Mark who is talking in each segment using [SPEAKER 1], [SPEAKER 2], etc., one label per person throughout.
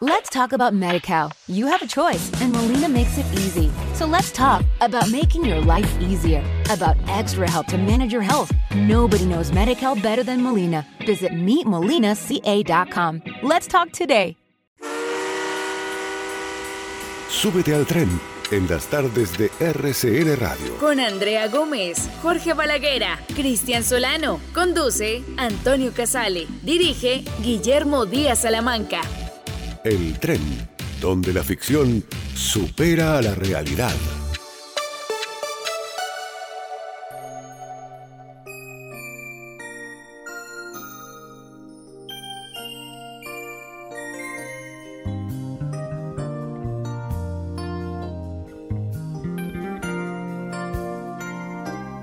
[SPEAKER 1] Let's talk about MediCal. You have a choice, and Molina makes it easy. So let's talk about making your life easier, about extra help to manage your health. Nobody knows MediCal better than Molina. Visit meetmolinaca.com. Let's talk today.
[SPEAKER 2] Súbete al tren en las tardes de RCN Radio.
[SPEAKER 3] Con Andrea Gómez, Jorge Balaguera, Cristian Solano. Conduce Antonio Casale. Dirige Guillermo Díaz Salamanca.
[SPEAKER 2] El tren, donde la ficción supera a la realidad.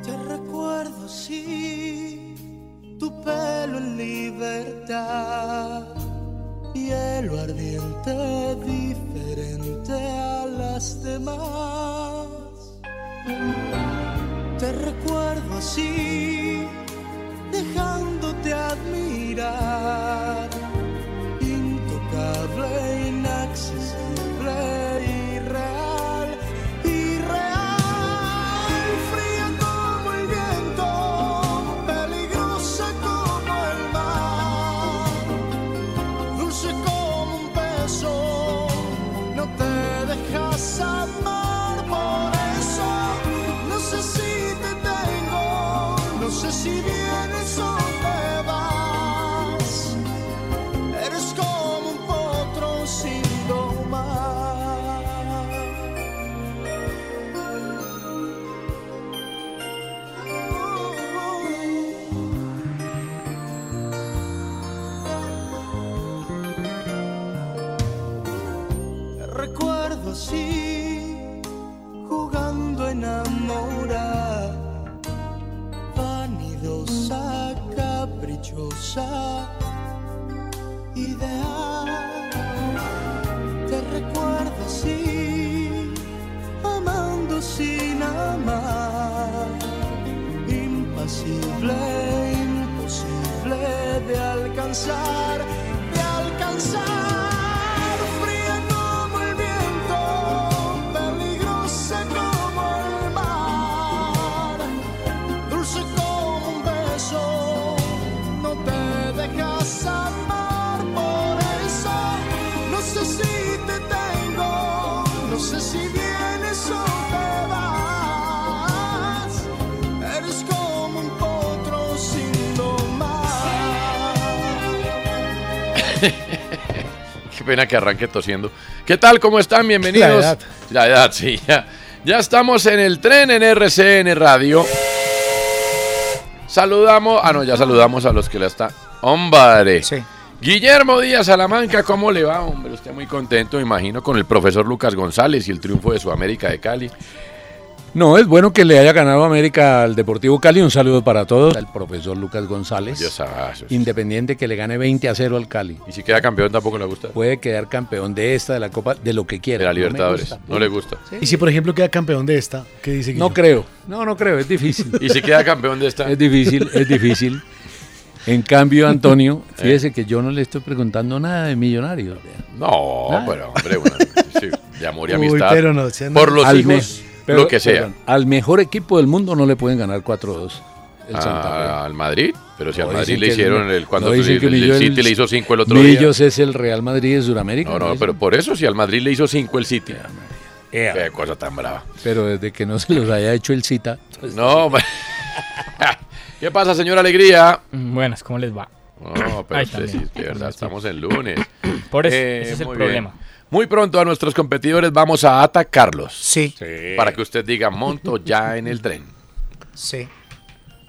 [SPEAKER 4] Te recuerdo así, tu pelo en libertad, hielo ardiente diferente a las demás. Te recuerdo así, dejándote admirar, intocable, inaccesible, irreal, irreal, fría como el viento, peligrosa como el mar, dulce como un beso, no te dejas amar por eso, no sé si te tengo, no sé si vienes o te vas. Eres como un potro sin domar. Te recuerdo así, jugando a enamorar, vanidosa, caprichosa ideal. Te recuerdo así, amando sin amar, impasible, imposible de alcanzar, de alcanzar. Fría como el viento, peligrosa como el mar, dulce como un beso no te dejas amar por eso. No sé si te tengo, no sé si vienes o te vas. Eres como un potro sin domar.
[SPEAKER 5] Qué pena que arranque tosiendo. ¿Qué tal? ¿Cómo están? Bienvenidos.
[SPEAKER 6] La edad.
[SPEAKER 5] La edad, sí. Ya, ya estamos en el tren en RCN Radio. Saludamos. Ah, no, ya saludamos a los que la están. Hombre. Guillermo Díaz Salamanca, ¿cómo le va, hombre? Usted muy contento, me imagino, con el profesor Lucas González y el triunfo de Sudamérica de Cali.
[SPEAKER 6] No, es bueno que le haya ganado América al Deportivo Cali. Un saludo para todos. Al profesor Lucas González.
[SPEAKER 5] Dios sabe.
[SPEAKER 6] Independiente que le gane 20 a 0 al Cali.
[SPEAKER 5] Y si queda campeón tampoco le gusta.
[SPEAKER 6] Puede quedar campeón de esta, de la Copa, de lo que quiera.
[SPEAKER 5] De la
[SPEAKER 6] No me
[SPEAKER 5] Libertadores.
[SPEAKER 6] gusta.
[SPEAKER 5] no le gusta.
[SPEAKER 7] Y si, por ejemplo, queda campeón de esta, ¿qué dice
[SPEAKER 6] No creo. No, no creo. Es difícil.
[SPEAKER 5] Y si queda campeón de esta.
[SPEAKER 6] Es difícil, es difícil. En cambio, Antonio,
[SPEAKER 5] Eh.
[SPEAKER 6] fíjese que yo no le estoy preguntando nada de millonarios.
[SPEAKER 5] No,
[SPEAKER 6] Nada.
[SPEAKER 5] pero hombre, bueno, sí, de amor y
[SPEAKER 6] Uy,
[SPEAKER 5] amistad.
[SPEAKER 6] pero no, sean-
[SPEAKER 5] por los
[SPEAKER 6] Al
[SPEAKER 5] hijos,
[SPEAKER 6] me- pero,
[SPEAKER 5] lo que sea.
[SPEAKER 6] perdón, al mejor equipo del mundo no le pueden ganar 4-2. El
[SPEAKER 5] Ah,
[SPEAKER 6] Santa Fe.
[SPEAKER 5] al Madrid, pero si
[SPEAKER 6] No,
[SPEAKER 5] al Madrid
[SPEAKER 6] dicen
[SPEAKER 5] le
[SPEAKER 6] que es
[SPEAKER 5] hicieron
[SPEAKER 6] un-
[SPEAKER 5] el cuando
[SPEAKER 6] no,
[SPEAKER 5] el,
[SPEAKER 6] dicen que
[SPEAKER 5] el
[SPEAKER 6] Millos-
[SPEAKER 5] City le hizo 5 el otro día.
[SPEAKER 6] Millos es el Real Madrid de Sudamérica.
[SPEAKER 5] No, no,
[SPEAKER 6] dicen.
[SPEAKER 5] pero por eso si al Madrid le hizo 5 el City. Qué cosa tan brava.
[SPEAKER 6] Pero desde que no se los haya hecho el cita.
[SPEAKER 5] No, hombre. ¿Qué pasa, señor Alegría?
[SPEAKER 8] Buenas, ¿cómo les va?
[SPEAKER 5] No, pero
[SPEAKER 8] Ay,
[SPEAKER 5] usted sí,
[SPEAKER 8] también.
[SPEAKER 5] de verdad, estamos en lunes.
[SPEAKER 8] Por eso, ese es el
[SPEAKER 5] Eh, muy
[SPEAKER 8] problema.
[SPEAKER 5] Muy pronto a nuestros competidores vamos a atacarlos.
[SPEAKER 7] Sí.
[SPEAKER 5] Para que usted diga, monto ya en el tren.
[SPEAKER 7] Sí.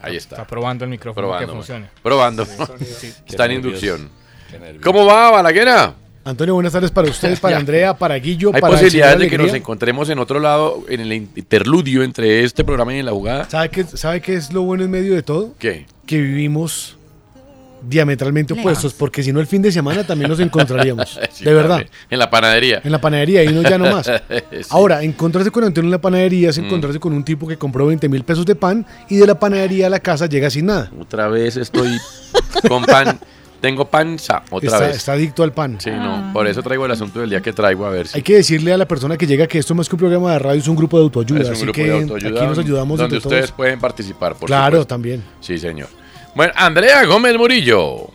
[SPEAKER 5] Ahí está.
[SPEAKER 8] Está probando el micrófono
[SPEAKER 5] Probando.
[SPEAKER 8] que funcione.
[SPEAKER 5] Probando.
[SPEAKER 8] Sí.
[SPEAKER 5] Está en
[SPEAKER 6] nervios.
[SPEAKER 5] inducción.
[SPEAKER 6] Qué nervios.
[SPEAKER 5] ¿Cómo va, Balaguera?
[SPEAKER 7] Antonio, buenas tardes para ustedes, para
[SPEAKER 5] Ya.
[SPEAKER 7] Andrea, para Guillo,
[SPEAKER 5] Hay
[SPEAKER 7] para el
[SPEAKER 5] posibilidades
[SPEAKER 7] señor
[SPEAKER 5] de que nos
[SPEAKER 7] Alegría.
[SPEAKER 5] encontremos en otro lado, en el interludio entre este programa y en la jugada.
[SPEAKER 7] ¿Sabe qué, ¿Sabe qué es lo bueno en medio de todo?
[SPEAKER 5] ¿Qué?
[SPEAKER 7] Que vivimos diametralmente
[SPEAKER 8] Lejos.
[SPEAKER 7] opuestos, porque si no el fin de semana también nos encontraríamos.
[SPEAKER 5] Sí,
[SPEAKER 7] de verdad.
[SPEAKER 5] también. En la panadería.
[SPEAKER 7] En la panadería, y no ya no más.
[SPEAKER 5] Sí. Mm.
[SPEAKER 7] Ahora, encontrarse con Antonio en la panadería es encontrarse con un tipo que compró 20 mil pesos de pan y de la panadería a la casa llega sin nada.
[SPEAKER 5] Otra vez estoy con pan. Tengo panza, otra
[SPEAKER 7] Está,
[SPEAKER 5] vez.
[SPEAKER 7] está adicto al pan.
[SPEAKER 5] Sí, no. Por eso traigo el asunto del día que traigo, a ver si.
[SPEAKER 7] Hay que decirle a la persona que llega que esto más que un programa de radio es un grupo de autoayuda.
[SPEAKER 5] es un
[SPEAKER 7] así
[SPEAKER 5] grupo
[SPEAKER 7] que
[SPEAKER 5] de autoayuda
[SPEAKER 7] aquí nos ayudamos
[SPEAKER 5] donde
[SPEAKER 7] entre todos.
[SPEAKER 5] ustedes pueden participar, por
[SPEAKER 7] claro,
[SPEAKER 5] supuesto.
[SPEAKER 7] también.
[SPEAKER 5] Sí, señor. Bueno, Andrea Gómez Murillo.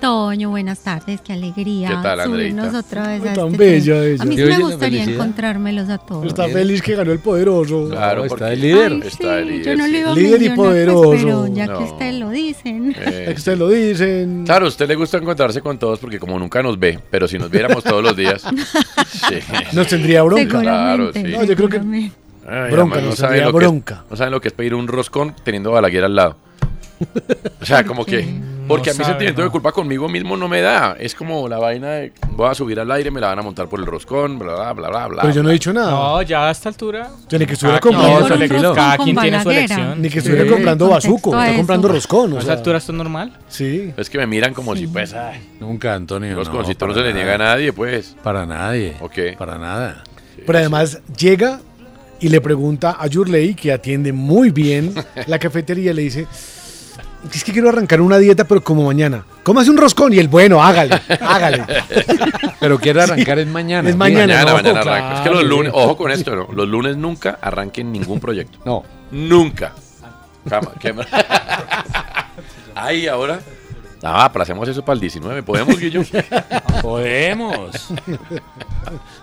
[SPEAKER 9] Toño, buenas tardes, qué alegría
[SPEAKER 5] ¿Qué tal, Andreita?
[SPEAKER 9] subirnos otra vez
[SPEAKER 7] Uy,
[SPEAKER 9] a
[SPEAKER 7] tan
[SPEAKER 9] este
[SPEAKER 7] bella
[SPEAKER 9] tren.
[SPEAKER 7] ella.
[SPEAKER 9] A mí sí
[SPEAKER 6] Yo oye
[SPEAKER 9] me
[SPEAKER 6] la
[SPEAKER 9] gustaría
[SPEAKER 6] felicidad.
[SPEAKER 9] encontrármelos a todos.
[SPEAKER 7] Está
[SPEAKER 6] Bien.
[SPEAKER 7] feliz que ganó el poderoso.
[SPEAKER 5] Claro,
[SPEAKER 6] No, está
[SPEAKER 5] porque-
[SPEAKER 6] de líder.
[SPEAKER 9] Ay,
[SPEAKER 5] Está
[SPEAKER 9] sí,
[SPEAKER 5] de líder,
[SPEAKER 9] yo no
[SPEAKER 5] sí.
[SPEAKER 9] lo iba a
[SPEAKER 7] Líder y
[SPEAKER 9] mencionar, pues,
[SPEAKER 7] poderoso.
[SPEAKER 9] pero ya
[SPEAKER 5] No.
[SPEAKER 9] que ustedes lo dicen.
[SPEAKER 5] Eh,
[SPEAKER 7] Es que ustedes lo dicen.
[SPEAKER 5] Claro, a usted le gusta encontrarse con todos porque como nunca nos ve, pero si nos viéramos todos los días. sí.
[SPEAKER 7] Nos tendría bronca.
[SPEAKER 5] Claro,
[SPEAKER 9] Seguramente.
[SPEAKER 5] sí.
[SPEAKER 7] No, yo creo que-
[SPEAKER 9] seguramente.
[SPEAKER 5] Ay,
[SPEAKER 7] Bronca,
[SPEAKER 5] además
[SPEAKER 7] nos
[SPEAKER 5] saben
[SPEAKER 7] tendría
[SPEAKER 5] lo que es-
[SPEAKER 7] bronca.
[SPEAKER 5] no saben lo que es pedir un roscón teniendo a Balaguer al lado. O sea, como que. Porque
[SPEAKER 8] No
[SPEAKER 5] a mí
[SPEAKER 8] sabe,
[SPEAKER 5] sentimiento de
[SPEAKER 8] ¿no?
[SPEAKER 5] culpa conmigo mismo no me da. Es como la vaina de voy a subir al aire, me la van a montar por el roscón, bla, bla, bla, bla. bla.
[SPEAKER 7] Pero yo no he dicho nada.
[SPEAKER 8] No, ya a esta altura.
[SPEAKER 7] Tiene que estuviera
[SPEAKER 5] Ah,
[SPEAKER 8] Cada quien tiene
[SPEAKER 7] comprando-
[SPEAKER 8] su
[SPEAKER 7] Por un
[SPEAKER 8] elección,
[SPEAKER 9] roscón
[SPEAKER 8] Cada
[SPEAKER 9] con
[SPEAKER 8] quien tiene su
[SPEAKER 9] Balaguer.
[SPEAKER 8] elección.
[SPEAKER 7] Ni que estuviera
[SPEAKER 9] Sí.
[SPEAKER 7] comprando
[SPEAKER 9] Contexto
[SPEAKER 7] bazuco,
[SPEAKER 9] a
[SPEAKER 7] está
[SPEAKER 9] eso.
[SPEAKER 7] comprando roscón. o
[SPEAKER 8] A esta
[SPEAKER 7] sea,
[SPEAKER 8] altura esto es normal.
[SPEAKER 7] Sí.
[SPEAKER 5] Es que me miran como si, pues, ay,
[SPEAKER 6] Nunca, Antonio.
[SPEAKER 5] los
[SPEAKER 6] no,
[SPEAKER 5] concitos no
[SPEAKER 6] para
[SPEAKER 5] se le
[SPEAKER 6] nada.
[SPEAKER 5] niega a nadie, pues.
[SPEAKER 6] Para nadie.
[SPEAKER 5] Ok.
[SPEAKER 6] Para nada.
[SPEAKER 7] Pero además llega y le pregunta a Yurley, que atiende muy bien la cafetería, le dice, es que quiero arrancar una dieta, pero como mañana. Cómase un roscón y el bueno, hágale, hágale.
[SPEAKER 6] Pero quiere arrancar es mañana.
[SPEAKER 7] Es
[SPEAKER 6] mira.
[SPEAKER 7] mañana.
[SPEAKER 5] Mañana,
[SPEAKER 7] no,
[SPEAKER 5] mañana
[SPEAKER 7] claro,
[SPEAKER 5] arranco. Es que los lunes, ojo con esto, ¿no? Los lunes nunca arranquen ningún proyecto.
[SPEAKER 6] No.
[SPEAKER 5] Nunca.
[SPEAKER 8] Ah.
[SPEAKER 5] Cama, quema. Ay, ahora. Ah, pero hacemos eso para el 19. ¿Podemos, Guillo?
[SPEAKER 6] Podemos.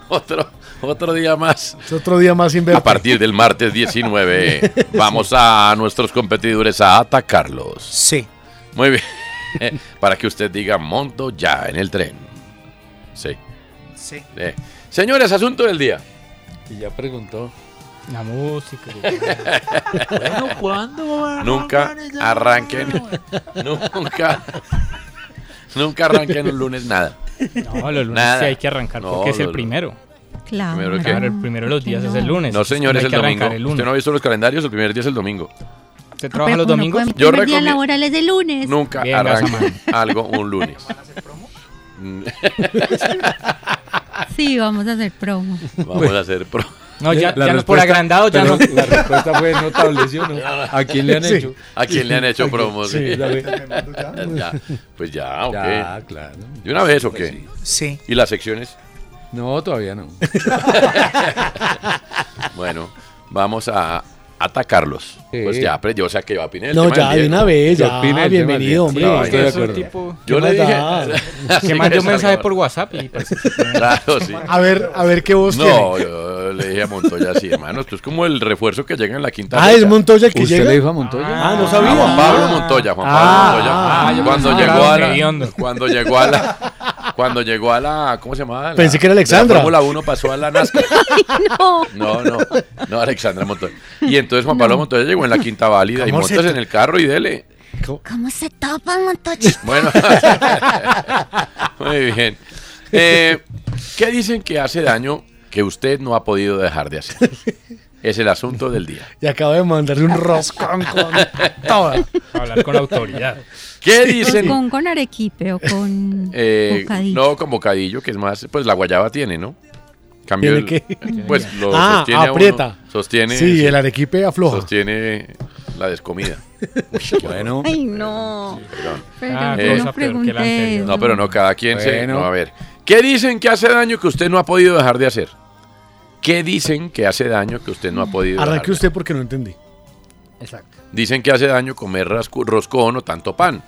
[SPEAKER 5] otro, otro día más.
[SPEAKER 7] Es otro día más sin ver.
[SPEAKER 5] A partir del martes 19, vamos a nuestros competidores a atacarlos.
[SPEAKER 7] Sí.
[SPEAKER 5] Muy bien. Para que usted diga, monto ya en el tren. Sí.
[SPEAKER 7] Sí.
[SPEAKER 5] Eh, Señores, asunto del día.
[SPEAKER 6] Y ya preguntó.
[SPEAKER 8] La música.
[SPEAKER 5] Nunca arranquen. Nunca. Nunca arranquen un lunes nada.
[SPEAKER 8] No, los lunes
[SPEAKER 5] Nada.
[SPEAKER 8] sí hay que arrancar
[SPEAKER 5] No,
[SPEAKER 8] porque es el
[SPEAKER 5] los-
[SPEAKER 8] primero.
[SPEAKER 9] Claro.
[SPEAKER 5] Primero que-
[SPEAKER 8] Claro, el primero de los días es el lunes.
[SPEAKER 5] No, señores,
[SPEAKER 8] hay
[SPEAKER 5] el
[SPEAKER 8] que
[SPEAKER 5] domingo.
[SPEAKER 8] arrancar el lunes.
[SPEAKER 5] ¿Usted no ha visto los calendarios? El primer día es el domingo.
[SPEAKER 8] ¿Usted trabaja los domingos?
[SPEAKER 9] Yo
[SPEAKER 5] Yo
[SPEAKER 9] el día
[SPEAKER 5] recomiendo-
[SPEAKER 9] laboral es de lunes.
[SPEAKER 5] Nunca
[SPEAKER 8] Bien,
[SPEAKER 5] arranquen
[SPEAKER 8] Gasamán.
[SPEAKER 5] algo un lunes.
[SPEAKER 9] Sí, vamos a hacer promo.
[SPEAKER 5] Vamos a hacer pro.
[SPEAKER 8] No, ya,
[SPEAKER 6] La
[SPEAKER 8] ya no, por
[SPEAKER 6] respuesta-
[SPEAKER 7] Ah,
[SPEAKER 8] agrandado ya
[SPEAKER 6] pero
[SPEAKER 8] no.
[SPEAKER 6] La respuesta fue notable, ¿sí o no? ¿A quién le han
[SPEAKER 7] Sí.
[SPEAKER 6] hecho?
[SPEAKER 5] ¿A quién le han hecho promos?
[SPEAKER 6] Sí, la ve-
[SPEAKER 5] Ya, Pues ya, ok.
[SPEAKER 6] Ya, claro.
[SPEAKER 5] ¿De una vez o qué?
[SPEAKER 7] Sí.
[SPEAKER 5] ¿Y las secciones?
[SPEAKER 6] No, todavía no.
[SPEAKER 5] Bueno, vamos a atacarlos.
[SPEAKER 6] Sí.
[SPEAKER 5] Pues ya, pero yo, o sea, que va a opinar el
[SPEAKER 7] No,
[SPEAKER 5] tema
[SPEAKER 7] ya,
[SPEAKER 5] del
[SPEAKER 7] de
[SPEAKER 5] día.
[SPEAKER 7] una vez,
[SPEAKER 6] Yo
[SPEAKER 7] ya,
[SPEAKER 6] opino del tema del día.
[SPEAKER 7] bienvenido, hombre.
[SPEAKER 5] Sí,
[SPEAKER 6] estoy de
[SPEAKER 8] Eso es
[SPEAKER 6] acuerdo.
[SPEAKER 8] tipo-
[SPEAKER 5] Yo
[SPEAKER 7] ¿Qué
[SPEAKER 5] le dije.
[SPEAKER 7] más da?
[SPEAKER 5] Así
[SPEAKER 8] Que mandó un
[SPEAKER 5] salga.
[SPEAKER 8] mensaje por WhatsApp y pues,
[SPEAKER 5] Claro, sí.
[SPEAKER 7] A ver, a ver qué voz
[SPEAKER 5] No,
[SPEAKER 7] tiene.
[SPEAKER 5] yo le dije a Montoya, sí, hermano, esto es como el refuerzo que llega en la quinta.
[SPEAKER 7] Ah, es
[SPEAKER 5] fecha.
[SPEAKER 7] Montoya el que
[SPEAKER 6] ¿Usted
[SPEAKER 7] llega.
[SPEAKER 6] le dijo a Montoya?
[SPEAKER 7] Ah, no
[SPEAKER 5] A
[SPEAKER 7] sabía.
[SPEAKER 5] Juan Pablo Montoya, Juan Pablo
[SPEAKER 7] Ah,
[SPEAKER 5] Montoya.
[SPEAKER 8] ah, yo
[SPEAKER 5] cuando,
[SPEAKER 8] pensaba
[SPEAKER 5] llegó a
[SPEAKER 8] que era
[SPEAKER 5] la,
[SPEAKER 8] hediondo.
[SPEAKER 5] cuando llegó a la. Cuando llegó a la. ¿Cómo se llamaba? La-
[SPEAKER 7] Pensé que era
[SPEAKER 5] de
[SPEAKER 7] Alexandra.
[SPEAKER 5] La Fórmula 1 pasó a la NASCAR.
[SPEAKER 9] No.
[SPEAKER 5] No, no, no, Alexandra Montoya. Y entonces Juan Pablo Montoya llegó en la quinta válida y
[SPEAKER 7] ¿Cómo
[SPEAKER 5] montas
[SPEAKER 7] se-
[SPEAKER 5] en el carro y dele.
[SPEAKER 9] ¿Cómo se tapan, Montoya?
[SPEAKER 5] Bueno, muy bien. Eh, ¿Qué dicen que hace daño que usted no ha podido dejar de hacer? Es el asunto del día.
[SPEAKER 7] Y acaba de mandarle un roscón con toda.
[SPEAKER 8] hablar con autoridad.
[SPEAKER 5] ¿Qué dicen?
[SPEAKER 9] Con, con arequipe o con
[SPEAKER 5] Eh,
[SPEAKER 9] bocadillo.
[SPEAKER 5] No, con bocadillo, que es más, pues la guayaba tiene, ¿no? Cambio
[SPEAKER 7] ¿Tiene
[SPEAKER 5] el-
[SPEAKER 7] qué?
[SPEAKER 5] Pues lo
[SPEAKER 7] Ah,
[SPEAKER 5] sostiene a uno,
[SPEAKER 7] aprieta.
[SPEAKER 5] sostiene,
[SPEAKER 7] Sí, el arequipe afloja.
[SPEAKER 5] sostiene la descomida.
[SPEAKER 6] Bueno,
[SPEAKER 9] Ay, no. Pero
[SPEAKER 8] Ah,
[SPEAKER 9] yo
[SPEAKER 8] peor
[SPEAKER 5] cosa
[SPEAKER 9] no
[SPEAKER 8] que la
[SPEAKER 9] pregunté
[SPEAKER 8] anterior.
[SPEAKER 9] eso.
[SPEAKER 5] No, pero no, cada quien se...
[SPEAKER 6] Bueno.
[SPEAKER 5] No, a ver. ¿Qué dicen que hace daño que usted no ha podido dejar de hacer? ¿Qué dicen que hace daño que usted no ha podido dejar
[SPEAKER 7] Arranque
[SPEAKER 5] de
[SPEAKER 7] usted porque no entendí.
[SPEAKER 5] Dicen que hace daño comer rascu- roscón o tanto pan.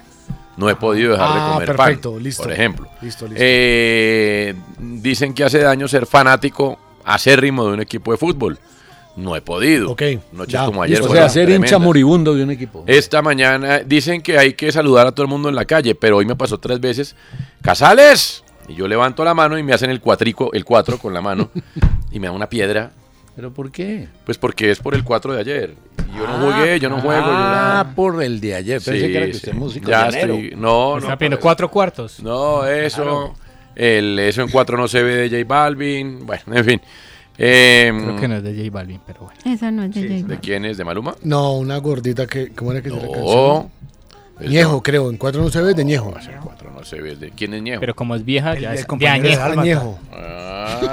[SPEAKER 5] No he podido dejar
[SPEAKER 7] Ah,
[SPEAKER 5] de comer
[SPEAKER 7] perfecto,
[SPEAKER 5] pan.
[SPEAKER 7] listo.
[SPEAKER 5] Por ejemplo.
[SPEAKER 7] Listo, listo.
[SPEAKER 5] Eh, dicen que hace daño ser fanático acérrimo de un equipo de fútbol. No he podido.
[SPEAKER 7] Ok,
[SPEAKER 5] Noches
[SPEAKER 7] ya,
[SPEAKER 5] como ayer.
[SPEAKER 6] o sea,
[SPEAKER 5] fueron
[SPEAKER 6] ser hincha
[SPEAKER 5] tremendas.
[SPEAKER 6] moribundo de un equipo.
[SPEAKER 5] Esta mañana dicen que hay que saludar a todo el mundo en la calle, pero hoy me pasó tres veces. ¡Casales! Y yo levanto la mano y me hacen el cuatrico, el cuatro con la mano, y me da una piedra.
[SPEAKER 6] ¿Pero por qué?
[SPEAKER 5] Pues porque es por el cuatro de ayer. Y Yo no jugué, yo no juego. yo nada.
[SPEAKER 6] Ah, por el de ayer. Pensé
[SPEAKER 5] Sí,
[SPEAKER 6] que era que
[SPEAKER 5] sí.
[SPEAKER 6] usted es músico.
[SPEAKER 5] Ya
[SPEAKER 6] llanero.
[SPEAKER 5] estoy- No, pues,
[SPEAKER 8] Está
[SPEAKER 5] no.
[SPEAKER 8] pidiendo cuatro cuartos.
[SPEAKER 5] No, eso. El Eso en 4 no se ve de J Balvin. Bueno, en fin. Eh,
[SPEAKER 8] Creo que no es de J Balvin, pero bueno.
[SPEAKER 9] Esa no es de J
[SPEAKER 5] ¿De
[SPEAKER 9] Balvin.
[SPEAKER 5] quién es? ¿De Maluma?
[SPEAKER 7] No, una gordita que. ¿Cómo era que se la
[SPEAKER 5] Oh,
[SPEAKER 7] canción? Ñejo, creo. En cuatro no se ve de Ñejo.
[SPEAKER 5] el 4 no se ve. ¿De quién es Ñejo?
[SPEAKER 8] Pero como es vieja, ya
[SPEAKER 10] del
[SPEAKER 8] es de
[SPEAKER 10] compañero de
[SPEAKER 8] añejo.
[SPEAKER 10] Álvaro.
[SPEAKER 7] Ñejo.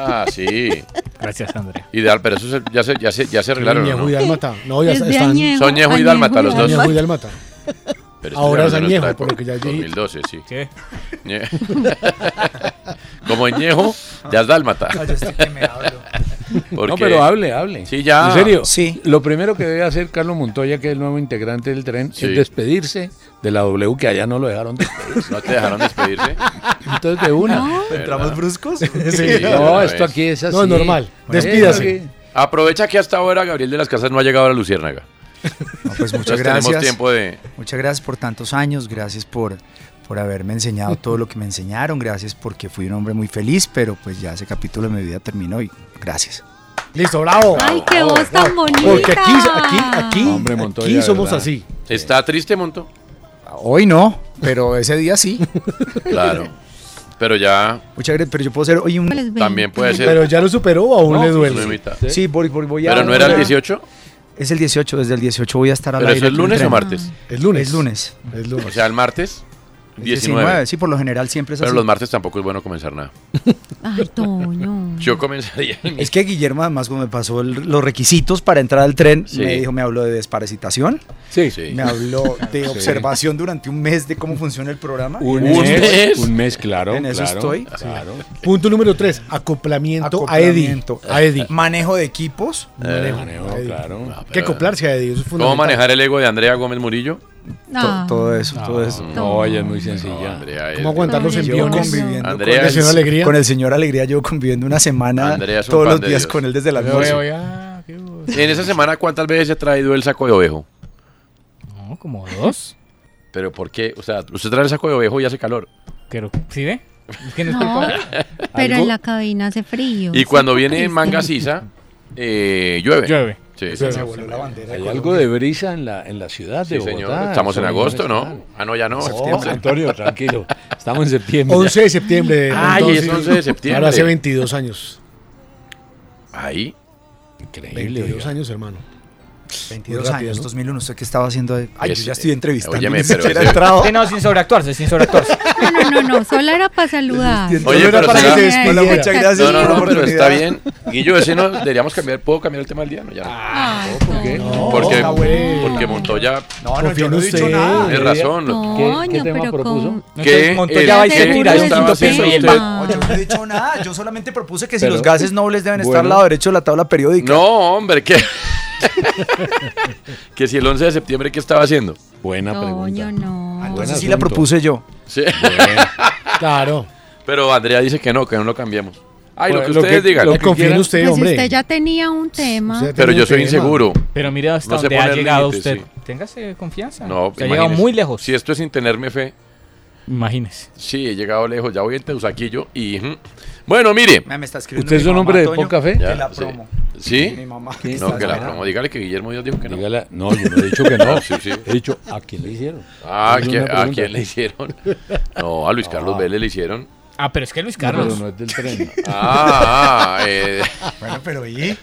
[SPEAKER 5] Ah, sí.
[SPEAKER 8] Gracias, Andrea.
[SPEAKER 5] Ideal, pero eso se- ya, se, ya, se, ya se arreglaron. ¿no?
[SPEAKER 7] Ñejo y Dálmata. No, ya
[SPEAKER 9] Es de
[SPEAKER 7] están.
[SPEAKER 9] añejo.
[SPEAKER 5] son Ñejo y Dálmata, los dos.
[SPEAKER 7] Ñejo y Dálmata.
[SPEAKER 5] Pero
[SPEAKER 7] Ahora
[SPEAKER 5] estoy
[SPEAKER 7] es
[SPEAKER 5] hablando de
[SPEAKER 7] añejo,
[SPEAKER 5] nuestra
[SPEAKER 7] por lo que ya
[SPEAKER 5] época,
[SPEAKER 7] dije.
[SPEAKER 5] 2012, sí.
[SPEAKER 8] ¿Qué?
[SPEAKER 5] Ñe- Como Ñejo, ya es dálmata.
[SPEAKER 10] No, Ah. yo estoy que me hablo.
[SPEAKER 5] Porque-
[SPEAKER 6] No, pero hable, hable.
[SPEAKER 5] Sí, ya.
[SPEAKER 6] En serio.
[SPEAKER 10] Sí.
[SPEAKER 6] Lo primero que debe hacer Carlos Montoya, que es el nuevo integrante del tren,
[SPEAKER 5] Sí.
[SPEAKER 6] es despedirse de la W, que allá no lo dejaron despedirse.
[SPEAKER 5] ¿No te dejaron despedirse?
[SPEAKER 6] Entonces, de una. No,
[SPEAKER 10] ¿Entramos bruscos?
[SPEAKER 5] Sí,
[SPEAKER 6] no
[SPEAKER 5] de
[SPEAKER 6] esto
[SPEAKER 5] una vez.
[SPEAKER 6] aquí es así.
[SPEAKER 7] No, es normal.
[SPEAKER 6] Bueno,
[SPEAKER 7] Despídase.
[SPEAKER 6] aquí-
[SPEAKER 5] Aprovecha que hasta ahora Gabriel de las Casas no ha llegado a la Luciérnaga.
[SPEAKER 10] No, pues muchas
[SPEAKER 5] Entonces
[SPEAKER 10] gracias.
[SPEAKER 5] tenemos tiempo de...
[SPEAKER 10] Muchas gracias por tantos años, gracias por, por haberme enseñado todo lo que me enseñaron, gracias porque fui un hombre muy feliz, pero pues ya ese capítulo de mi vida terminó y gracias.
[SPEAKER 7] Listo, bravo.
[SPEAKER 9] Ay, qué voz tan bonita.
[SPEAKER 7] Porque aquí, aquí, aquí,
[SPEAKER 6] Hombre, Montoya,
[SPEAKER 7] aquí
[SPEAKER 6] de
[SPEAKER 7] somos
[SPEAKER 6] verdad.
[SPEAKER 7] así.
[SPEAKER 5] ¿Está triste, Monto?
[SPEAKER 10] Hoy no, pero ese día sí.
[SPEAKER 5] Claro. Pero ya
[SPEAKER 10] Muchas gracias, pero yo puedo ser hoy un...
[SPEAKER 9] Pues,
[SPEAKER 5] también
[SPEAKER 9] ven.
[SPEAKER 5] puede ser...
[SPEAKER 7] Pero ya lo superó o aún
[SPEAKER 6] No,
[SPEAKER 7] le
[SPEAKER 6] sí,
[SPEAKER 5] no
[SPEAKER 7] duele.
[SPEAKER 5] imita.
[SPEAKER 10] Sí, voy, voy, voy a...
[SPEAKER 5] ¿Pero no era el
[SPEAKER 10] voy a-
[SPEAKER 5] 18?
[SPEAKER 10] Es el 18, desde el 18 voy a estar al
[SPEAKER 5] ¿Pero
[SPEAKER 10] aire
[SPEAKER 5] eso es
[SPEAKER 10] aquí en
[SPEAKER 5] lunes o
[SPEAKER 10] Tren.
[SPEAKER 5] martes?
[SPEAKER 7] Es lunes.
[SPEAKER 10] Es lunes.
[SPEAKER 7] Es
[SPEAKER 5] O
[SPEAKER 7] lunes.
[SPEAKER 5] sea, el martes,
[SPEAKER 10] Es
[SPEAKER 5] 19.
[SPEAKER 10] Sí, por lo general siempre es
[SPEAKER 5] Pero
[SPEAKER 10] así.
[SPEAKER 5] los martes tampoco es bueno comenzar nada.
[SPEAKER 9] Ay, Toño.
[SPEAKER 5] Yo comenzaría...
[SPEAKER 10] Es que Guillermo, además, cuando me pasó el- los requisitos para entrar al tren,
[SPEAKER 5] Sí.
[SPEAKER 10] me dijo, me habló de desparasitación,
[SPEAKER 6] Sí.
[SPEAKER 5] Sí.
[SPEAKER 10] me habló de observación durante un mes de cómo funciona el programa.
[SPEAKER 6] Un,
[SPEAKER 5] Un
[SPEAKER 6] mes,
[SPEAKER 5] mes.
[SPEAKER 6] Un mes, claro.
[SPEAKER 10] En eso
[SPEAKER 6] claro,
[SPEAKER 10] estoy.
[SPEAKER 6] Claro.
[SPEAKER 7] Punto número 3. Acoplamiento, a Eddie.
[SPEAKER 10] Acoplamiento.
[SPEAKER 7] A Eddie.
[SPEAKER 10] Manejo de equipos.
[SPEAKER 6] Eh,
[SPEAKER 7] ahí.
[SPEAKER 6] claro.
[SPEAKER 7] Hay que acoplarse a Eddie. Eso es
[SPEAKER 5] ¿Cómo
[SPEAKER 7] fundamental.
[SPEAKER 5] manejar el ego de Andrea Gómez Murillo?
[SPEAKER 9] Ah,
[SPEAKER 10] to- todo eso, todo eso.
[SPEAKER 6] No, ella es muy
[SPEAKER 5] No,
[SPEAKER 6] sencilla.
[SPEAKER 5] Andrea, es-
[SPEAKER 7] ¿Cómo aguantar los
[SPEAKER 9] Ay,
[SPEAKER 10] Llevo
[SPEAKER 9] Dios.
[SPEAKER 7] enviones?
[SPEAKER 10] conviviendo
[SPEAKER 5] Andrea
[SPEAKER 10] con,
[SPEAKER 5] es-
[SPEAKER 7] Nacional Alegría.
[SPEAKER 10] con el señor Alegría, llevo conviviendo una semana
[SPEAKER 5] Andrea es un
[SPEAKER 10] todos
[SPEAKER 5] pan
[SPEAKER 10] los
[SPEAKER 5] de
[SPEAKER 10] días
[SPEAKER 5] Dios.
[SPEAKER 10] con él desde la
[SPEAKER 8] Yo
[SPEAKER 10] noche.
[SPEAKER 8] veo ya, qué voz.
[SPEAKER 5] En esa semana, ¿cuántas veces se ha traído el saco de ovejo?
[SPEAKER 8] No, como dos.
[SPEAKER 5] Pero ¿por qué? O sea, usted trae el saco de ovejo y hace calor.
[SPEAKER 8] Pero, ¿sí ve? Es que no es
[SPEAKER 9] No,
[SPEAKER 8] culpa.
[SPEAKER 9] Ah, pero
[SPEAKER 6] Algo-
[SPEAKER 9] en la cabina hace frío.
[SPEAKER 5] Y
[SPEAKER 9] sí,
[SPEAKER 5] cuando viene
[SPEAKER 9] triste.
[SPEAKER 5] manga sisa, eh, llueve.
[SPEAKER 8] Llueve.
[SPEAKER 5] Sí,
[SPEAKER 7] Se
[SPEAKER 5] sí,
[SPEAKER 7] me voló la bandera.
[SPEAKER 6] Hay algo de brisa en la, en la ciudad de
[SPEAKER 5] sí,
[SPEAKER 6] Bogotá.
[SPEAKER 5] señor. Estamos en
[SPEAKER 6] Eso
[SPEAKER 5] agosto,
[SPEAKER 6] está.
[SPEAKER 5] ¿no? Ah, no, ya no.
[SPEAKER 6] No, Antonio, tranquilo. Estamos en septiembre.
[SPEAKER 7] 11 de septiembre.
[SPEAKER 5] Ay,
[SPEAKER 7] entonces.
[SPEAKER 5] es 11 de septiembre.
[SPEAKER 7] Ahora hace 22 años.
[SPEAKER 5] Ahí.
[SPEAKER 6] Increíble.
[SPEAKER 7] 22
[SPEAKER 6] oiga.
[SPEAKER 7] años, hermano.
[SPEAKER 10] 22
[SPEAKER 7] Muy rápido,
[SPEAKER 10] años,
[SPEAKER 7] ¿no?
[SPEAKER 10] 2001, ¿usted qué estaba haciendo? ahí? Ay, yo
[SPEAKER 5] Ese-
[SPEAKER 10] ya estoy entrevistando.
[SPEAKER 5] eh, Óyeme,
[SPEAKER 10] ni
[SPEAKER 5] pero
[SPEAKER 10] siquiera he
[SPEAKER 5] ese-
[SPEAKER 10] entrado.
[SPEAKER 8] Sí, no, sin sobreactuarse, sin sobreactuarse.
[SPEAKER 9] No, no, no, no, solo era para saludar.
[SPEAKER 10] Entiendo.
[SPEAKER 5] Oye,
[SPEAKER 7] No era
[SPEAKER 5] pero
[SPEAKER 7] para que
[SPEAKER 5] será-
[SPEAKER 7] se
[SPEAKER 9] Ay,
[SPEAKER 7] despidiera.
[SPEAKER 9] qué
[SPEAKER 10] Muchas gracias.
[SPEAKER 5] No, no,
[SPEAKER 9] ternura.
[SPEAKER 5] no,
[SPEAKER 10] Oportunidad.
[SPEAKER 5] pero está bien. Guillo, ese no, deberíamos cambiar. ¿Puedo cambiar el tema del día? No, ya no.
[SPEAKER 9] Ay,
[SPEAKER 7] No,
[SPEAKER 5] porque,
[SPEAKER 7] está bueno.
[SPEAKER 5] porque Montoya
[SPEAKER 10] No, no,
[SPEAKER 7] Confío
[SPEAKER 10] yo
[SPEAKER 7] en
[SPEAKER 10] no he dicho
[SPEAKER 7] usted.
[SPEAKER 10] nada.
[SPEAKER 5] tiene razón. lo-
[SPEAKER 9] Toño,
[SPEAKER 6] ¿Qué- qué tema
[SPEAKER 9] pero
[SPEAKER 6] propuso?
[SPEAKER 9] con...
[SPEAKER 5] ¿Qué
[SPEAKER 8] Entonces, Montoya
[SPEAKER 5] es-
[SPEAKER 8] va y se
[SPEAKER 5] qué
[SPEAKER 8] tira del
[SPEAKER 5] estaba
[SPEAKER 8] quinto
[SPEAKER 5] haciendo
[SPEAKER 8] piso y él
[SPEAKER 5] usted?
[SPEAKER 8] va.
[SPEAKER 10] No, yo no he dicho nada. Yo solamente propuse que si
[SPEAKER 6] Pero-
[SPEAKER 10] los gases nobles deben estar
[SPEAKER 6] Bueno.
[SPEAKER 10] al lado derecho de la tabla periódica.
[SPEAKER 5] No, hombre, ¿qué? que si el 11 de septiembre, ¿qué estaba haciendo?
[SPEAKER 6] Buena pregunta.
[SPEAKER 9] Toño, no.
[SPEAKER 10] Ah, Entonces
[SPEAKER 6] Buen
[SPEAKER 10] sí la
[SPEAKER 6] asunto.
[SPEAKER 10] propuse yo.
[SPEAKER 5] Pues Sí.
[SPEAKER 7] Claro.
[SPEAKER 5] Pero Andrea dice que no, que no lo cambiemos. Ay, lo
[SPEAKER 6] Pues,
[SPEAKER 5] que
[SPEAKER 6] lo
[SPEAKER 5] ustedes
[SPEAKER 6] que-
[SPEAKER 5] digan.
[SPEAKER 6] lo
[SPEAKER 7] Yo
[SPEAKER 6] que
[SPEAKER 7] confío en
[SPEAKER 6] quieran.
[SPEAKER 7] usted,
[SPEAKER 9] Pues
[SPEAKER 7] hombre.
[SPEAKER 9] usted ya tenía un tema.
[SPEAKER 7] Usted
[SPEAKER 5] Pero
[SPEAKER 7] tiene
[SPEAKER 5] yo soy
[SPEAKER 7] un tema.
[SPEAKER 5] inseguro.
[SPEAKER 8] Pero mira hasta
[SPEAKER 5] No sé
[SPEAKER 8] dónde ha
[SPEAKER 5] poner
[SPEAKER 8] llegado
[SPEAKER 5] límites,
[SPEAKER 8] usted.
[SPEAKER 5] sí.
[SPEAKER 8] Téngase confianza.
[SPEAKER 5] No,
[SPEAKER 8] Usted ha llegado
[SPEAKER 5] imagínese.
[SPEAKER 8] muy lejos.
[SPEAKER 5] Si esto es sin tenerme fe,
[SPEAKER 8] Imagínese.
[SPEAKER 5] sí, he llegado lejos. Ya voy en Teusaquillo y... ujú. Bueno, mire.
[SPEAKER 10] Ah, Me está escribiendo
[SPEAKER 6] ¿Usted es
[SPEAKER 10] mi
[SPEAKER 6] un
[SPEAKER 10] mamá,
[SPEAKER 6] hombre de
[SPEAKER 10] Toño,
[SPEAKER 6] poca fe?
[SPEAKER 5] Ya,
[SPEAKER 10] Que la
[SPEAKER 5] sí.
[SPEAKER 10] promo. Mi
[SPEAKER 5] ¿Sí?
[SPEAKER 10] mamá.
[SPEAKER 5] No, que la promo. Dígale que Guillermo Díaz dijo que no.
[SPEAKER 6] Dígale- no, yo no he dicho que no.
[SPEAKER 5] Sí, sí.
[SPEAKER 6] He dicho, ¿a quién le hicieron?
[SPEAKER 5] Ah,
[SPEAKER 6] Es
[SPEAKER 5] ¿a quién-
[SPEAKER 6] una
[SPEAKER 5] ¿a
[SPEAKER 6] pregunta.
[SPEAKER 5] quién le hicieron? No, a Luis Carlos Vélez le hicieron.
[SPEAKER 8] Ah, pero es que Luis
[SPEAKER 6] No, pero
[SPEAKER 8] Carlos.
[SPEAKER 6] no es del tren.
[SPEAKER 5] Ah, ah, eh,
[SPEAKER 10] Bueno, pero ¿y?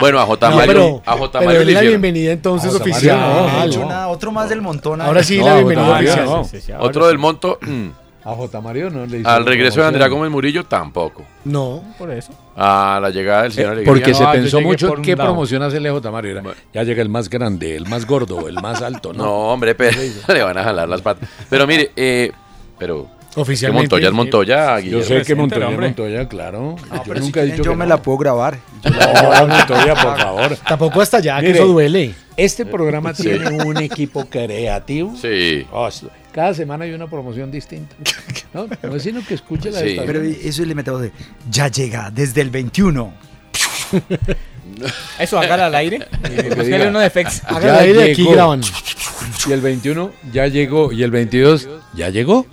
[SPEAKER 5] bueno, a J.
[SPEAKER 7] No,
[SPEAKER 5] Mario,
[SPEAKER 7] pero,
[SPEAKER 5] a J.
[SPEAKER 7] pero
[SPEAKER 5] Mario
[SPEAKER 7] es
[SPEAKER 5] le
[SPEAKER 7] la
[SPEAKER 5] hicieron.
[SPEAKER 7] bienvenida entonces
[SPEAKER 6] Vamos a
[SPEAKER 7] oficial.
[SPEAKER 6] Mario,
[SPEAKER 10] No he
[SPEAKER 6] Ah,
[SPEAKER 10] dicho
[SPEAKER 6] no.
[SPEAKER 10] nada. Otro más del montón.
[SPEAKER 7] Ahora sí,
[SPEAKER 6] No,
[SPEAKER 7] la
[SPEAKER 6] a
[SPEAKER 7] bienvenida
[SPEAKER 6] J. Mario
[SPEAKER 7] oficial.
[SPEAKER 6] no.
[SPEAKER 5] Otro del monto, mm.
[SPEAKER 6] A J. Mario no le hicieron.
[SPEAKER 5] al regreso de Andrea
[SPEAKER 6] promoción.
[SPEAKER 5] Gómez Murillo tampoco.
[SPEAKER 7] No.
[SPEAKER 8] Por eso.
[SPEAKER 5] A la llegada del señor
[SPEAKER 6] Eh,
[SPEAKER 5] Alegría.
[SPEAKER 6] Porque
[SPEAKER 8] no,
[SPEAKER 6] se
[SPEAKER 8] yo
[SPEAKER 6] pensó
[SPEAKER 8] llegué
[SPEAKER 6] mucho
[SPEAKER 8] por un
[SPEAKER 6] qué
[SPEAKER 8] lado.
[SPEAKER 6] promoción hace lejos Tamario. Era,
[SPEAKER 5] Bueno.
[SPEAKER 6] ya llega el más grande, el más gordo, el más alto. No,
[SPEAKER 5] No, hombre, pero le van a jalar las patas. Pero mire, eh, pero que
[SPEAKER 7] Oficialmente.
[SPEAKER 5] Montoya es Montoya,
[SPEAKER 6] yo
[SPEAKER 5] Guillermo.
[SPEAKER 6] sé que
[SPEAKER 8] Preséntelo,
[SPEAKER 6] Montoya,
[SPEAKER 8] hombre.
[SPEAKER 6] Montoya, claro. yo
[SPEAKER 10] Pero si
[SPEAKER 6] nunca he
[SPEAKER 10] quieren,
[SPEAKER 6] dicho
[SPEAKER 10] yo
[SPEAKER 6] que
[SPEAKER 10] me
[SPEAKER 6] no.
[SPEAKER 10] la puedo grabar.
[SPEAKER 6] No, Montoya, por favor.
[SPEAKER 7] Tampoco hasta allá, que
[SPEAKER 6] Mire.
[SPEAKER 7] eso duele.
[SPEAKER 6] Este programa
[SPEAKER 5] Sí.
[SPEAKER 6] tiene un equipo creativo.
[SPEAKER 5] Sí.
[SPEAKER 6] Oh, esto- cada semana hay una promoción distinta. No, no es sino que escuche la
[SPEAKER 5] Sí.
[SPEAKER 6] de esta
[SPEAKER 10] Pero
[SPEAKER 6] semana.
[SPEAKER 10] eso le metemos de. Ya llega desde el 21.
[SPEAKER 8] Eso, hágala al aire. Búscale
[SPEAKER 6] diga.
[SPEAKER 8] uno de FX.
[SPEAKER 7] Hágala ahí de aquí
[SPEAKER 6] llegó.
[SPEAKER 7] graban.
[SPEAKER 6] Y el 21 ya llegó. Y el 22 ya llegó.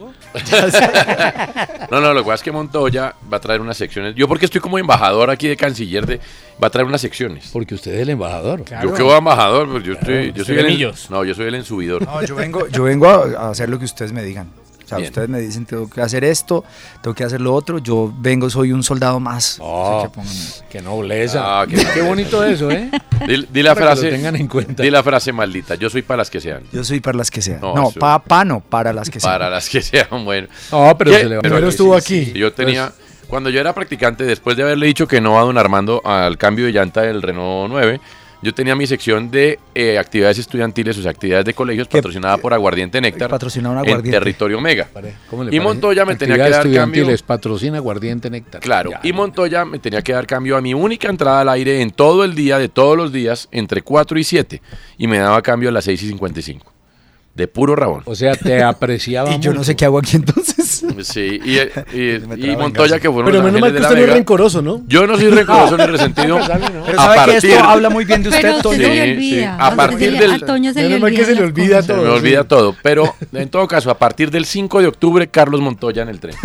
[SPEAKER 5] No, no, lo que pasa es que Montoya va a traer unas secciones. Yo porque estoy como embajador aquí de canciller de va a traer unas secciones.
[SPEAKER 6] Porque usted es el embajador.
[SPEAKER 5] Yo que voy a embajador, pues yo estoy yo soy el
[SPEAKER 8] Seremillos.
[SPEAKER 5] No, yo soy el ensubidor.
[SPEAKER 10] No, yo vengo, yo vengo a a hacer lo que ustedes me digan. sea,
[SPEAKER 5] Bien.
[SPEAKER 10] ustedes me dicen, tengo que hacer esto, tengo que hacer lo otro. Yo vengo, soy un soldado más.
[SPEAKER 6] Oh, qué nobleza.
[SPEAKER 5] Ah,
[SPEAKER 6] qué, bonito eso, ¿eh?
[SPEAKER 5] Di, di la
[SPEAKER 6] Para que lo
[SPEAKER 5] frase.
[SPEAKER 6] tengan en cuenta.
[SPEAKER 5] Di la frase maldita. Yo soy para las que sean.
[SPEAKER 10] Yo soy para las que sean.
[SPEAKER 5] No,
[SPEAKER 10] No,
[SPEAKER 5] eso-
[SPEAKER 10] pa, pa no, para las que sean.
[SPEAKER 5] Para las que sean, bueno.
[SPEAKER 6] No, pero
[SPEAKER 5] ¿Qué?
[SPEAKER 6] se le va-
[SPEAKER 7] Primero
[SPEAKER 5] aquí
[SPEAKER 7] estuvo
[SPEAKER 5] sí,
[SPEAKER 7] aquí.
[SPEAKER 5] sí, Yo tenía. Cuando yo era practicante, después de haberle dicho que no a don Armando al cambio de llanta del Renault 9, yo tenía mi sección de eh, actividades estudiantiles, sus actividades de colegios, patrocinada por Aguardiente Néctar.
[SPEAKER 10] patrocinaba un
[SPEAKER 5] En
[SPEAKER 10] aguardiente.
[SPEAKER 5] territorio Omega.
[SPEAKER 6] ¿Cómo le
[SPEAKER 5] Y
[SPEAKER 6] parece?
[SPEAKER 5] Montoya me tenía que
[SPEAKER 6] Actividades
[SPEAKER 5] dar cambio.
[SPEAKER 6] estudiantiles, patrocina Guardiente Néctar.
[SPEAKER 5] Claro,
[SPEAKER 6] Ya,
[SPEAKER 5] y Montoya me tenía que dar cambio a mi única entrada al aire en todo el día, de todos los días, entre 4 y 7. Y me daba cambio a las 6 y 55. De puro rabón.
[SPEAKER 6] O sea, te apreciaba
[SPEAKER 10] Y yo no
[SPEAKER 6] mucho.
[SPEAKER 10] sé qué hago aquí entonces.
[SPEAKER 5] Sí, y, eh, y-
[SPEAKER 10] Me
[SPEAKER 5] y
[SPEAKER 10] traba en
[SPEAKER 5] Montoya,
[SPEAKER 10] casa.
[SPEAKER 5] que fueron
[SPEAKER 7] Pero
[SPEAKER 5] los
[SPEAKER 7] menos
[SPEAKER 5] ángeles
[SPEAKER 7] mal que
[SPEAKER 5] de la
[SPEAKER 7] usted no es
[SPEAKER 5] Vega.
[SPEAKER 7] rencoroso, ¿no?
[SPEAKER 5] Yo no soy rencoroso ni resentido.
[SPEAKER 10] Pero
[SPEAKER 5] a
[SPEAKER 10] sabe
[SPEAKER 5] partir,
[SPEAKER 10] que esto habla muy bien de usted,
[SPEAKER 9] Pero a usted
[SPEAKER 10] Toño.
[SPEAKER 9] se le
[SPEAKER 5] Sí, sí.
[SPEAKER 9] olvida.
[SPEAKER 5] A
[SPEAKER 9] usted
[SPEAKER 5] partir
[SPEAKER 9] se le-
[SPEAKER 5] del-
[SPEAKER 9] A Toño se le
[SPEAKER 7] Menos mal
[SPEAKER 9] olvida.
[SPEAKER 7] que se le
[SPEAKER 9] las
[SPEAKER 7] olvida
[SPEAKER 9] cosas.
[SPEAKER 5] se
[SPEAKER 7] todo.
[SPEAKER 5] me olvida todo. Pero en todo caso, a partir del 5 de octubre, Carlos Montoya en el tren.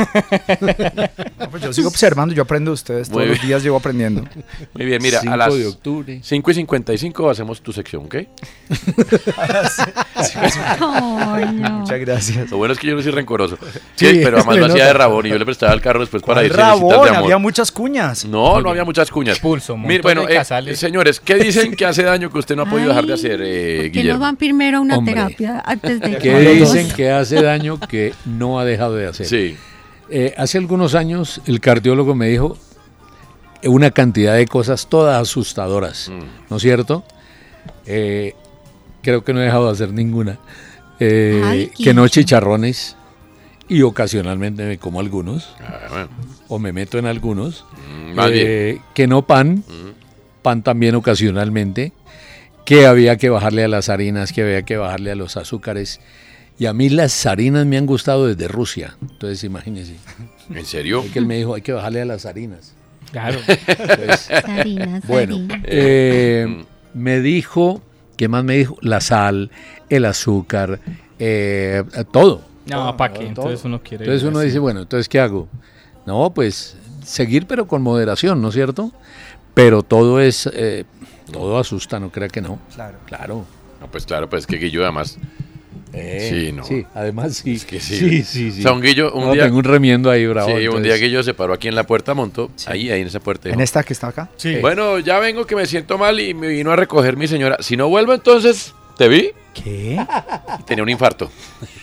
[SPEAKER 10] No, pues yo sigo observando, yo aprendo de ustedes.
[SPEAKER 5] Muy
[SPEAKER 10] Todos los
[SPEAKER 5] bien.
[SPEAKER 10] días llevo aprendiendo.
[SPEAKER 5] Muy bien, mira, a
[SPEAKER 6] 5
[SPEAKER 5] las
[SPEAKER 6] de octubre.
[SPEAKER 5] 5 y 55 hacemos tu sección, ¿ok?
[SPEAKER 9] Toño.
[SPEAKER 10] Muchas gracias.
[SPEAKER 5] Lo bueno es que yo no soy rencoroso. Sí,
[SPEAKER 7] Sí,
[SPEAKER 5] pero además
[SPEAKER 7] le
[SPEAKER 5] lo hacía
[SPEAKER 7] nota.
[SPEAKER 5] de rabón y yo le prestaba el carro después para
[SPEAKER 10] ¿Cuál
[SPEAKER 5] irse de citas de
[SPEAKER 10] Rabón,
[SPEAKER 5] amor.
[SPEAKER 10] había muchas cuñas.
[SPEAKER 5] No, no había muchas cuñas.
[SPEAKER 8] Expulso,
[SPEAKER 5] Mira,
[SPEAKER 8] montón
[SPEAKER 5] bueno,
[SPEAKER 8] de
[SPEAKER 5] eh,
[SPEAKER 8] casales.
[SPEAKER 5] señores, ¿qué dicen que hace daño que usted no ha podido dejar de
[SPEAKER 9] Ay,
[SPEAKER 5] hacer, eh,
[SPEAKER 9] ¿por qué no
[SPEAKER 5] Guillermo?
[SPEAKER 9] van primero a una
[SPEAKER 6] Hombre.
[SPEAKER 9] terapia antes de
[SPEAKER 6] ¿Qué
[SPEAKER 9] que
[SPEAKER 6] dicen que hace daño que no ha dejado de hacer?
[SPEAKER 5] Sí.
[SPEAKER 6] Eh, hace algunos años el cardiólogo me dijo una cantidad de cosas todas asustadoras,
[SPEAKER 5] Mm.
[SPEAKER 6] ¿no es cierto? Eh, creo que no he dejado de hacer ninguna. Eh,
[SPEAKER 9] Ay,
[SPEAKER 6] que no
[SPEAKER 9] Guille.
[SPEAKER 6] chicharrones y ocasionalmente me como algunos
[SPEAKER 5] Ah, bueno.
[SPEAKER 6] o me meto en algunos.
[SPEAKER 5] Mm, más bien.
[SPEAKER 6] Eh, que no pan, pan también ocasionalmente, que había que bajarle a las harinas, que había que bajarle a los azúcares. Y a mí las harinas me han gustado desde Rusia. Entonces, imagínense.
[SPEAKER 5] ¿En serio?
[SPEAKER 6] Fue que él me dijo, hay que bajarle a las harinas.
[SPEAKER 8] Claro.
[SPEAKER 6] Entonces, bueno,
[SPEAKER 5] mm.
[SPEAKER 6] eh, me dijo, ¿qué más me dijo? La sal, el azúcar, eh, todo.
[SPEAKER 8] No, ¿para qué?
[SPEAKER 6] Todo.
[SPEAKER 8] Entonces uno quiere.
[SPEAKER 6] Entonces
[SPEAKER 8] vivir
[SPEAKER 6] uno
[SPEAKER 8] así.
[SPEAKER 6] dice, bueno, entonces ¿qué hago? No, pues seguir pero con moderación, ¿no es cierto? Pero todo es, eh, todo asusta, no crea que no.
[SPEAKER 10] Claro.
[SPEAKER 6] Claro.
[SPEAKER 5] No, pues claro, pues que Guillo además.
[SPEAKER 6] Eh.
[SPEAKER 5] sí, no.
[SPEAKER 6] Sí, además sí.
[SPEAKER 5] Es que sí.
[SPEAKER 6] Sí, sí,
[SPEAKER 5] O sea, un Guillo, un
[SPEAKER 6] No,
[SPEAKER 5] día,
[SPEAKER 6] tengo un remiendo ahí, bravo.
[SPEAKER 5] sí, un
[SPEAKER 6] entonces-
[SPEAKER 5] día Guillo se paró aquí en la puerta, montó, ahí, ahí en esa puerta. dijo,
[SPEAKER 10] En esta que está acá.
[SPEAKER 7] Sí.
[SPEAKER 5] Bueno, ya vengo que me siento mal y me vino a recoger mi señora. Si no vuelvo, entonces, ¿te vi?
[SPEAKER 10] ¿Qué?
[SPEAKER 5] Y Tenía un infarto.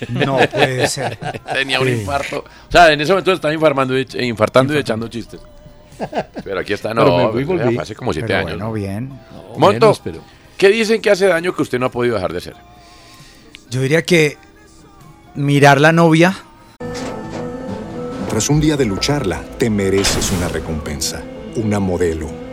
[SPEAKER 10] No puede ser.
[SPEAKER 5] Tenía un infarto. O sea, en ese momento estaba infarmando y- eh, infartando y echando chistes. Pero aquí está, no,
[SPEAKER 6] Pero me fui y
[SPEAKER 5] pues,
[SPEAKER 6] volví.
[SPEAKER 5] ya fue hace como siete
[SPEAKER 10] Pero
[SPEAKER 5] años.
[SPEAKER 10] bueno, bien.
[SPEAKER 6] No,
[SPEAKER 5] Monto.
[SPEAKER 6] menos, pero-
[SPEAKER 5] ¿Qué dicen que hace daño que usted no ha podido dejar de hacer?
[SPEAKER 10] Yo diría que mirar la novia.
[SPEAKER 11] Tras un día de lucharla, te mereces una recompensa, una modelo,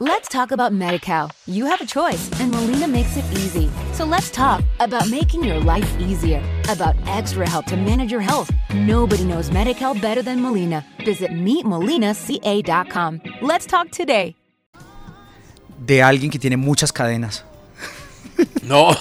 [SPEAKER 1] Let's talk about MediCal. You have a choice, and Molina makes it easy. So let's talk about making your life easier, about extra help to manage your health. Nobody knows MediCal better than Molina. Visit meetmolinaca.com. Let's talk today.
[SPEAKER 10] de alguien que tiene muchas cadenas.
[SPEAKER 5] No.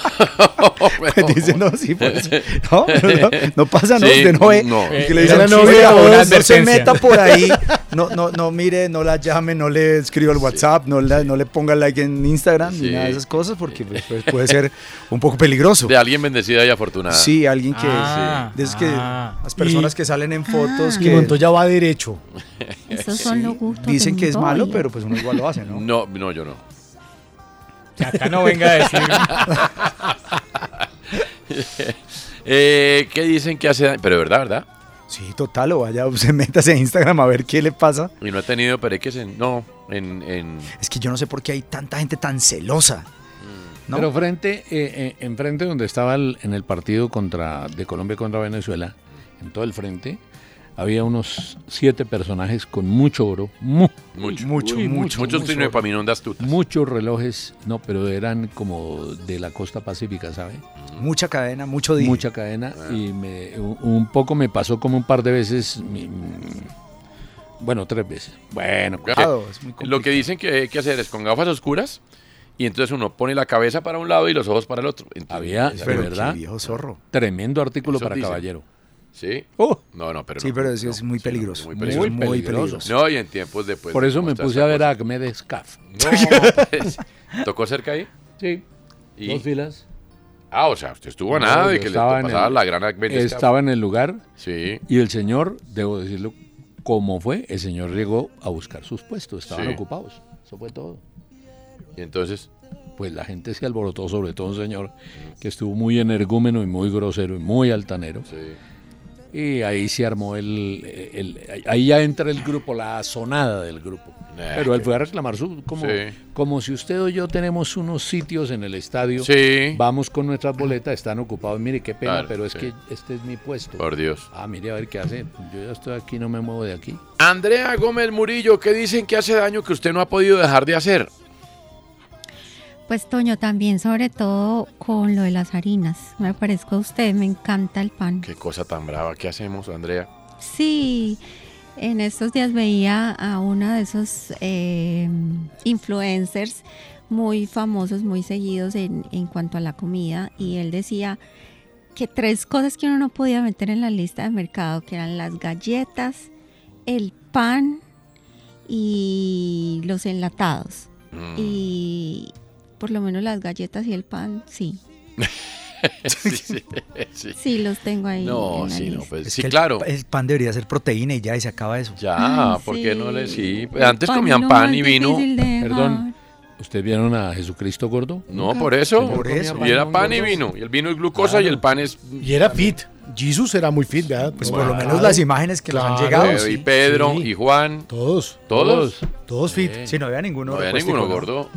[SPEAKER 10] Pues dice, no, sí, pues. No, no, no, no pasa, no,
[SPEAKER 5] Sí,
[SPEAKER 10] usted no ve.
[SPEAKER 5] no.
[SPEAKER 10] Y que le
[SPEAKER 8] Eh,
[SPEAKER 10] dicen,
[SPEAKER 8] era
[SPEAKER 10] "Sí,
[SPEAKER 8] novia o
[SPEAKER 10] oiga,
[SPEAKER 8] una
[SPEAKER 10] vos "Oh, no se
[SPEAKER 8] advertencia".
[SPEAKER 10] meta por ahí. No, no, no mire, no la llame, no le escriba el WhatsApp, no, la- no le ponga like en Instagram
[SPEAKER 5] Sí.
[SPEAKER 10] ni nada de esas cosas, porque pues, pues, puede ser un poco peligroso.
[SPEAKER 5] De alguien bendecida y afortunada.
[SPEAKER 10] Sí, alguien que.
[SPEAKER 8] Ah,
[SPEAKER 10] de esas que
[SPEAKER 8] ah.
[SPEAKER 10] las
[SPEAKER 7] Y-
[SPEAKER 10] personas
[SPEAKER 7] Ah.
[SPEAKER 10] que salen
[SPEAKER 9] Ah.
[SPEAKER 10] en fotos
[SPEAKER 7] Y
[SPEAKER 10] que
[SPEAKER 7] Montoya va derecho.
[SPEAKER 9] Esos son los gustos. de
[SPEAKER 10] dicen que es malo,
[SPEAKER 9] Montoya.
[SPEAKER 10] pero pues uno igual lo hace, ¿no?
[SPEAKER 5] No, no, yo no.
[SPEAKER 8] Acá no venga a decir.
[SPEAKER 5] Eh, ¿Qué dicen que hace daño? Pero de verdad, ¿verdad?
[SPEAKER 10] Sí, total, o vaya, se métase a Instagram a ver qué le pasa.
[SPEAKER 5] Y no ha tenido pereques en. No, en. en-
[SPEAKER 10] Es que yo no sé por qué hay tanta gente tan celosa. ¿no?
[SPEAKER 6] Pero frente, eh, eh, enfrente donde estaba el- en el partido contra, de Colombia contra Venezuela, en todo el frente, había unos siete personajes con mucho oro, mu-
[SPEAKER 5] mucho,
[SPEAKER 10] mucho,
[SPEAKER 5] Uy,
[SPEAKER 10] mucho,
[SPEAKER 5] Muchos
[SPEAKER 10] mucho.
[SPEAKER 5] trinoepaminondas tutas.
[SPEAKER 6] muchos relojes, no, pero eran como de la costa pacífica, ¿sabe?
[SPEAKER 10] Mucha cadena, mucho día.
[SPEAKER 6] Mucha
[SPEAKER 5] Ah.
[SPEAKER 6] cadena y me- un, un poco me pasó como un par de veces mi- Bueno, tres veces. Bueno,
[SPEAKER 5] porque lo que dicen que hay que hacer es con gafas oscuras y entonces uno pone la cabeza para un lado y los ojos para el otro. Entonces,
[SPEAKER 6] Había,
[SPEAKER 5] es
[SPEAKER 6] Ah, de
[SPEAKER 5] verdad.
[SPEAKER 6] verdad, tremendo artículo
[SPEAKER 5] Eso
[SPEAKER 6] para
[SPEAKER 5] dicen.
[SPEAKER 6] caballero. Oh.
[SPEAKER 5] Sí. No, no, pero
[SPEAKER 10] Sí,
[SPEAKER 5] no. pues,
[SPEAKER 10] pero eso es muy peligroso.
[SPEAKER 5] Muy peligroso.
[SPEAKER 10] Muy peligroso.
[SPEAKER 5] No, y en tiempos de pues,
[SPEAKER 6] Por eso
[SPEAKER 5] como
[SPEAKER 6] me
[SPEAKER 5] está
[SPEAKER 6] puse
[SPEAKER 5] esta
[SPEAKER 6] a ver a Ahmed Escaf.
[SPEAKER 5] No, pues, ¿Tocó cerca ahí?
[SPEAKER 6] Sí.
[SPEAKER 5] ¿Y?
[SPEAKER 6] Dos filas.
[SPEAKER 5] Ah, o sea, usted estuvo a
[SPEAKER 6] No,
[SPEAKER 5] nada de
[SPEAKER 6] yo
[SPEAKER 5] que le
[SPEAKER 6] estaba en
[SPEAKER 5] pasara
[SPEAKER 6] el-
[SPEAKER 5] la gran advertencia.
[SPEAKER 6] Estaba en el lugar.
[SPEAKER 5] Sí.
[SPEAKER 6] Y el señor, debo decirlo como fue, el señor llegó a buscar sus puestos. Estaban
[SPEAKER 5] Sí.
[SPEAKER 6] ocupados. Eso fue todo.
[SPEAKER 5] Y entonces,
[SPEAKER 6] Pues la gente se alborotó, sobre todo un señor que estuvo muy energúmeno y muy grosero y muy altanero. Y ahí se armó el, el- Ahí ya entra el grupo, la sonada del grupo.
[SPEAKER 5] Nah.
[SPEAKER 6] Pero él fue a reclamar su. Como,
[SPEAKER 5] Sí.
[SPEAKER 6] como si usted o yo tenemos unos sitios en el estadio.
[SPEAKER 5] Sí.
[SPEAKER 6] Vamos con nuestras boletas, están ocupados. Mire, qué pena,
[SPEAKER 5] Claro,
[SPEAKER 6] pero es
[SPEAKER 5] sí.
[SPEAKER 6] que este es mi puesto.
[SPEAKER 5] por Dios.
[SPEAKER 6] Ah, mire, a ver qué hace. Yo ya estoy aquí, no me muevo de aquí.
[SPEAKER 5] Andrea Gómez Murillo, ¿qué dicen que hace daño que usted no ha podido dejar de hacer?
[SPEAKER 9] Pues Toño, también sobre todo con lo de las harinas. Me parezco a usted, me encanta el pan.
[SPEAKER 5] Qué cosa tan brava, ¿qué hacemos, Andrea?
[SPEAKER 9] Sí, en estos días veía a uno de esos eh, influencers muy famosos, muy seguidos en, en cuanto a la comida y él decía que tres cosas que uno no podía meter en la lista de mercado, que eran las galletas, el pan y los enlatados.
[SPEAKER 5] Mm.
[SPEAKER 9] Y por lo menos las galletas y el pan, sí,
[SPEAKER 5] sí, sí, sí.
[SPEAKER 9] sí los tengo ahí.
[SPEAKER 5] No,
[SPEAKER 9] en la
[SPEAKER 5] sí, no,
[SPEAKER 9] lista.
[SPEAKER 5] pues,
[SPEAKER 10] Es
[SPEAKER 5] sí,
[SPEAKER 10] que el-
[SPEAKER 5] claro.
[SPEAKER 10] El, pan debería ser proteína y ya, y se acaba eso.
[SPEAKER 5] Ya,
[SPEAKER 9] Ay,
[SPEAKER 5] ¿por qué no le sí?
[SPEAKER 9] sí.
[SPEAKER 5] Pues Antes
[SPEAKER 9] Pan es
[SPEAKER 5] comían
[SPEAKER 9] lo
[SPEAKER 5] pan
[SPEAKER 9] más
[SPEAKER 5] y vino.
[SPEAKER 9] difícil de
[SPEAKER 6] Perdón.
[SPEAKER 9] dejar.
[SPEAKER 6] ¿Ustedes vieron a Jesucristo gordo?
[SPEAKER 5] No, por eso.
[SPEAKER 10] Ah, Por eso.
[SPEAKER 5] Y era pan y vino. Y el vino es glucosa y el pan es.
[SPEAKER 7] Y era fit. Jesus era muy fit, ¿verdad?
[SPEAKER 10] Pues por lo menos las imágenes que nos han
[SPEAKER 7] Claro.
[SPEAKER 10] llegado.
[SPEAKER 5] Pedro, y Pedro,
[SPEAKER 7] sí.
[SPEAKER 5] y Juan,
[SPEAKER 7] Todos,
[SPEAKER 5] todos.
[SPEAKER 7] todos fit.
[SPEAKER 10] Sí, no había ninguno.
[SPEAKER 5] No había
[SPEAKER 10] repuesto y
[SPEAKER 5] ninguno
[SPEAKER 10] colgado.
[SPEAKER 5] gordo.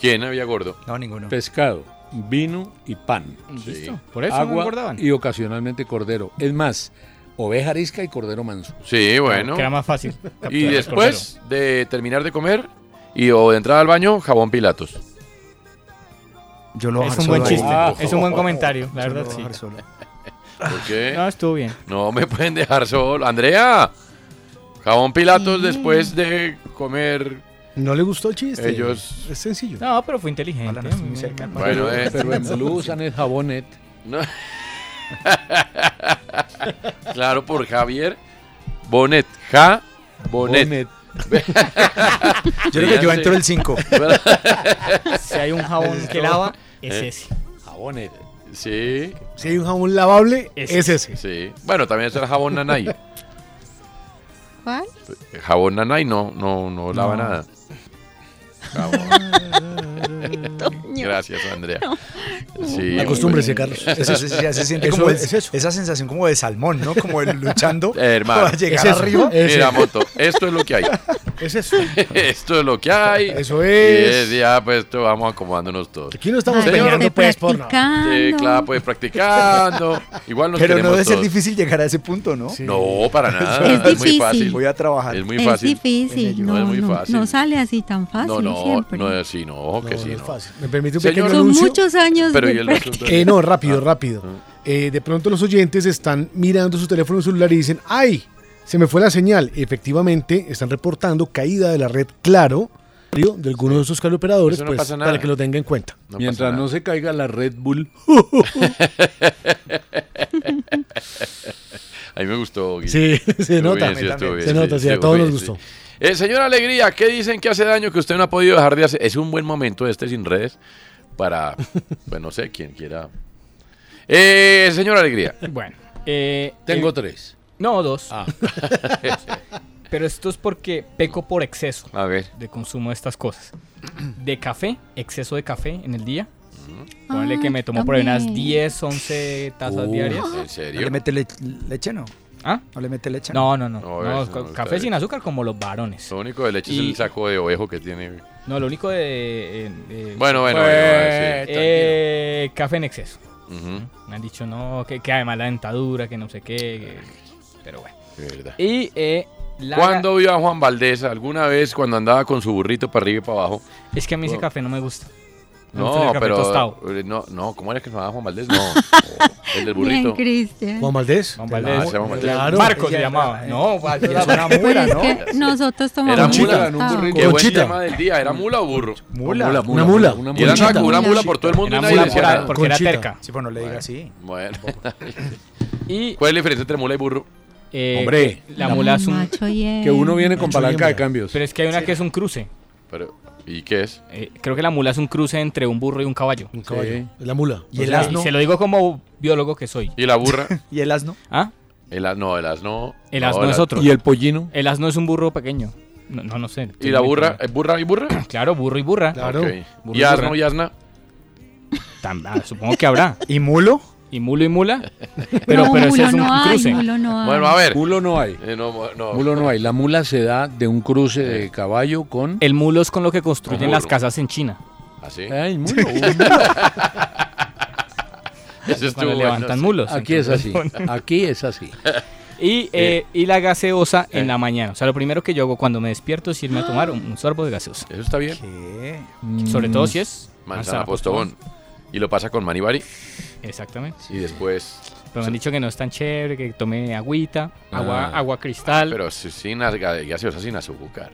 [SPEAKER 5] ¿Quién había gordo?
[SPEAKER 10] Pues No, ninguno.
[SPEAKER 6] Pescado, vino y pan.
[SPEAKER 8] Listo. Por eso no
[SPEAKER 6] agua
[SPEAKER 8] engordaban.
[SPEAKER 6] y ocasionalmente cordero. Es más, oveja arisca y cordero manso.
[SPEAKER 5] Sí, bueno.
[SPEAKER 8] Que era más fácil.
[SPEAKER 5] Y
[SPEAKER 8] capturar el
[SPEAKER 5] después de terminar de comer y o de entrar al baño, jabón Pilatos.
[SPEAKER 10] Yo
[SPEAKER 8] cordero.
[SPEAKER 10] lo voy a
[SPEAKER 8] Es
[SPEAKER 10] dejar
[SPEAKER 8] un buen
[SPEAKER 10] solo ahí.
[SPEAKER 8] chiste.
[SPEAKER 6] Ah,
[SPEAKER 8] es un buen comentario, la
[SPEAKER 10] Yo lo
[SPEAKER 8] verdad,
[SPEAKER 10] voy
[SPEAKER 8] sí.
[SPEAKER 10] a dejar solo.
[SPEAKER 5] ¿Por qué?
[SPEAKER 8] No, estuvo bien.
[SPEAKER 5] No me pueden dejar solo. Andrea, jabón Pilatos
[SPEAKER 9] Sí.
[SPEAKER 5] después de comer.
[SPEAKER 7] No le gustó el chiste.
[SPEAKER 5] Ellos-
[SPEAKER 7] Es sencillo.
[SPEAKER 8] No, pero fue inteligente.
[SPEAKER 10] Ojalá no esté muy
[SPEAKER 8] Mm,
[SPEAKER 10] cerca.
[SPEAKER 5] Bueno, eh.
[SPEAKER 6] Pero en blusa, en eh. el jabonet.
[SPEAKER 5] No. claro, por Javier Bonet. Ja Bonet.
[SPEAKER 6] Bonet.
[SPEAKER 10] Yo creo que yo
[SPEAKER 5] Fíjense.
[SPEAKER 10] entro el 5.
[SPEAKER 8] Si hay un jabón que lava,
[SPEAKER 5] ¿Eh?
[SPEAKER 8] es ese.
[SPEAKER 6] Jabonet.
[SPEAKER 5] Sí,
[SPEAKER 7] Si hay un jabón lavable,
[SPEAKER 8] Ese.
[SPEAKER 7] es ese.
[SPEAKER 5] sí. Bueno, también es el jabón Nanay.
[SPEAKER 9] ¿Cuál?
[SPEAKER 5] El jabón Nanay no, no, no lava nada. Jabón. Gracias, Andrea. Sí,
[SPEAKER 7] Acostúmbrese, Carlos.
[SPEAKER 10] Ese, ese- ese- ese siente
[SPEAKER 7] Eso
[SPEAKER 10] como
[SPEAKER 7] es-
[SPEAKER 10] el-
[SPEAKER 7] es eso.
[SPEAKER 10] esa sensación como de salmón, ¿no? Como el luchando
[SPEAKER 5] Hermano.
[SPEAKER 10] para llegar
[SPEAKER 7] Es eso,
[SPEAKER 10] arriba.
[SPEAKER 7] es
[SPEAKER 5] Mira,
[SPEAKER 7] eso.
[SPEAKER 5] moto, esto es lo que hay.
[SPEAKER 7] Es eso.
[SPEAKER 5] Esto es lo que hay.
[SPEAKER 7] Eso
[SPEAKER 5] Y
[SPEAKER 7] es.
[SPEAKER 5] ya, pues, esto vamos acomodándonos todos.
[SPEAKER 7] Aquí no estamos
[SPEAKER 9] Ay,
[SPEAKER 7] peleando
[SPEAKER 9] de
[SPEAKER 7] pues por nada.
[SPEAKER 9] practicando.
[SPEAKER 5] Sí, claro, pues practicando. Igual nos
[SPEAKER 10] Pero no
[SPEAKER 5] queremos
[SPEAKER 10] debe ser
[SPEAKER 5] todos.
[SPEAKER 10] difícil llegar a ese punto, ¿no?
[SPEAKER 5] No, para nada.
[SPEAKER 9] Es
[SPEAKER 5] muy
[SPEAKER 9] difícil.
[SPEAKER 5] fácil.
[SPEAKER 10] Voy a trabajar.
[SPEAKER 5] Es muy
[SPEAKER 9] es
[SPEAKER 5] fácil.
[SPEAKER 9] difícil,
[SPEAKER 5] No,
[SPEAKER 9] no,
[SPEAKER 5] es
[SPEAKER 9] no,
[SPEAKER 5] muy
[SPEAKER 9] no
[SPEAKER 5] fácil.
[SPEAKER 9] sale así tan fácil
[SPEAKER 5] No, no,
[SPEAKER 9] siempre.
[SPEAKER 5] no es así, no, que
[SPEAKER 7] No,
[SPEAKER 5] sí,
[SPEAKER 7] no es
[SPEAKER 5] no.
[SPEAKER 7] fácil. ¿Me permite un
[SPEAKER 5] Señor-
[SPEAKER 7] pequeño
[SPEAKER 9] Son
[SPEAKER 7] anuncio?
[SPEAKER 9] muchos años
[SPEAKER 5] Pero y
[SPEAKER 9] de
[SPEAKER 5] el
[SPEAKER 9] práctica.
[SPEAKER 5] asunto.
[SPEAKER 7] Eh, no,
[SPEAKER 5] Ah,
[SPEAKER 7] rápido, rápido. Eh, de pronto los oyentes están mirando su teléfono celular y dicen, ¡ay! Se me fue la señal. Efectivamente, están reportando caída de la red Claro de algunos de esos caliperadores,
[SPEAKER 5] Eso no
[SPEAKER 7] pues,
[SPEAKER 5] pasa nada.
[SPEAKER 7] para que lo tenga en cuenta.
[SPEAKER 5] No pasa
[SPEAKER 6] Mientras
[SPEAKER 5] nada.
[SPEAKER 6] no se caiga la Red Bull.
[SPEAKER 5] A mí me gustó. Guille.
[SPEAKER 7] Sí, se
[SPEAKER 5] Estuvo
[SPEAKER 7] nota.
[SPEAKER 5] bien, sí, estuvo bien,
[SPEAKER 7] se nota, sí, a
[SPEAKER 5] estuvo
[SPEAKER 7] todos
[SPEAKER 5] bien,
[SPEAKER 7] nos
[SPEAKER 5] sí.
[SPEAKER 7] gustó.
[SPEAKER 5] Eh, señora Alegría, ¿qué dicen que hace daño que usted no ha podido dejar de hacer? Es un buen momento este sin redes para, pues no sé, quien quiera. Eh, señora Alegría,
[SPEAKER 8] Bueno. eh,
[SPEAKER 6] Tengo
[SPEAKER 8] eh,
[SPEAKER 6] tres.
[SPEAKER 8] No, dos.
[SPEAKER 6] Ah.
[SPEAKER 8] Pero esto es porque peco por exceso
[SPEAKER 5] a ver.
[SPEAKER 8] de consumo de estas cosas. De café, exceso de café en el día. Ponle que
[SPEAKER 9] Ay,
[SPEAKER 8] me
[SPEAKER 10] Ah,
[SPEAKER 9] yo
[SPEAKER 8] tomo por ahí unas
[SPEAKER 9] también.
[SPEAKER 8] 10, 11 tazas
[SPEAKER 6] Uh.
[SPEAKER 8] diarias.
[SPEAKER 5] ¿En
[SPEAKER 10] ¿No
[SPEAKER 5] serio?
[SPEAKER 10] le mete le- leche, no?
[SPEAKER 8] ¿Ah?
[SPEAKER 10] ¿No le mete leche?
[SPEAKER 8] No, no, no.
[SPEAKER 5] No,
[SPEAKER 8] No,
[SPEAKER 5] eso no
[SPEAKER 8] ca-
[SPEAKER 5] me gusta
[SPEAKER 8] café sin
[SPEAKER 5] eso.
[SPEAKER 8] azúcar como los varones.
[SPEAKER 5] Lo único de leche es
[SPEAKER 8] Y-
[SPEAKER 5] el saco de ovejo que tiene.
[SPEAKER 8] No, lo único de... eh, eh,
[SPEAKER 5] Bueno, bueno, bueno,
[SPEAKER 8] eh,
[SPEAKER 5] sí.
[SPEAKER 8] eh, café en exceso.
[SPEAKER 5] Ujú,
[SPEAKER 8] Me han dicho no, que, que además la dentadura, que no sé qué. que- pero bueno.
[SPEAKER 5] de verdad.
[SPEAKER 8] Y eh, la-
[SPEAKER 5] ¿Cuándo vio a Juan Valdés? ¿Alguna vez cuando andaba con su burrito para arriba y para abajo?
[SPEAKER 8] Es que a mí ese
[SPEAKER 5] Wow.
[SPEAKER 8] café no me gusta. Me gusta el
[SPEAKER 5] Oh. No,
[SPEAKER 8] café
[SPEAKER 5] pero.
[SPEAKER 8] tostado.
[SPEAKER 5] eh, No, no, ¿cómo era que se llamaba Juan Valdés? No. El del burrito.
[SPEAKER 9] Bien, Cristian.
[SPEAKER 7] Juan Valdés.
[SPEAKER 8] Juan
[SPEAKER 5] Ah,
[SPEAKER 8] Valdés.
[SPEAKER 5] se llama Juan Valdés.
[SPEAKER 7] Claro.
[SPEAKER 8] Marcos se
[SPEAKER 7] Ella-
[SPEAKER 8] llamaba. No, Valdés
[SPEAKER 9] Pero
[SPEAKER 8] era una mula,
[SPEAKER 9] Pues es
[SPEAKER 8] ¿no?
[SPEAKER 9] que nosotros tomamos
[SPEAKER 5] Era
[SPEAKER 9] mucho
[SPEAKER 5] mula.
[SPEAKER 9] tostado.
[SPEAKER 5] Qué buen
[SPEAKER 7] Conchita.
[SPEAKER 5] tema del día. ¿Era mula o burro?
[SPEAKER 8] Mula.
[SPEAKER 7] Una mula.
[SPEAKER 6] Una
[SPEAKER 5] Y era
[SPEAKER 7] Conchita.
[SPEAKER 5] una, una mula por todo el mundo
[SPEAKER 8] Era
[SPEAKER 5] y nadie
[SPEAKER 8] mula
[SPEAKER 5] decía
[SPEAKER 8] por-
[SPEAKER 5] nada.
[SPEAKER 8] porque era
[SPEAKER 7] Conchita.
[SPEAKER 8] terca.
[SPEAKER 10] Sí, pues no le diga así.
[SPEAKER 5] Bueno.
[SPEAKER 8] Y
[SPEAKER 5] ¿Cuál es la diferencia entre mula y burro?
[SPEAKER 8] eh,
[SPEAKER 6] Hombre.
[SPEAKER 8] la mula es un.
[SPEAKER 9] Macho y
[SPEAKER 6] Que uno viene con
[SPEAKER 7] Mucho
[SPEAKER 6] palanca de
[SPEAKER 7] miembro.
[SPEAKER 6] cambios.
[SPEAKER 8] Pero es que hay una que es un cruce.
[SPEAKER 5] Pero, ¿Y qué es?
[SPEAKER 8] Eh, creo que la mula es un cruce entre un burro y un caballo.
[SPEAKER 7] Un caballo. La mula.
[SPEAKER 10] Y
[SPEAKER 8] O
[SPEAKER 10] el
[SPEAKER 8] sea,
[SPEAKER 10] asno.
[SPEAKER 8] Se lo digo como biólogo que soy.
[SPEAKER 5] ¿Y la burra?
[SPEAKER 10] Y el asno.
[SPEAKER 8] ¿Ah?
[SPEAKER 5] El as- no, el asno.
[SPEAKER 8] El
[SPEAKER 5] no,
[SPEAKER 8] asno es
[SPEAKER 5] as-
[SPEAKER 8] otro.
[SPEAKER 6] Y el pollino.
[SPEAKER 8] El asno es un burro pequeño. No, no, no sé.
[SPEAKER 5] ¿Y la burra? ¿Es burra y burra?
[SPEAKER 8] Claro, burro y burra.
[SPEAKER 7] Claro.
[SPEAKER 5] Ok.
[SPEAKER 8] Burro
[SPEAKER 5] ¿Y
[SPEAKER 8] y
[SPEAKER 5] asno
[SPEAKER 8] burra.
[SPEAKER 5] y asna?
[SPEAKER 8] Tam- ah, supongo que habrá.
[SPEAKER 10] ¿Y mulo?
[SPEAKER 8] Y mulo y mula. Pero, pero ese
[SPEAKER 9] mulo
[SPEAKER 8] es un
[SPEAKER 9] no hay,
[SPEAKER 8] cruce.
[SPEAKER 9] mulo no hay.
[SPEAKER 5] Bueno, a ver.
[SPEAKER 6] Mulo no hay.
[SPEAKER 5] Eh, no, no. Eh.
[SPEAKER 6] Mulo no hay. La mula se da de un cruce de caballo con.
[SPEAKER 8] El mulo es con lo que construyen
[SPEAKER 5] Burro. ¿Ah,
[SPEAKER 8] las casas en China.
[SPEAKER 5] ¿Así?
[SPEAKER 6] Ay, mulo. un mulo.
[SPEAKER 5] Eso estuvo
[SPEAKER 8] Cuando
[SPEAKER 5] bueno,
[SPEAKER 8] levantan
[SPEAKER 5] sí.
[SPEAKER 8] mulos.
[SPEAKER 6] Aquí es así.
[SPEAKER 8] entonces,
[SPEAKER 6] Aquí es así.
[SPEAKER 8] Y, eh, y la gaseosa
[SPEAKER 5] Eh.
[SPEAKER 8] en la mañana. O sea, lo primero que yo hago cuando me despierto es irme a tomar un, un sorbo de gaseosa. Mm.
[SPEAKER 5] Eso está bien.
[SPEAKER 10] ¿Qué?
[SPEAKER 8] Sobre todo si es
[SPEAKER 5] Mm,
[SPEAKER 8] pues,
[SPEAKER 5] Manzana postobón. Y lo pasa con Manibari.
[SPEAKER 8] Exactamente.
[SPEAKER 5] Y después.
[SPEAKER 8] Pero me han dicho que no es tan chévere, que tome agüita, agua,
[SPEAKER 5] Ah.
[SPEAKER 8] agua cristal.
[SPEAKER 5] Pero si- sin as- ga- gaseosa, sin azúcar.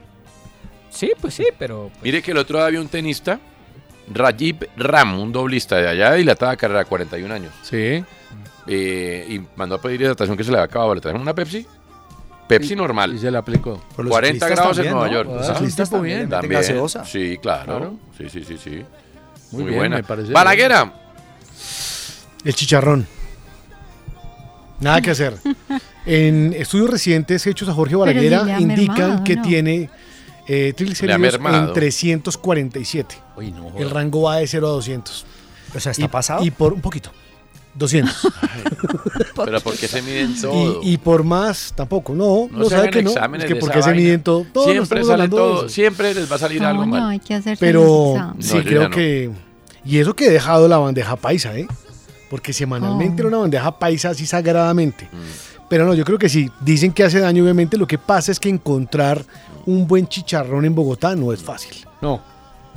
[SPEAKER 8] Sí, pues sí, pero pues,
[SPEAKER 5] Mire que el otro día había un tenista, Rajib Ram, un doblista de allá de dilatada carrera, 41 años.
[SPEAKER 6] Sí.
[SPEAKER 5] Eh, y mandó a pedir hidratación que se le había acabado. Le trajeron una Pepsi. Pepsi
[SPEAKER 6] Y
[SPEAKER 5] normal.
[SPEAKER 6] se le aplicó.
[SPEAKER 10] Por
[SPEAKER 5] 40
[SPEAKER 10] ciclistas
[SPEAKER 5] grados en
[SPEAKER 10] también,
[SPEAKER 5] Nueva
[SPEAKER 10] ¿no?
[SPEAKER 5] York.
[SPEAKER 10] Los
[SPEAKER 5] Ah,
[SPEAKER 10] ciclistas
[SPEAKER 6] tipo
[SPEAKER 10] también.
[SPEAKER 6] bien.
[SPEAKER 10] le meten
[SPEAKER 5] También.
[SPEAKER 10] gaseosa.
[SPEAKER 5] Sí, claro.
[SPEAKER 6] Claro.
[SPEAKER 5] Sí, sí, sí, sí.
[SPEAKER 6] Muy
[SPEAKER 5] Muy,
[SPEAKER 6] bien,
[SPEAKER 5] buena.
[SPEAKER 6] me parece.
[SPEAKER 5] Balaguera,
[SPEAKER 7] El chicharrón. Nada que hacer. En estudios recientes hechos a Jorge
[SPEAKER 9] si le
[SPEAKER 7] Balaguera
[SPEAKER 9] ha
[SPEAKER 7] indican
[SPEAKER 9] mermado,
[SPEAKER 7] que
[SPEAKER 9] ¿no?
[SPEAKER 7] tiene eh, triglicéridos
[SPEAKER 5] mermado.
[SPEAKER 7] en 347.
[SPEAKER 6] Uy, no.
[SPEAKER 7] El
[SPEAKER 6] joder.
[SPEAKER 7] rango va de 0 a 200.
[SPEAKER 10] O sea, ¿está
[SPEAKER 7] y,
[SPEAKER 10] pasado?
[SPEAKER 7] Y por un poquito. 200.
[SPEAKER 5] pero ¿por qué se miden todo?
[SPEAKER 7] y, y por más, tampoco. No, no,
[SPEAKER 5] No se
[SPEAKER 7] sabe
[SPEAKER 5] hagan
[SPEAKER 7] que no.
[SPEAKER 5] exámenes
[SPEAKER 7] Es que
[SPEAKER 5] de
[SPEAKER 7] porque
[SPEAKER 5] esa
[SPEAKER 7] se
[SPEAKER 5] vaina.
[SPEAKER 7] miden todo. Todos nos
[SPEAKER 5] siempre
[SPEAKER 7] estamos
[SPEAKER 5] sale
[SPEAKER 7] hablando de
[SPEAKER 5] todo,
[SPEAKER 7] eso.
[SPEAKER 5] siempre les va a salir algo
[SPEAKER 9] No, no,
[SPEAKER 5] mal.
[SPEAKER 9] hay que hacer
[SPEAKER 7] Pero sí,
[SPEAKER 5] No, yo ya
[SPEAKER 7] creo
[SPEAKER 5] no.
[SPEAKER 7] que. Y eso que he dejado la bandeja paisa, ¿eh? Porque semanalmente
[SPEAKER 9] Oh.
[SPEAKER 7] era una bandeja paisa así sagradamente.
[SPEAKER 5] Mm,
[SPEAKER 7] Pero no, yo creo que sí. Dicen que hace daño, obviamente. Lo que pasa es que encontrar un buen chicharrón en Bogotá no es fácil.
[SPEAKER 6] No.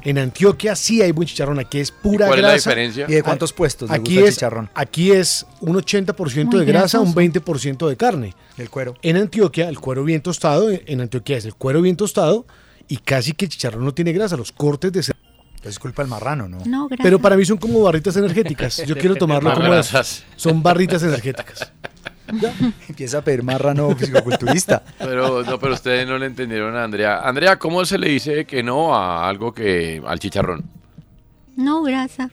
[SPEAKER 7] En Antioquia sí hay buen chicharrón. Aquí es pura
[SPEAKER 5] ¿Y cuál es la
[SPEAKER 7] grasa. Ah,
[SPEAKER 5] diferencia?
[SPEAKER 10] ¿Y de cuántos puestos le
[SPEAKER 7] Aquí
[SPEAKER 10] gusta el
[SPEAKER 7] es,
[SPEAKER 10] chicharrón?
[SPEAKER 7] aquí es un 80% de
[SPEAKER 9] Muy
[SPEAKER 7] grasa, un
[SPEAKER 9] grasoso.
[SPEAKER 7] 20% de carne.
[SPEAKER 10] El cuero.
[SPEAKER 7] En Antioquia, el cuero bien tostado, en Antioquia es el cuero bien tostado y casi que el chicharrón no tiene grasa. Los cortes de cerdo.
[SPEAKER 10] Pues es culpa del marrano, ¿no?
[SPEAKER 9] No, gracias.
[SPEAKER 7] Pero para mí son como barritas energéticas. Yo quiero tomarlo
[SPEAKER 5] más
[SPEAKER 7] como eso.
[SPEAKER 5] grasas.
[SPEAKER 7] Son barritas energéticas.
[SPEAKER 10] Empieza a pedir marrano fisicoculturista.
[SPEAKER 5] Pero, no, pero ustedes no le entendieron a Andrea. Andrea, ¿cómo se le dice que no a algo que al chicharrón?
[SPEAKER 9] No, grasa.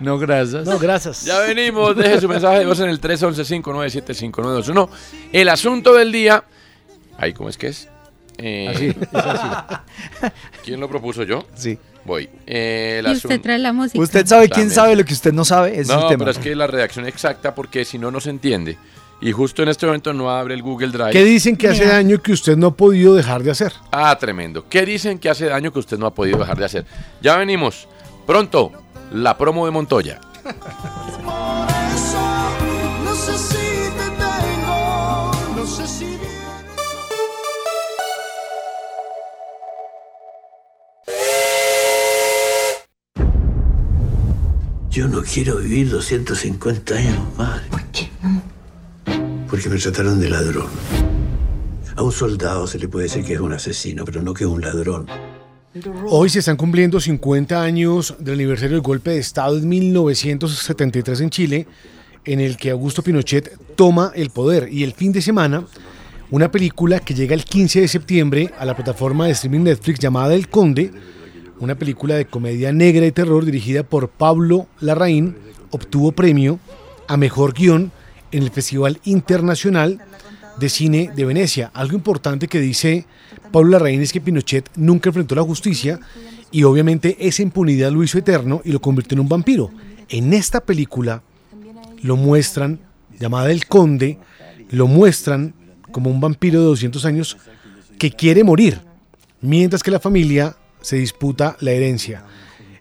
[SPEAKER 6] No, gracias.
[SPEAKER 7] No, grasas.
[SPEAKER 5] Ya venimos, deje su mensaje de voz en el 311-597-5921. El asunto del día. Ahí, ¿cómo es que es? Eh, ¿Quién lo propuso yo?
[SPEAKER 10] Sí.
[SPEAKER 5] Voy. Eh, el
[SPEAKER 9] Y usted
[SPEAKER 5] asunto.
[SPEAKER 9] trae la música.
[SPEAKER 10] Usted sabe quién
[SPEAKER 5] También.
[SPEAKER 10] sabe lo que usted no sabe. Ese es
[SPEAKER 5] No,
[SPEAKER 10] el tema.
[SPEAKER 5] pero es que la redacción exacta, porque si no, no se entiende. Y justo en este momento no abre el Google Drive.
[SPEAKER 7] ¿Qué dicen que hace
[SPEAKER 9] Vea.
[SPEAKER 7] daño que usted no ha podido dejar de hacer?
[SPEAKER 5] Ah, tremendo. ¿Qué dicen que hace daño que usted no ha podido dejar de hacer? Ya venimos. Pronto, la promo de Montoya.
[SPEAKER 12] Por eso no sé si te tengo, no sé si vienes o
[SPEAKER 13] Yo no quiero vivir 250 años más. ¿Por qué no? Porque me trataron de ladrón. A un soldado se le puede decir que es un asesino, pero no que es un ladrón.
[SPEAKER 7] Hoy se están cumpliendo 50 años del aniversario del golpe de Estado en 1973 en Chile, en el que Augusto Pinochet toma el poder. Y el fin de semana, una película que llega el 15 de septiembre a la plataforma de streaming Netflix llamada El Conde, una película de comedia negra y terror dirigida por Pablo Larraín, obtuvo premio a mejor guión en el Festival Internacional de Cine de Venecia. Algo importante que dice Pablo Larraín es que Pinochet nunca enfrentó la justicia y obviamente esa impunidad lo hizo eterno y lo convirtió en un vampiro. En esta película lo muestran, llamada El Conde, lo muestran como un vampiro de 200 años que quiere morir, mientras que la familia se disputa la herencia.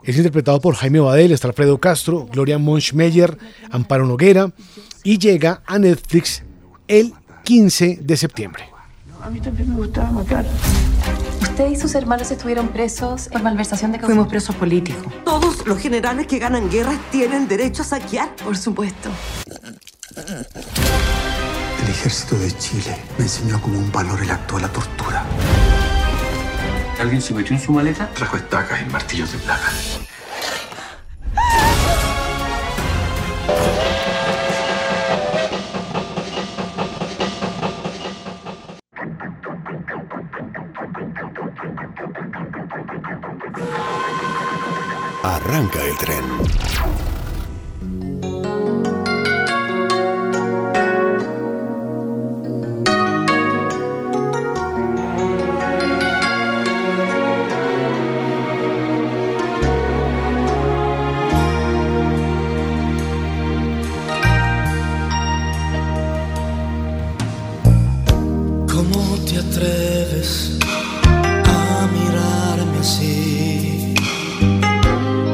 [SPEAKER 7] Es interpretado por Jaime Badel, está Alfredo Castro, Gloria Monchmeyer, Amparo Noguera y llega a Netflix el 15 de septiembre.
[SPEAKER 13] A mí también me gustaba matar.
[SPEAKER 14] Usted y sus hermanos estuvieron presos por malversación de
[SPEAKER 15] Fuimos presos políticos.
[SPEAKER 14] Todos los generales que ganan guerras tienen derecho a saquear. Por supuesto.
[SPEAKER 13] El ejército de Chile me enseñó como un valor el acto de la tortura.
[SPEAKER 16] ¿Alguien se metió en su maleta?
[SPEAKER 13] Trajo estacas y martillos de plata.
[SPEAKER 2] Arranca el tren.
[SPEAKER 4] ¿Cómo te atreves a mirarme así?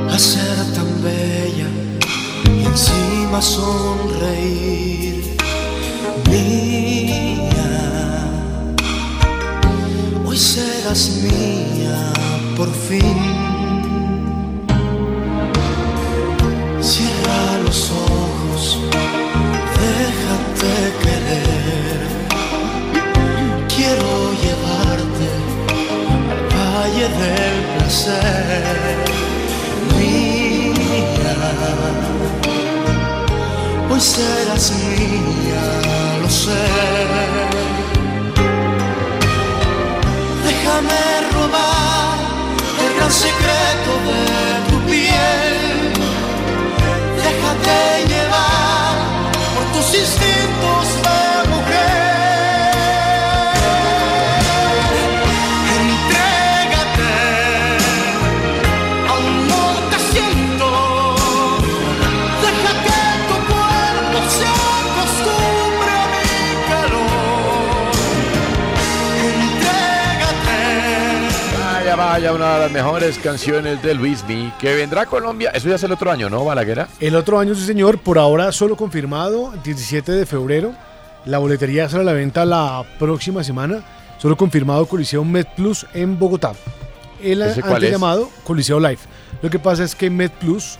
[SPEAKER 4] A ser tan bella y encima sonreír. Mía, hoy serás mía por fin. Cierra los ojos, déjate querer. Quiero llevarte al valle del placer. Mía, hoy serás mía, lo sé. Déjame robar el gran secreto de tu piel. Déjate llevar por tus instintos de mujer. Entrégate, aún no te siento. Deja que tu cuerpo se acostumbre a mi calor. Entrégate.
[SPEAKER 5] Vaya, vaya, una de las mejores canciones de Luis Mi, que vendrá a Colombia. Eso ya es el otro año, ¿no, Balaguera?
[SPEAKER 7] El otro año, sí, señor, por ahora solo confirmado, el 17 de febrero. La boletería será a la venta la próxima semana. Solo confirmado Coliseo Med Plus en Bogotá. El
[SPEAKER 5] ¿Ese cuál
[SPEAKER 7] antes
[SPEAKER 5] es?
[SPEAKER 7] llamado Coliseo Live. Lo que pasa es que Med Plus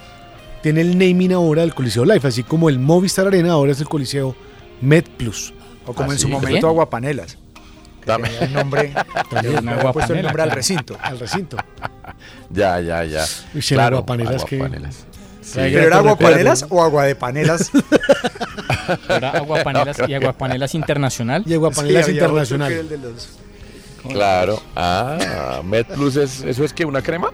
[SPEAKER 7] tiene el naming ahora del Coliseo Live, así como el Movistar Arena ahora es el Coliseo Med Plus.
[SPEAKER 10] O
[SPEAKER 5] ¿Ah,
[SPEAKER 10] como en
[SPEAKER 8] ¿Ah,
[SPEAKER 10] su momento Aguapanelas.
[SPEAKER 5] También.
[SPEAKER 10] El nombre,
[SPEAKER 7] También
[SPEAKER 10] también
[SPEAKER 7] Aguapanela,
[SPEAKER 10] puesto el nombre al
[SPEAKER 7] claro.
[SPEAKER 10] recinto.
[SPEAKER 7] Al recinto.
[SPEAKER 5] Ya, ya, ya.
[SPEAKER 7] Uy, si era Aguapanelas, ¿qué?
[SPEAKER 5] Aguapanelas. Sí.
[SPEAKER 10] ¿Pero era Aguapanelas o Agua de Panelas?
[SPEAKER 8] Ahora Aguapanelas y Aguapanelas Internacional.
[SPEAKER 7] Y
[SPEAKER 10] Aguapanelas Sí, había otro Internacional. que era el de los-
[SPEAKER 5] Claro. Ah, Med Plus es, ¿eso es que una crema?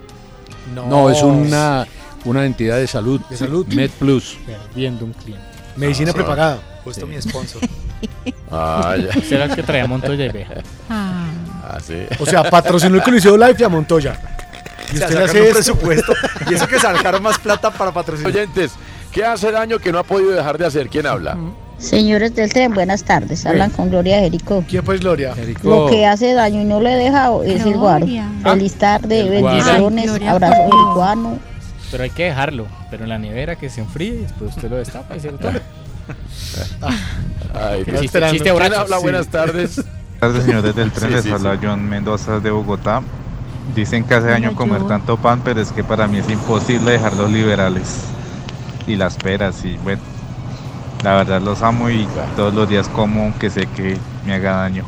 [SPEAKER 6] No, es una, una entidad de salud.
[SPEAKER 5] De salud.
[SPEAKER 6] Med Plus.
[SPEAKER 8] Viendo un cliente.
[SPEAKER 7] Medicina
[SPEAKER 6] Ah, sí.
[SPEAKER 7] prepagada.
[SPEAKER 10] Justo mi sponsor.
[SPEAKER 5] Ah, ya.
[SPEAKER 8] Será el que trae a Montoya y Beja.
[SPEAKER 5] Ah, sí.
[SPEAKER 7] O sea, patrocinó el Coliseo Live y a Montoya. Y
[SPEAKER 10] O sea,
[SPEAKER 7] usted le
[SPEAKER 10] sacaron
[SPEAKER 7] hace
[SPEAKER 10] un
[SPEAKER 7] esto.
[SPEAKER 10] presupuesto. Y eso que sacaron más plata para patrocinar.
[SPEAKER 5] Oyentes, ¿qué hace el año que no ha podido dejar de hacer? ¿Quién habla?
[SPEAKER 17] Señores del tren, buenas tardes. Hablan con Gloria Jericó.
[SPEAKER 7] ¿Quién pues Gloria?
[SPEAKER 17] Lo que hace daño y no le deja es el guaro. Feliz tarde,
[SPEAKER 8] El guaro. Ay,
[SPEAKER 17] bendiciones,
[SPEAKER 8] Gloria,
[SPEAKER 17] abrazo
[SPEAKER 8] por Dios.
[SPEAKER 17] del guano.
[SPEAKER 8] Pero hay que dejarlo. Pero en la nevera que se enfríe y después usted lo destapa y se lo toma.
[SPEAKER 5] Ay,
[SPEAKER 8] Qué
[SPEAKER 5] Dios.
[SPEAKER 8] chiste, chiste
[SPEAKER 5] ¿Quién
[SPEAKER 8] borracho.
[SPEAKER 5] habla?
[SPEAKER 8] Sí.
[SPEAKER 5] Buenas tardes.
[SPEAKER 18] Buenas tardes, señores del tren.
[SPEAKER 5] Sí,
[SPEAKER 18] les
[SPEAKER 5] sí,
[SPEAKER 18] habla John Mendoza de Bogotá. Dicen que hace año comer tanto pan, pero es que para mí es imposible dejar los liberales y las peras. Y bueno, la verdad los amo y todos los días como que sé que me haga daño.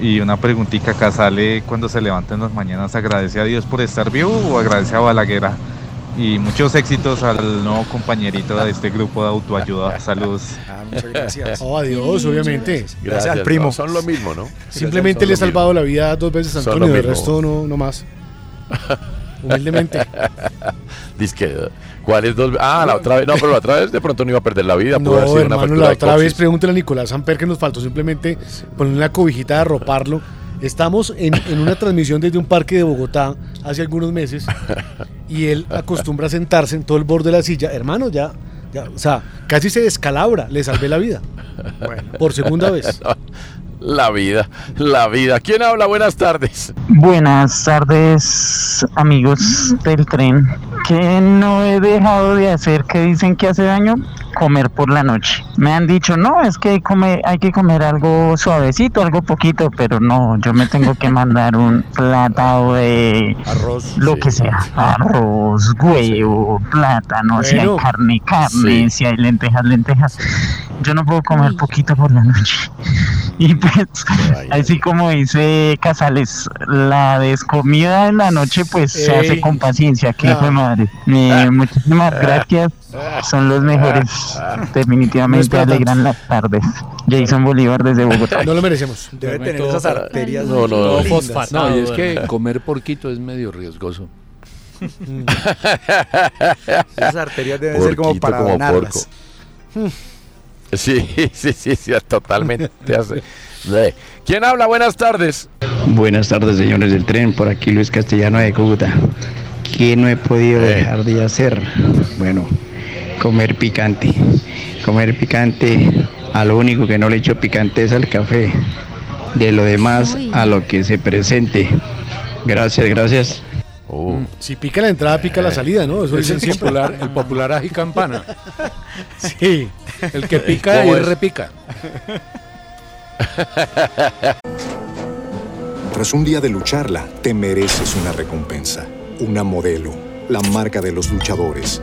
[SPEAKER 18] Y una preguntita acá sale cuando se levantan las mañanas, ¿agradece a Dios por estar vivo o agradece a Balaguera? Y muchos éxitos al nuevo compañerito de este grupo de autoayuda. Saludos.
[SPEAKER 10] Ah, muchas gracias.
[SPEAKER 7] Oh, adiós, obviamente.
[SPEAKER 5] Gracias,
[SPEAKER 18] al primo.
[SPEAKER 5] no, son lo mismo, ¿no?
[SPEAKER 7] Simplemente
[SPEAKER 5] Son
[SPEAKER 7] le he
[SPEAKER 5] lo mismo.
[SPEAKER 7] salvado la vida dos veces a
[SPEAKER 5] Son lo
[SPEAKER 7] Antonio, el
[SPEAKER 5] mismo.
[SPEAKER 7] resto no, no más. Humildemente.
[SPEAKER 5] Disque, ¿cuál es dos? ve- Ah, la otra vez. No, pero la otra vez de pronto no iba a perder la vida.
[SPEAKER 7] No,
[SPEAKER 5] pudo haber sido una
[SPEAKER 7] hermano,
[SPEAKER 5] fractura
[SPEAKER 7] la
[SPEAKER 5] de
[SPEAKER 7] otra
[SPEAKER 5] coxis.
[SPEAKER 7] vez pregúntale a Nicolás Samper que nos faltó simplemente poner una cobijita, arroparlo. Estamos en, en una transmisión desde un parque de Bogotá hace algunos meses y él acostumbra a sentarse en todo el borde de la silla. Hermano, ya, ya, o sea, casi se descalabra, le salvé la vida. Por segunda vez.
[SPEAKER 5] La vida, la vida. ¿Quién habla? Buenas tardes.
[SPEAKER 19] Buenas tardes amigos del tren.
[SPEAKER 15] que no he dejado de hacer que dicen que hace daño? Comer por la noche. Me han dicho, no, es que hay, come- hay que comer algo suavecito, algo poquito, pero no, yo me tengo que mandar un plátano de
[SPEAKER 19] Arroz,
[SPEAKER 15] lo
[SPEAKER 19] sí.
[SPEAKER 15] que sea, arroz, huevo, plátano, si hay
[SPEAKER 19] Bueno.
[SPEAKER 15] carne, carne,
[SPEAKER 19] Sí.
[SPEAKER 15] si hay lentejas, lentejas. Yo no puedo comer poquito por la noche. Y pues, así como dice Casales, la descomida en la noche pues se hace
[SPEAKER 19] Ey.
[SPEAKER 15] con paciencia, que
[SPEAKER 7] Ah.
[SPEAKER 19] No.
[SPEAKER 15] fue madre. Eh, muchísimas gracias, son los mejores,
[SPEAKER 7] Ah.
[SPEAKER 15] definitivamente
[SPEAKER 19] No es para
[SPEAKER 15] alegran las tardes. Jason Bolívar desde Bogotá.
[SPEAKER 7] No lo merecemos.
[SPEAKER 6] Debe
[SPEAKER 19] tener esas arterias
[SPEAKER 6] No, no,
[SPEAKER 19] todo
[SPEAKER 6] no.
[SPEAKER 19] fosfatado,
[SPEAKER 6] No, y es que
[SPEAKER 19] ¿verdad?
[SPEAKER 6] comer porquito es medio riesgoso.
[SPEAKER 19] Esas arterias deben ser como para donarlas.
[SPEAKER 5] Sí, sí, sí, sí, totalmente. hace- Sí. ¿Quién habla? Buenas tardes.
[SPEAKER 20] Buenas tardes, señores del tren. Por aquí Luis Castellano de Cúcuta. ¿Qué no he podido
[SPEAKER 7] Eh.
[SPEAKER 20] dejar de hacer? Bueno, comer picante. Comer picante. A lo único que no le echo picante es al café. De lo demás, a lo que se presente. Gracias, gracias.
[SPEAKER 6] Oh.
[SPEAKER 5] Mm.
[SPEAKER 7] Si pica la entrada, pica la salida, ¿no? Eso
[SPEAKER 6] Es
[SPEAKER 7] dicen
[SPEAKER 6] Eh, el
[SPEAKER 7] siempre.
[SPEAKER 6] popular- el popular ají campana.
[SPEAKER 7] Sí.
[SPEAKER 6] El que pica y
[SPEAKER 7] ¿Cómo es?
[SPEAKER 6] repica.
[SPEAKER 11] Tras un día de lucharla, te mereces una recompensa, una modelo, la marca de los luchadores.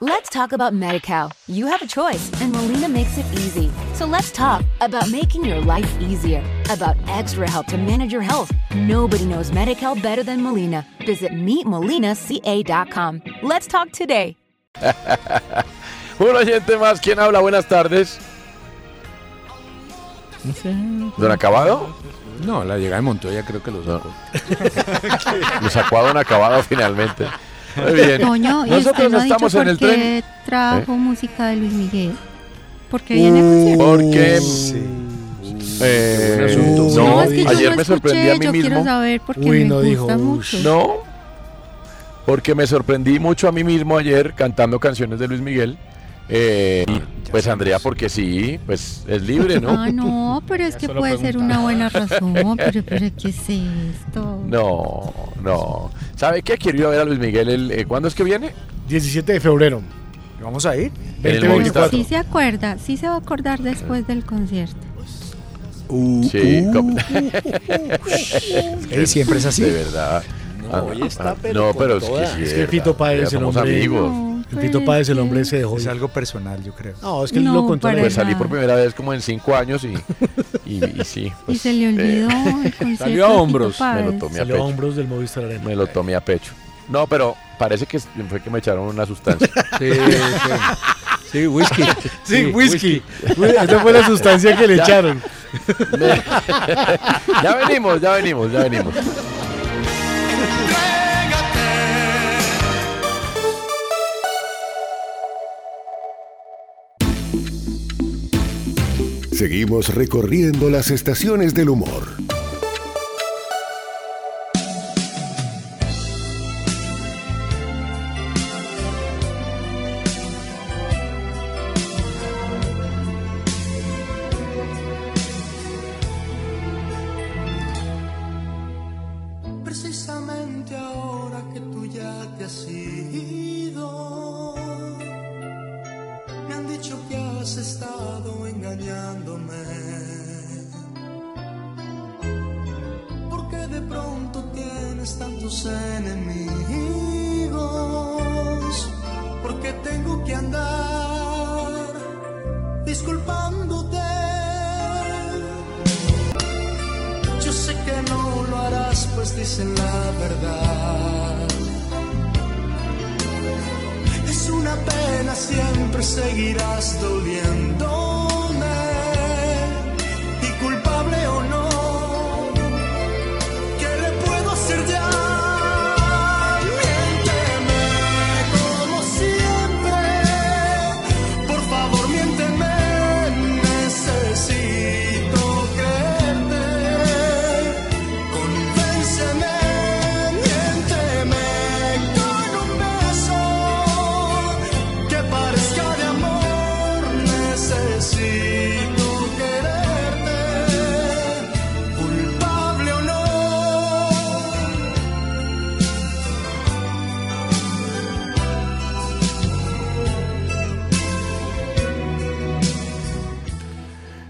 [SPEAKER 1] Let's talk about Medi-Cal. You have a choice, and Molina makes it easy. So let's talk about making your life easier, about extra help to manage your health. Nobody knows Medi-Cal better than Molina. Visit meetmolinaca.com. Let's talk today.
[SPEAKER 5] Un oyente más. ¿Quién habla? Buenas tardes.
[SPEAKER 4] Mm.
[SPEAKER 5] ¿Don Acabado?
[SPEAKER 6] No, la llegada de Montoya creo que lo sacó.
[SPEAKER 5] Lo sacó a Don Acabado finalmente. Muy bien.
[SPEAKER 9] Toño, y usted
[SPEAKER 5] Nosotros
[SPEAKER 9] no ha dicho
[SPEAKER 5] estamos
[SPEAKER 9] por
[SPEAKER 5] en el
[SPEAKER 9] qué
[SPEAKER 5] tren. Eh. Uh,
[SPEAKER 9] trajo música de Luis Miguel. Porque viene concierto.
[SPEAKER 5] Porque. Eh, no,
[SPEAKER 9] es que yo
[SPEAKER 5] ayer
[SPEAKER 9] no
[SPEAKER 5] me
[SPEAKER 9] escuché,
[SPEAKER 5] sorprendí a mí
[SPEAKER 9] yo quiero
[SPEAKER 5] mismo.
[SPEAKER 9] saber por qué Uy, me no dijo, gusta mucho.
[SPEAKER 5] No, porque me sorprendí mucho a mí mismo ayer cantando canciones de Luis Miguel. Eh, pues Andrea, porque sí, pues es libre, ¿no?
[SPEAKER 9] Ah, no, pero es que puede ser una buena razón. Pero, pero, ¿qué es esto?
[SPEAKER 5] No, no. ¿Sabe qué? Quiero ir a ver a Luis Miguel. El, eh, ¿Cuándo es que viene?
[SPEAKER 7] 17 de febrero.
[SPEAKER 5] Vamos a ir. En el
[SPEAKER 7] 2024.
[SPEAKER 5] Movistar.
[SPEAKER 9] Sí se acuerda, sí se va a acordar después del concierto.
[SPEAKER 5] Sí,
[SPEAKER 9] uh,
[SPEAKER 5] como-
[SPEAKER 9] uh,
[SPEAKER 5] Es que
[SPEAKER 10] Él siempre es así.
[SPEAKER 5] De verdad.
[SPEAKER 10] No,
[SPEAKER 5] Ah,
[SPEAKER 10] hoy está,
[SPEAKER 5] ah,
[SPEAKER 10] pero
[SPEAKER 5] No,
[SPEAKER 10] con
[SPEAKER 5] pero es que
[SPEAKER 10] toda.
[SPEAKER 5] sí,
[SPEAKER 10] Es
[SPEAKER 5] de
[SPEAKER 10] que
[SPEAKER 5] verdad.
[SPEAKER 7] Fito Páez
[SPEAKER 5] Ya
[SPEAKER 7] es el
[SPEAKER 5] somos
[SPEAKER 7] hombre-
[SPEAKER 5] amigos.
[SPEAKER 7] El Pito Páez, el hombre, se dejó.
[SPEAKER 10] Es algo personal, yo creo.
[SPEAKER 7] No, es que él lo controla.
[SPEAKER 5] Pues salí por primera vez como en cinco años y, y, y sí. pues, eh,
[SPEAKER 9] Y se le olvidó el concierto
[SPEAKER 5] Me lo
[SPEAKER 9] de Fito Páez.
[SPEAKER 5] tomé a
[SPEAKER 7] Salió a
[SPEAKER 5] pecho.
[SPEAKER 7] hombros del Movistar Arena.
[SPEAKER 5] Me lo tomé a pecho. No, pero parece que fue que me echaron una sustancia.
[SPEAKER 6] Sí, sí. Sí, whisky.
[SPEAKER 7] Sí, whisky. Esa fue la sustancia que le
[SPEAKER 5] Ya.
[SPEAKER 7] echaron.
[SPEAKER 5] Me- ya venimos, ya venimos, ya venimos.
[SPEAKER 2] Seguimos recorriendo las estaciones del humor.
[SPEAKER 4] Precisamente ahora que tú ya te has ido, me han dicho que has estado engañándome. Porque de pronto tienes tantos enemigos, porque tengo que andar disculpándote. Yo sé que no lo harás, pues dicen la verdad. Es una pena, siempre seguirás doliéndome. Y culpable o no, ¿qué le puedo hacer ya? Miénteme como siempre. Por favor, miénteme, necesito creer.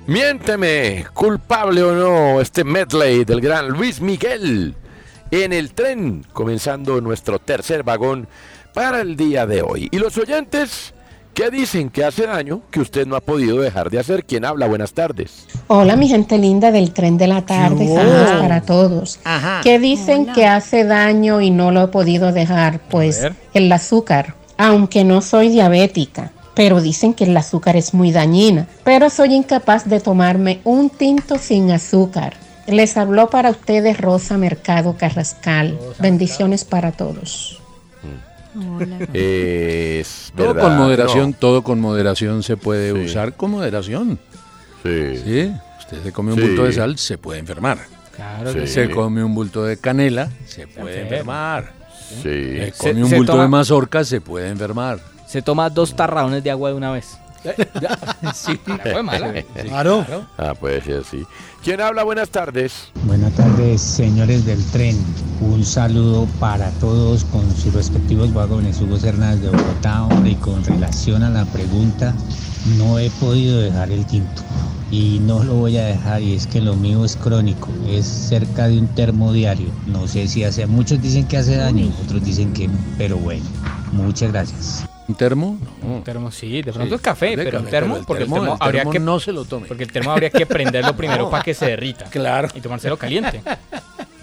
[SPEAKER 5] Miénteme, culpable o no, este medley del gran Luis Miguel en el tren, comenzando nuestro tercer vagón para el día de hoy. Y los oyentes, ¿qué dicen que hace daño que usted no ha podido dejar de hacer? ¿Quién habla? Buenas tardes.
[SPEAKER 21] Hola, mi gente linda del tren de la tarde.
[SPEAKER 5] hubo?
[SPEAKER 21] Saludos para todos.
[SPEAKER 5] Ajá.
[SPEAKER 21] ¿Qué dicen que hace daño y no lo he podido dejar? Pues
[SPEAKER 8] ver.
[SPEAKER 21] el azúcar. Aunque no soy diabética, pero dicen que el azúcar es muy dañina. Pero soy incapaz de tomarme un tinto sin azúcar. Les habló para ustedes Rosa Mercado Carrascal. Bendiciones para todos.
[SPEAKER 5] Es
[SPEAKER 6] Todo
[SPEAKER 5] verdad,
[SPEAKER 6] con moderación,
[SPEAKER 5] no.
[SPEAKER 6] todo con moderación se puede usar con moderación.
[SPEAKER 5] Sí.
[SPEAKER 6] Usted se come un
[SPEAKER 5] Sí.
[SPEAKER 6] bulto de sal, se puede enfermar.
[SPEAKER 8] Claro
[SPEAKER 5] que
[SPEAKER 6] Se
[SPEAKER 5] sí.
[SPEAKER 6] come un bulto de canela, se puede
[SPEAKER 8] enferma.
[SPEAKER 6] enfermar.
[SPEAKER 5] Sí.
[SPEAKER 6] Se
[SPEAKER 8] Se-
[SPEAKER 6] come un
[SPEAKER 8] se
[SPEAKER 6] bulto
[SPEAKER 8] toma-
[SPEAKER 6] de mazorca, se puede enfermar.
[SPEAKER 8] Se toma dos tarraones de agua de una vez. sí, Ah, fue mala.
[SPEAKER 5] Sí,
[SPEAKER 7] Claro.
[SPEAKER 5] Ah, puede ser, sí. ¿Quién habla? Buenas tardes.
[SPEAKER 22] Buenas tardes, señores del tren. Un saludo para todos con sus respectivos vagones. Hugo Hernández de Bogotá, hombre, y con relación a la pregunta, no he podido dejar el tinto. Y no lo voy a dejar, y es que lo mío es crónico, es cerca de un termo diario. No sé si hace, muchos dicen que hace daño, otros dicen que no, pero bueno, muchas gracias.
[SPEAKER 6] ¿Un termo?
[SPEAKER 8] Un termo, sí, de pronto
[SPEAKER 6] Sí,
[SPEAKER 8] el café,
[SPEAKER 6] de
[SPEAKER 8] pero un
[SPEAKER 6] café,
[SPEAKER 8] termo,
[SPEAKER 6] pero el
[SPEAKER 8] porque el
[SPEAKER 6] termo-
[SPEAKER 8] termo,
[SPEAKER 6] el
[SPEAKER 8] habría
[SPEAKER 6] termo
[SPEAKER 8] que.
[SPEAKER 6] no se lo tome.
[SPEAKER 8] Porque el termo habría que prenderlo primero
[SPEAKER 6] No.
[SPEAKER 8] para que se derrita.
[SPEAKER 6] Claro.
[SPEAKER 8] Y tomárselo caliente.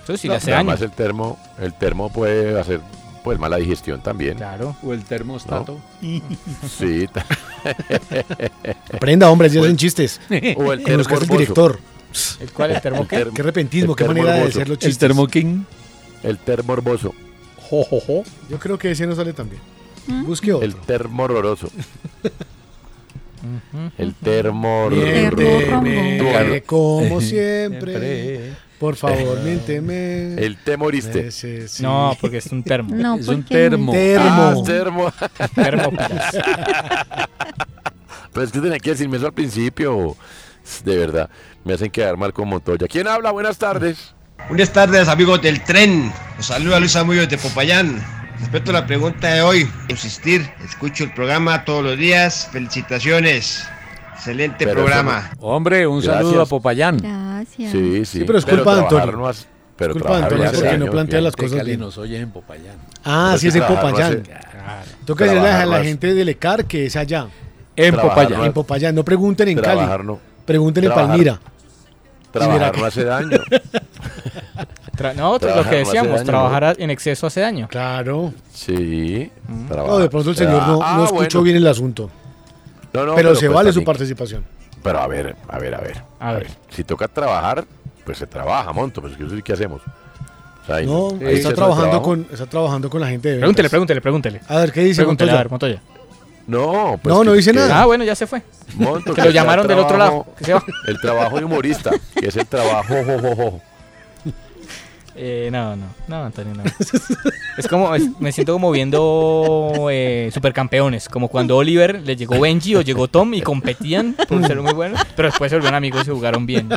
[SPEAKER 8] Eso sí le
[SPEAKER 5] No,
[SPEAKER 8] hace
[SPEAKER 5] nada
[SPEAKER 8] daño.
[SPEAKER 5] más el termo, el termo puede hacer pues mala digestión también.
[SPEAKER 8] Claro.
[SPEAKER 6] O el termostato.
[SPEAKER 5] Sí. ta-
[SPEAKER 7] Aprenda, hombre, ya
[SPEAKER 5] O el-
[SPEAKER 7] hacen chistes.
[SPEAKER 5] O el
[SPEAKER 7] Conozcas
[SPEAKER 5] termo
[SPEAKER 7] el director.
[SPEAKER 8] ¿El cuál? ¿El termo qué?
[SPEAKER 7] Qué repentismo, qué manera de hacer los chistes.
[SPEAKER 6] king.
[SPEAKER 5] El termo hermoso.
[SPEAKER 7] Yo creo que ese no sale tan bien. Mm. Busque otro.
[SPEAKER 5] El termo horroroso. el termo
[SPEAKER 7] Miénteme,
[SPEAKER 5] horroroso.
[SPEAKER 7] como siempre. Por favor, miénteme.
[SPEAKER 5] El temoriste.
[SPEAKER 7] Necesito-
[SPEAKER 8] No, porque es un termo.
[SPEAKER 7] No, Eh, Es un porque no es-
[SPEAKER 5] Termo.
[SPEAKER 7] Termo.
[SPEAKER 5] Ah, termo.
[SPEAKER 8] Termo, pues. pilas.
[SPEAKER 5] Pero es que tenía que decirme eso al principio. De verdad, me hacen quedar mal con Montoya. ¿Quién habla? Buenas tardes.
[SPEAKER 23] Buenas tardes, amigos del tren. Los saluda Luis Amullo de Popayán. Respecto a la pregunta de hoy, insistir, escucho el programa todos los días. Felicitaciones. Excelente
[SPEAKER 6] Pero
[SPEAKER 23] programa.
[SPEAKER 6] eso no- Hombre, un
[SPEAKER 5] Gracias.
[SPEAKER 6] saludo a Popayán.
[SPEAKER 9] Gracias.
[SPEAKER 5] Sí, sí.
[SPEAKER 7] Sí, pero es culpa de
[SPEAKER 5] trabajar
[SPEAKER 7] Antonio.
[SPEAKER 5] no hace- pero
[SPEAKER 7] Es culpa de
[SPEAKER 5] trabajar
[SPEAKER 7] Antonio
[SPEAKER 5] hace
[SPEAKER 7] porque no
[SPEAKER 5] daño,
[SPEAKER 7] plantea
[SPEAKER 5] ¿qué?
[SPEAKER 7] las
[SPEAKER 6] De
[SPEAKER 7] cosas
[SPEAKER 6] Cali
[SPEAKER 7] bien.
[SPEAKER 6] nos oye en Popayán.
[SPEAKER 7] Ah, sí, es en
[SPEAKER 5] Trabajar no
[SPEAKER 7] Popayán.
[SPEAKER 5] hace-
[SPEAKER 7] Toca decirle
[SPEAKER 5] Trabajar
[SPEAKER 7] a
[SPEAKER 5] no
[SPEAKER 7] la
[SPEAKER 5] hace-
[SPEAKER 7] gente del ECAR que es allá.
[SPEAKER 6] En
[SPEAKER 5] Trabajar Popayán. no
[SPEAKER 7] En Popayán. No pregunten en
[SPEAKER 5] Trabajar
[SPEAKER 7] Cali.
[SPEAKER 5] no-
[SPEAKER 7] Pregunten en
[SPEAKER 5] trabajar-
[SPEAKER 7] Palmira.
[SPEAKER 5] Trabajar
[SPEAKER 7] Veracruz.
[SPEAKER 5] no hace daño.
[SPEAKER 8] Tra- no, pues lo
[SPEAKER 5] Trabajar
[SPEAKER 8] que
[SPEAKER 5] no hace
[SPEAKER 8] decíamos,
[SPEAKER 5] daño,
[SPEAKER 8] trabajar a- en exceso hace daño. Mm.
[SPEAKER 7] Claro.
[SPEAKER 5] Sí. trabajar-
[SPEAKER 7] No, de pronto el señor no,
[SPEAKER 5] Ah,
[SPEAKER 7] no escuchó
[SPEAKER 5] bueno.
[SPEAKER 7] bien el asunto.
[SPEAKER 5] No, no,
[SPEAKER 7] pero, se
[SPEAKER 5] pues
[SPEAKER 7] vale su
[SPEAKER 5] también-
[SPEAKER 7] participación.
[SPEAKER 5] Pero a ver, a ver, a ver. A ver. Si toca trabajar, pues se trabaja, Monto. Pues ¿qué- ¿qué hacemos? O sea, ahí-
[SPEAKER 7] No,
[SPEAKER 5] ahí
[SPEAKER 7] está
[SPEAKER 5] se
[SPEAKER 7] trabajando,
[SPEAKER 5] trabaja.
[SPEAKER 7] con, está trabajando con la gente de ventas.
[SPEAKER 8] Pregúntele, pregúntele, pregúntele.
[SPEAKER 7] A ver, ¿qué dice
[SPEAKER 8] Pregúntele,
[SPEAKER 7] Montoya?
[SPEAKER 8] a ver, Montoya.
[SPEAKER 5] No, pues
[SPEAKER 7] No, no
[SPEAKER 5] que-
[SPEAKER 7] dice
[SPEAKER 5] que-
[SPEAKER 7] nada.
[SPEAKER 8] Ah, bueno, ya se fue.
[SPEAKER 5] Monto,
[SPEAKER 8] que lo
[SPEAKER 5] sea
[SPEAKER 8] llamaron del otro lado.
[SPEAKER 5] trabajo-
[SPEAKER 8] que se va.
[SPEAKER 5] El trabajo de humorista, que es el trabajo. jo, jo, jo.
[SPEAKER 8] Eh, no, no, no, Antonio, no. es como, es- me siento como viendo eh, supercampeones, como cuando Oliver le llegó Benji o llegó Tom y competían por ser muy buenos, pero después se volvieron amigos y se jugaron bien.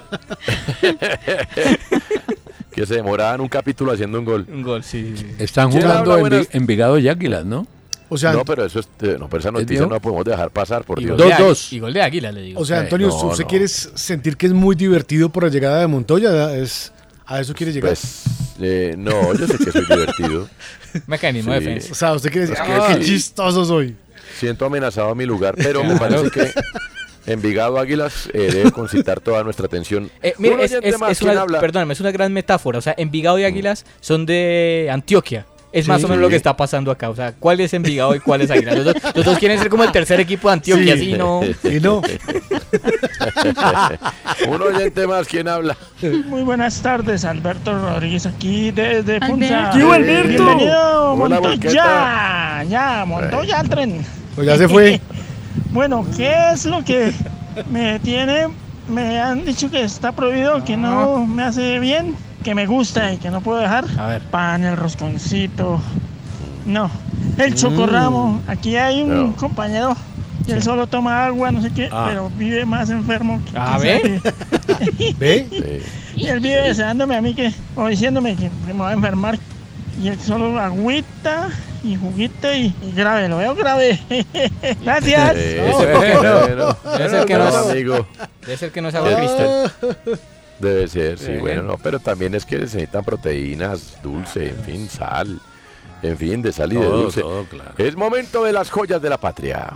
[SPEAKER 5] que se demoraban un capítulo haciendo un gol.
[SPEAKER 8] Un gol, sí.
[SPEAKER 6] Están
[SPEAKER 5] ¿Quién
[SPEAKER 6] jugando
[SPEAKER 5] habla?
[SPEAKER 6] en Vi-
[SPEAKER 5] Buenas-
[SPEAKER 6] Envigado y Águilas, ¿no?
[SPEAKER 7] O sea,
[SPEAKER 5] no, pero eso es, eh, no, pero esa noticia
[SPEAKER 6] viejo?
[SPEAKER 5] no la podemos dejar pasar por
[SPEAKER 6] Y
[SPEAKER 5] Dios.
[SPEAKER 6] gol de Dos, Águila- dos.
[SPEAKER 8] Y gol de Águila, le digo.
[SPEAKER 7] O sea, Antonio,
[SPEAKER 5] no,
[SPEAKER 7] ¿usted
[SPEAKER 5] no.
[SPEAKER 7] quiere sentir que es muy divertido por la llegada de Montoya? ¿Es, ¿A eso quiere llegar?
[SPEAKER 5] Pues, eh, no, yo sé que soy divertido.
[SPEAKER 8] Mecanismo
[SPEAKER 5] Sí.
[SPEAKER 8] de defensa.
[SPEAKER 7] o sea, ¿usted quiere decir,
[SPEAKER 5] Es que
[SPEAKER 7] "Ah, qué
[SPEAKER 5] sí.
[SPEAKER 7] chistoso soy?
[SPEAKER 5] Siento amenazado mi lugar, pero me
[SPEAKER 8] Claro.
[SPEAKER 5] parece que Envigado Águilas eh, debe concitar toda nuestra atención.
[SPEAKER 8] Eh, mire,
[SPEAKER 5] Un
[SPEAKER 8] es,
[SPEAKER 5] oyente
[SPEAKER 8] es-
[SPEAKER 5] más,
[SPEAKER 8] es
[SPEAKER 5] ¿quién
[SPEAKER 8] una,
[SPEAKER 5] habla?
[SPEAKER 8] perdóname, es una gran metáfora. O sea, Envigado y Águilas son de Antioquia. Es más
[SPEAKER 5] Mm. Sí.
[SPEAKER 8] o menos lo que está pasando acá. O sea, ¿cuál es Envigado y cuál es Águilas? Los, dos- los dos quieren ser como el tercer equipo de Antioquia,
[SPEAKER 5] Sí.
[SPEAKER 8] ¿sí? No.
[SPEAKER 7] Y no.
[SPEAKER 5] Un oyente más, ¿quién habla?
[SPEAKER 24] Muy buenas tardes, Alberto Rodríguez aquí desde Punta.
[SPEAKER 5] ¿Qué hubo, Alberto?
[SPEAKER 24] Bienvenido,
[SPEAKER 5] Hola,
[SPEAKER 24] Montoya.
[SPEAKER 5] Volqueta.
[SPEAKER 24] Ya, Montoya al tren.
[SPEAKER 7] Pues ya se fue.
[SPEAKER 24] bueno, ¿qué es lo que me tiene? Me han dicho que está prohibido, que no me hace bien, que me gusta y que no puedo dejar.
[SPEAKER 8] A ver.
[SPEAKER 24] Pan, el rosconcito. No, el chocorramo. Aquí hay un
[SPEAKER 8] Mm. No.
[SPEAKER 24] compañero que él solo toma agua, no sé qué,
[SPEAKER 8] Ah.
[SPEAKER 24] pero vive más enfermo que.
[SPEAKER 8] A
[SPEAKER 24] que
[SPEAKER 8] ver.
[SPEAKER 24] sabe.
[SPEAKER 7] ¿Ve?
[SPEAKER 24] Y él vive deseándome a mí que, o diciéndome que me voy a enfermar. Y él solo agüita y juguete y, y grave, lo veo grave. Gracias.
[SPEAKER 5] Eh,
[SPEAKER 24] No.
[SPEAKER 5] bueno,
[SPEAKER 8] Debe ser que no es-
[SPEAKER 5] amigo.
[SPEAKER 8] debe ser que no es agua de cristal.
[SPEAKER 5] Debe ser, sí,
[SPEAKER 8] Bien.
[SPEAKER 5] bueno, no, pero también es que se necesitan proteínas, dulce, en fin, sal, en fin, de sal y de
[SPEAKER 3] Todo,
[SPEAKER 5] dulce.
[SPEAKER 3] todo, claro.
[SPEAKER 5] Es momento de las joyas de la patria.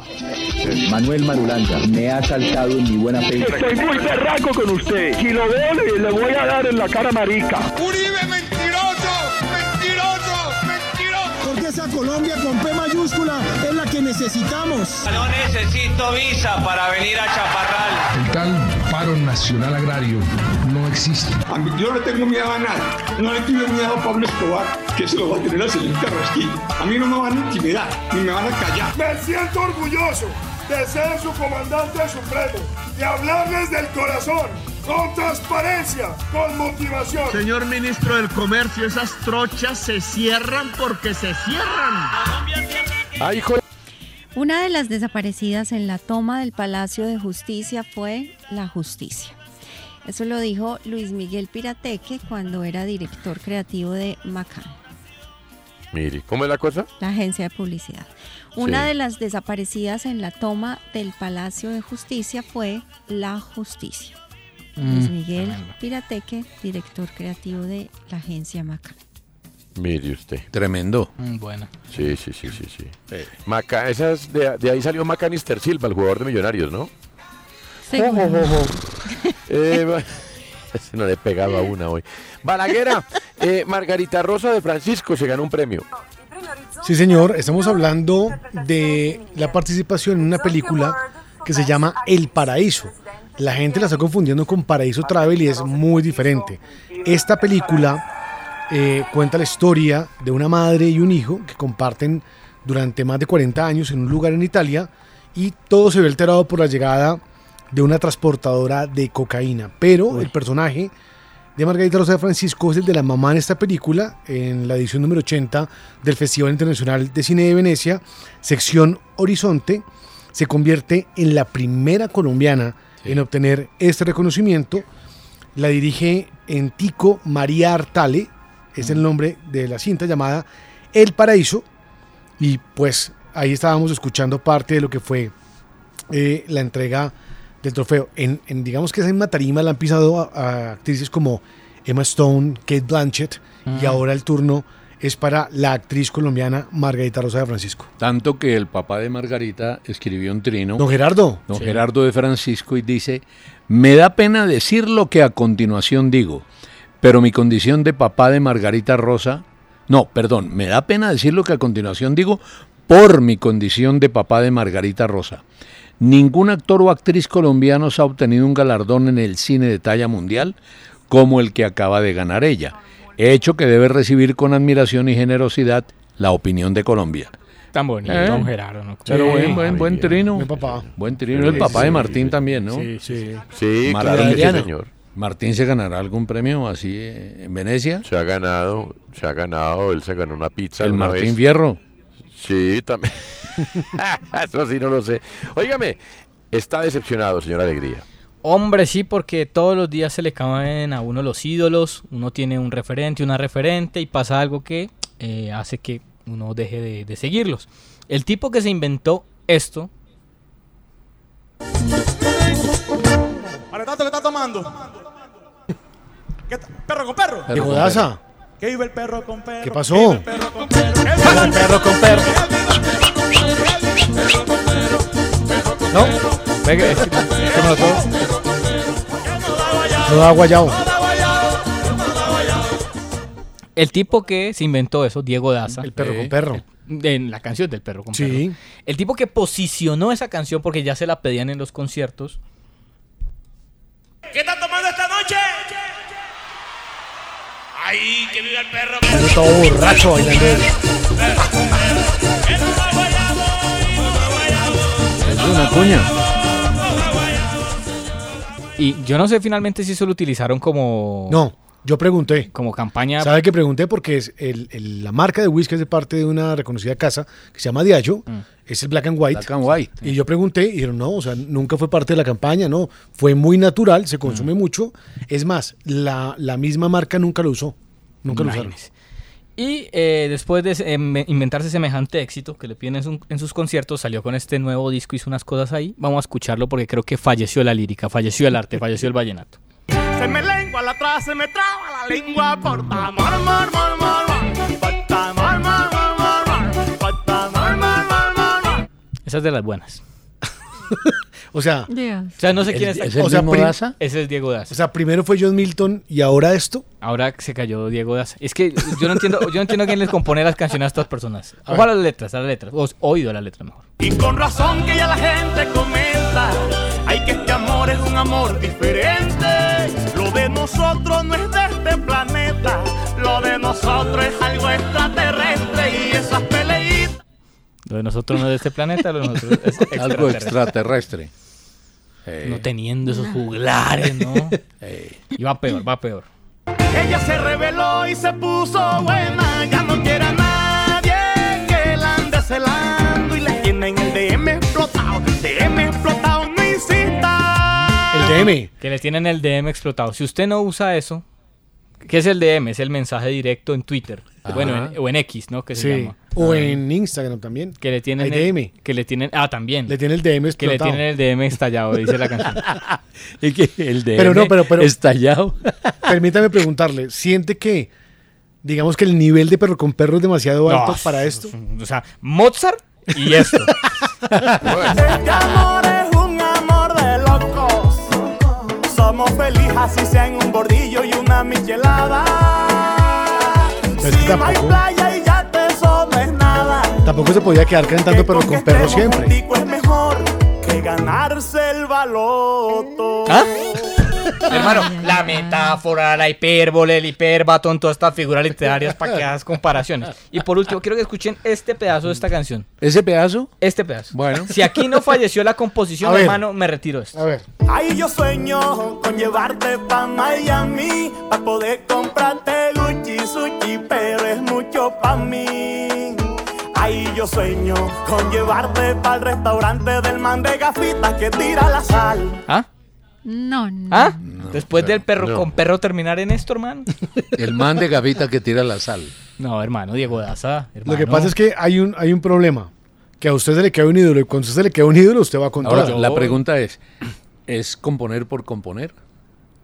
[SPEAKER 3] Manuel Marulanda me ha asaltado en mi buena fe.
[SPEAKER 12] Estoy muy berraco con usted. Si lo veo, le, le voy a dar en la cara marica.
[SPEAKER 4] ¡Uribe mentiroso! ¡Mentiroso! ¡Mentiroso! Porque esa Colombia con P mayúscula es la que necesitamos.
[SPEAKER 14] No necesito visa para venir a Chaparral.
[SPEAKER 3] El tal paro nacional agrario no existe.
[SPEAKER 14] Yo no tengo miedo a nada. No le tengo miedo a Pablo Escobar, que se lo va a tener la señorita Rasquillo. A mí no me van a intimidar, ni me van a callar.
[SPEAKER 16] Me siento orgulloso de ser su comandante supremo, de hablarles del corazón, con transparencia, con motivación.
[SPEAKER 14] Señor ministro del Comercio, esas trochas se cierran porque se cierran.
[SPEAKER 5] Ay, hijo.
[SPEAKER 9] Una de las desaparecidas en la toma del Palacio de Justicia fue la justicia. Eso lo dijo Luis Miguel Pirateque cuando era director creativo de Macan,
[SPEAKER 5] Mire, ¿cómo es la cosa?
[SPEAKER 9] la agencia de publicidad. Una
[SPEAKER 5] Sí.
[SPEAKER 9] de las desaparecidas en la toma del Palacio de Justicia fue la justicia.
[SPEAKER 5] Mm.
[SPEAKER 9] Luis Miguel Pirateque, director creativo de la agencia Macan.
[SPEAKER 5] Mire usted.
[SPEAKER 6] Tremendo.
[SPEAKER 8] Mm, Bueno.
[SPEAKER 5] Sí, sí, sí, sí, sí. Maca, esas de, de ahí salió Macanister Silva, el jugador de Millonarios, ¿no? Eh, va- ese no le pegaba una hoy. Balaguera, eh, Margarita Rosa de Francisco se ganó un premio.
[SPEAKER 7] Sí, señor, estamos hablando de la participación en una película que se llama El Paraíso. La gente la está confundiendo con Paraíso Travel y es muy diferente. Esta película eh, cuenta la historia de una madre y un hijo que comparten durante más de 40 años en un lugar en Italia y todo se ve alterado por la llegada de una transportadora de cocaína. Pero el personaje de Margarita Rosa de Francisco es el de la mamá en esta película, en la edición número 80 del Festival Internacional de Cine de Venecia, sección Horizonte, se convierte en la primera colombiana en obtener este reconocimiento. La dirige Entico María Artale, es el nombre de la cinta llamada El Paraíso, y pues ahí estábamos escuchando parte de lo que fue eh, la entrega del trofeo. En, en, digamos que esa misma tarima la han pisado a, a actrices como Emma Stone, Kate Blanchett, y
[SPEAKER 6] Ah.
[SPEAKER 7] ahora el turno es para la actriz colombiana Margarita Rosa de Francisco.
[SPEAKER 6] Tanto que el papá de Margarita escribió un trino.
[SPEAKER 7] Don Gerardo.
[SPEAKER 6] Don
[SPEAKER 7] Sí.
[SPEAKER 6] Gerardo de Francisco y dice, me da pena decir lo que a continuación digo, pero mi condición de papá de Margarita Rosa, no, perdón, me da pena decir lo que a continuación digo por mi condición de papá de Margarita Rosa. Ningún actor o actriz colombianos ha obtenido un galardón en el cine de talla mundial como el que acaba de ganar ella, hecho que debe recibir con admiración y generosidad la opinión de Colombia.
[SPEAKER 8] Tan bonito,
[SPEAKER 6] Eh.
[SPEAKER 8] don Gerardo, ¿no?
[SPEAKER 6] Pero
[SPEAKER 8] Sí.
[SPEAKER 6] buen, buen, buen trino.
[SPEAKER 7] Mi papá.
[SPEAKER 6] Buen trino. El papá de
[SPEAKER 7] Sí,
[SPEAKER 6] Martín
[SPEAKER 7] sí,
[SPEAKER 6] también, ¿no?
[SPEAKER 7] sí, sí.
[SPEAKER 5] Sí, claro
[SPEAKER 6] Maravilla.
[SPEAKER 5] que sí, señor.
[SPEAKER 6] Martín se ganará algún premio así eh, en Venecia.
[SPEAKER 5] Se ha ganado, se ha ganado, él se ganó una pizza.
[SPEAKER 6] El
[SPEAKER 5] alguna
[SPEAKER 6] Martín
[SPEAKER 5] vez.
[SPEAKER 6] Fierro.
[SPEAKER 5] Sí, también. Eso sí, no lo sé. Óigame, está decepcionado, señor Alegría.
[SPEAKER 8] Hombre, sí, porque todos los días se le caen a uno los ídolos, uno tiene un referente, una referente y pasa algo que eh, hace que uno deje de, de seguirlos. El tipo que se inventó esto,
[SPEAKER 25] Para tanto que está tomando. ¿Qué ta- perro con perro.
[SPEAKER 7] ¿De Godaza?
[SPEAKER 25] Que vive el perro con perro.
[SPEAKER 7] ¿Qué pasó?
[SPEAKER 25] El perro con perro.
[SPEAKER 8] ¿no? Venga, es- démoslo todo.
[SPEAKER 7] No da guayao.
[SPEAKER 8] El tipo que se inventó eso, Diego Daza. El
[SPEAKER 7] perro con perro.
[SPEAKER 8] En la canción del perro con perro. El tipo que posicionó esa canción porque ya se la pedían en los conciertos.
[SPEAKER 25] ¿Qué está tomando esta noche? Ay, que vive el perro.
[SPEAKER 7] Yo todo borracho bailando.
[SPEAKER 6] Es una cuña.
[SPEAKER 8] Y yo no sé finalmente si eso lo utilizaron como.
[SPEAKER 7] No, yo pregunté.
[SPEAKER 8] Como campaña.
[SPEAKER 7] ¿Sabe que pregunté? Porque es el- el- la marca de whisky es de parte de una reconocida casa que se llama Diageo.
[SPEAKER 8] Mm.
[SPEAKER 7] Es el Black and White.
[SPEAKER 6] Black and White.
[SPEAKER 7] Y yo pregunté y dijeron, no, o sea, nunca fue parte de la campaña, no. Fue muy natural, se
[SPEAKER 6] Mm.
[SPEAKER 7] consume mucho. Es más, la, la misma marca nunca lo usó. Nunca lo usaron.
[SPEAKER 8] Imagínese. Y eh, después de se- em, inventarse semejante éxito que le piden en, su- en sus conciertos, salió con este nuevo disco, hizo unas cosas ahí. Vamos a escucharlo porque creo que falleció la lírica, falleció el arte, falleció el vallenato.
[SPEAKER 13] Se me lengua la traba, se me traba la lengua por amor, amor, amor, amor, amor. Por amor, amor, amor, amor. Por amor, amor, amor, amor.
[SPEAKER 8] Esa es de las buenas.
[SPEAKER 7] O sea,
[SPEAKER 8] O sea, no sé quién es.
[SPEAKER 7] o sea, prim-
[SPEAKER 8] Ese es Diego Daza.
[SPEAKER 7] O sea, primero fue John Milton y ahora esto.
[SPEAKER 8] Ahora se cayó Diego Daza. Es que yo no entiendo, yo no entiendo quién les compone las canciones a estas personas. Ojo a las letras, a las letras. O, oído a las letras mejor.
[SPEAKER 13] Y con razón que ya la gente comenta, hay que este amor es un amor diferente. Lo de nosotros no es de este planeta, lo de nosotros es algo extraterrestre y esas peleitas.
[SPEAKER 8] Lo de nosotros no es de este planeta, lo de nosotros es
[SPEAKER 6] Algo extraterrestre.
[SPEAKER 8] No teniendo esos juglares, ¿no? Y va peor, va peor.
[SPEAKER 13] Ella se reveló y se puso buena. Ya no quiere a nadie que la ande celando. Y la tiene en el DM explotado. DM explotado, no insista.
[SPEAKER 7] El DM.
[SPEAKER 8] Que les tienen el DM explotado. Si usted no usa eso, ¿qué es el DM? Es el mensaje directo en Twitter.
[SPEAKER 7] Ajá.
[SPEAKER 8] Bueno, en- o en X, ¿no? Que se
[SPEAKER 7] Sí.
[SPEAKER 8] llama.
[SPEAKER 7] O en Instagram también.
[SPEAKER 8] Que le tienen
[SPEAKER 7] Hay
[SPEAKER 8] el-
[SPEAKER 7] DM.
[SPEAKER 8] que le tienen. Ah, también.
[SPEAKER 7] Le tiene el DM
[SPEAKER 8] Que le
[SPEAKER 7] explotado.
[SPEAKER 8] tienen el DM estallado, dice la canción.
[SPEAKER 6] Y que el de
[SPEAKER 7] Pero no, pero, pero.
[SPEAKER 6] estallado.
[SPEAKER 7] Permítame preguntarle, ¿siente que, digamos que el nivel de perro con perro es demasiado
[SPEAKER 8] No,
[SPEAKER 7] alto para esto?
[SPEAKER 8] O sea, Mozart y esto.
[SPEAKER 13] Este amor es un amor de locos. Somos felices así sea en un bordillo y una michelada. Si no hay
[SPEAKER 7] Pues tampoco.
[SPEAKER 13] playa y ya te sobes nada.
[SPEAKER 7] Tampoco se podía quedar cantando perro con perro siempre.
[SPEAKER 13] Tico es mejor que ganarse el baloto.
[SPEAKER 7] ¿Ah?
[SPEAKER 8] Hermano, la metáfora, la hipérbole, el hiperbatón, todas estas figuras literarias para que hagas comparaciones. Y por último, quiero que escuchen este pedazo de esta canción.
[SPEAKER 6] ¿Ese pedazo?
[SPEAKER 8] Este pedazo.
[SPEAKER 6] Bueno.
[SPEAKER 8] Si aquí no falleció la
[SPEAKER 13] A
[SPEAKER 8] composición,
[SPEAKER 13] ver.
[SPEAKER 8] hermano, me retiro esto.
[SPEAKER 7] A ver.
[SPEAKER 13] Ay, yo sueño con llevarte pa' Miami Pa' poder comprarte Gucci, sushi, pero es mucho pa' mí Ay, yo sueño con llevarte pa'l restaurante del man de gafitas que tira la sal
[SPEAKER 9] No, no.
[SPEAKER 8] ¿Ah? Después del perro
[SPEAKER 6] no.
[SPEAKER 8] con perro terminar en esto, hermano.
[SPEAKER 6] El man de gavita que tira la sal.
[SPEAKER 8] No, hermano, Diego Daza.
[SPEAKER 7] Lo que pasa es que hay un, hay un problema. Que a usted se le queda un ídolo y cuando a usted se le queda un ídolo, usted va a contar.
[SPEAKER 6] Ahora, la pregunta es, ¿es componer por componer?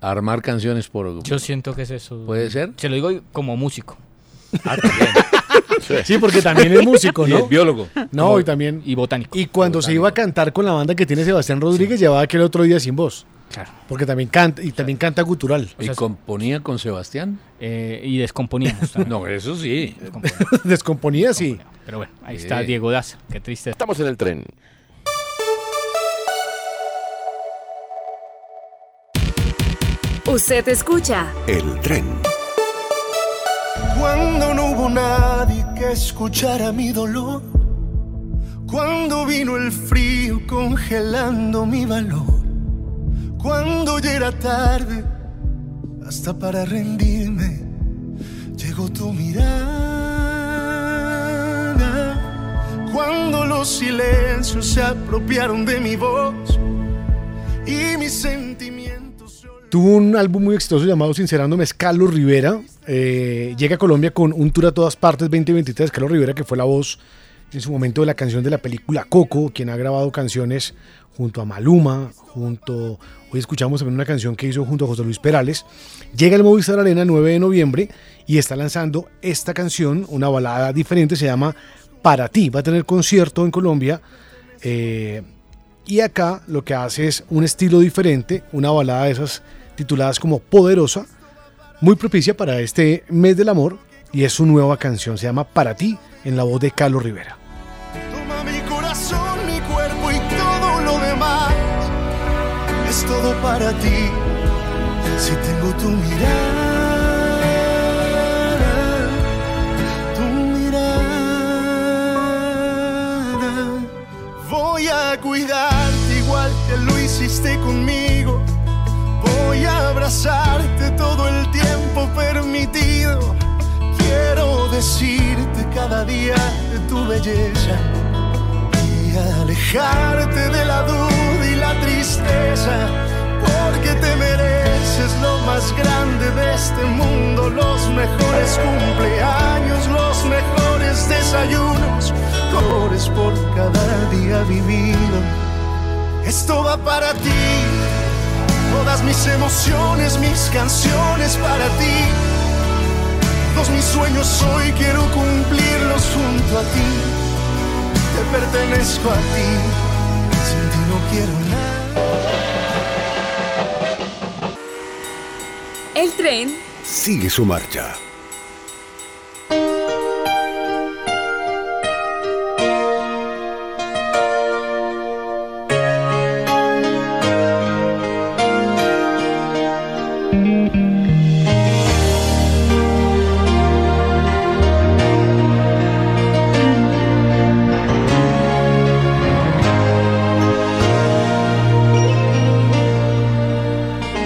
[SPEAKER 6] ¿Armar canciones por...?
[SPEAKER 8] Yo siento que es eso.
[SPEAKER 6] ¿Puede ser?
[SPEAKER 8] Se lo digo como músico.
[SPEAKER 7] Sí, porque también es músico,
[SPEAKER 6] Y
[SPEAKER 7] ¿no?
[SPEAKER 6] es biólogo.
[SPEAKER 7] No, y también.
[SPEAKER 8] Y botánico.
[SPEAKER 7] Y cuando se iba a cantar con la banda que tiene Sebastián Rodríguez, llevaba aquel otro día sin voz.
[SPEAKER 8] Claro.
[SPEAKER 7] Porque también canta, y también canta gutural.
[SPEAKER 6] ¿Y componía con Sebastián?
[SPEAKER 8] Eh, y descomponíamos.
[SPEAKER 6] no, eso sí.
[SPEAKER 7] Descomponía, sí.
[SPEAKER 8] Pero bueno, ahí
[SPEAKER 6] Sí.
[SPEAKER 8] está Diego Daza. Qué triste.
[SPEAKER 5] Estamos en el tren.
[SPEAKER 15] Usted escucha
[SPEAKER 2] El tren.
[SPEAKER 16] Cuando no hubo nadie que escuchara mi dolor. Cuando vino el frío congelando mi valor. Cuando ya era tarde, hasta para rendirme, llegó tu mirada. Cuando los silencios se apropiaron de mi voz y mis sentimientos.
[SPEAKER 7] Tuvo un álbum muy exitoso llamado Sincerándome, es Carlos Rivera. Eh, llega a Colombia con un tour a todas partes 2023. Carlos Rivera, que fue la voz en su momento de la canción de la película Coco, quien ha grabado canciones junto a Maluma, junto. Hoy escuchamos también una canción que hizo junto a José Luis Perales. Llega al Movistar Arena el 9 de noviembre y está lanzando esta canción, una balada diferente, se llama Para ti. Va a tener concierto en Colombia. eh, y acá lo que hace es un estilo diferente, una balada de esas tituladas como Poderosa, muy propicia para este mes del amor. Y es su nueva canción, se llama Para ti, en la voz de Carlos Rivera.
[SPEAKER 16] Toma mi corazón, mi cuerpo y todo lo demás. Es todo para ti. Si tengo tu mirada, tu mirada, voy a cuidarte igual que lo hiciste conmigo. Voy a abrazarte todo el tiempo permitido. Quiero decirte cada día de tu belleza y alejarte de la duda y la tristeza, porque te mereces lo más grande de este mundo los mejores cumpleaños, los mejores desayunos, colores por cada día vivido. Esto va para ti, todas mis emociones, mis canciones para ti. Todos mis sueños hoy quiero cumplirlos junto a ti. Te pertenezco a ti, sin ti no quiero nada.
[SPEAKER 15] El tren
[SPEAKER 2] Sigue su marcha.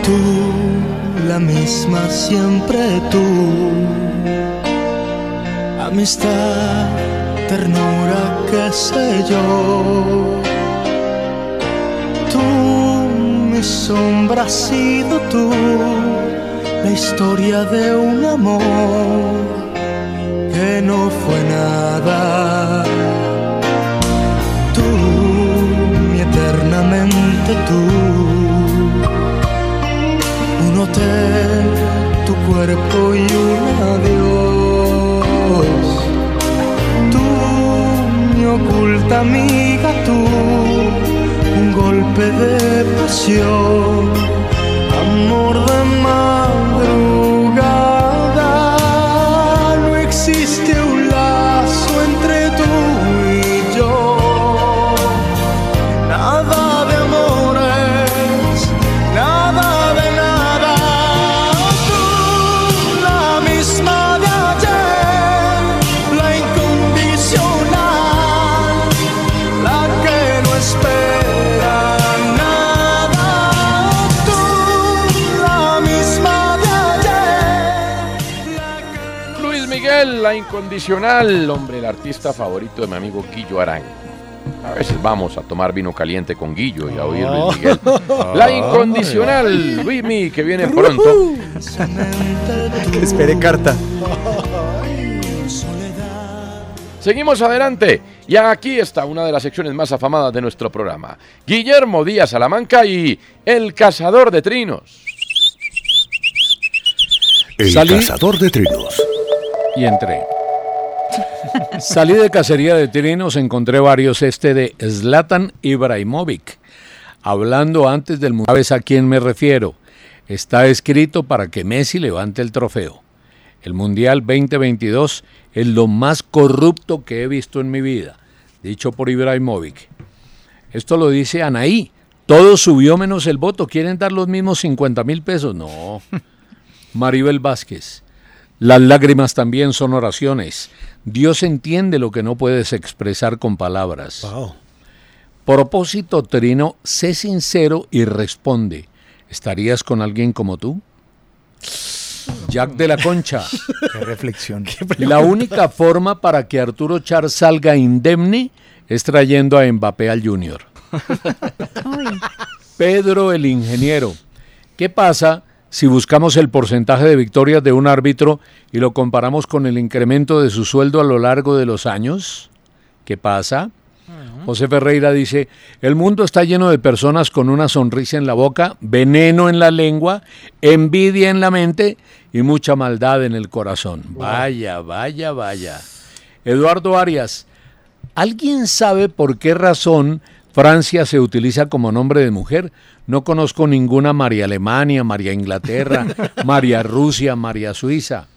[SPEAKER 4] Tú, la misma siempre tú. Amistad, ternura, qué sé yo. Tú, mi sombra has sido tú. La historia de un amor que no fue nada. Tú, mi eternamente tú un hotel, tu cuerpo y un adiós. Tú, mi oculta amiga, tú, un golpe de pasión, amor de madrugada. No existe un lazo entre tú y yo. Nada de amores, nada de nada. Tú, la misma de ayer, la incondicional, la que no espera nada. Tú, la misma de ayer.
[SPEAKER 5] Luis Miguel, la incondicional, hombre, el artista favorito de mi amigo Guillo Arango. A veces vamos a tomar vino caliente con Guillo y a oír Luis Miguel. La incondicional, Luismi, que viene pronto.
[SPEAKER 10] Que espere carta.
[SPEAKER 5] Seguimos adelante. Y aquí está una de las secciones más afamadas de nuestro programa. Guillermo Díaz Salamanca y El Cazador de Trinos.
[SPEAKER 2] El
[SPEAKER 6] Salí-
[SPEAKER 2] cazador de trinos.
[SPEAKER 6] y entré. Salí de cacería de trinos, encontré varios este de Zlatan Ibrahimovic. Hablando antes del mundial, ¿sabes a quién me refiero? Está escrito para que Messi levante el trofeo. El Mundial 2022 es lo más corrupto que he visto en mi vida, dicho por Ibrahimovic. Esto lo dice Anaí. Todo subió menos el voto. ¿Quieren dar los mismos 50 mil pesos? No. Maribel Vázquez. Las lágrimas también son oraciones. Dios entiende lo que no puedes expresar con palabras. Propósito Trino, sé sincero y responde. ¿Estarías con alguien como tú? Jack de la Concha.
[SPEAKER 10] Qué reflexión.
[SPEAKER 6] La única forma para que Arturo Char salga indemne es trayendo a Mbappé al Junior. Pedro el ingeniero. ¿Qué pasa si buscamos el porcentaje de victorias de un árbitro y lo comparamos con el incremento de su sueldo a lo largo de los años? ¿Qué pasa? José Ferreira dice, el mundo está lleno de personas con una sonrisa en la boca, veneno en la lengua, envidia en la mente y mucha maldad en el corazón. Vaya, vaya, vaya. Eduardo Arias, ¿alguien sabe por qué razón Francia se utiliza como nombre de mujer? No conozco ninguna María Alemania, María Inglaterra, María Rusia, María Suiza.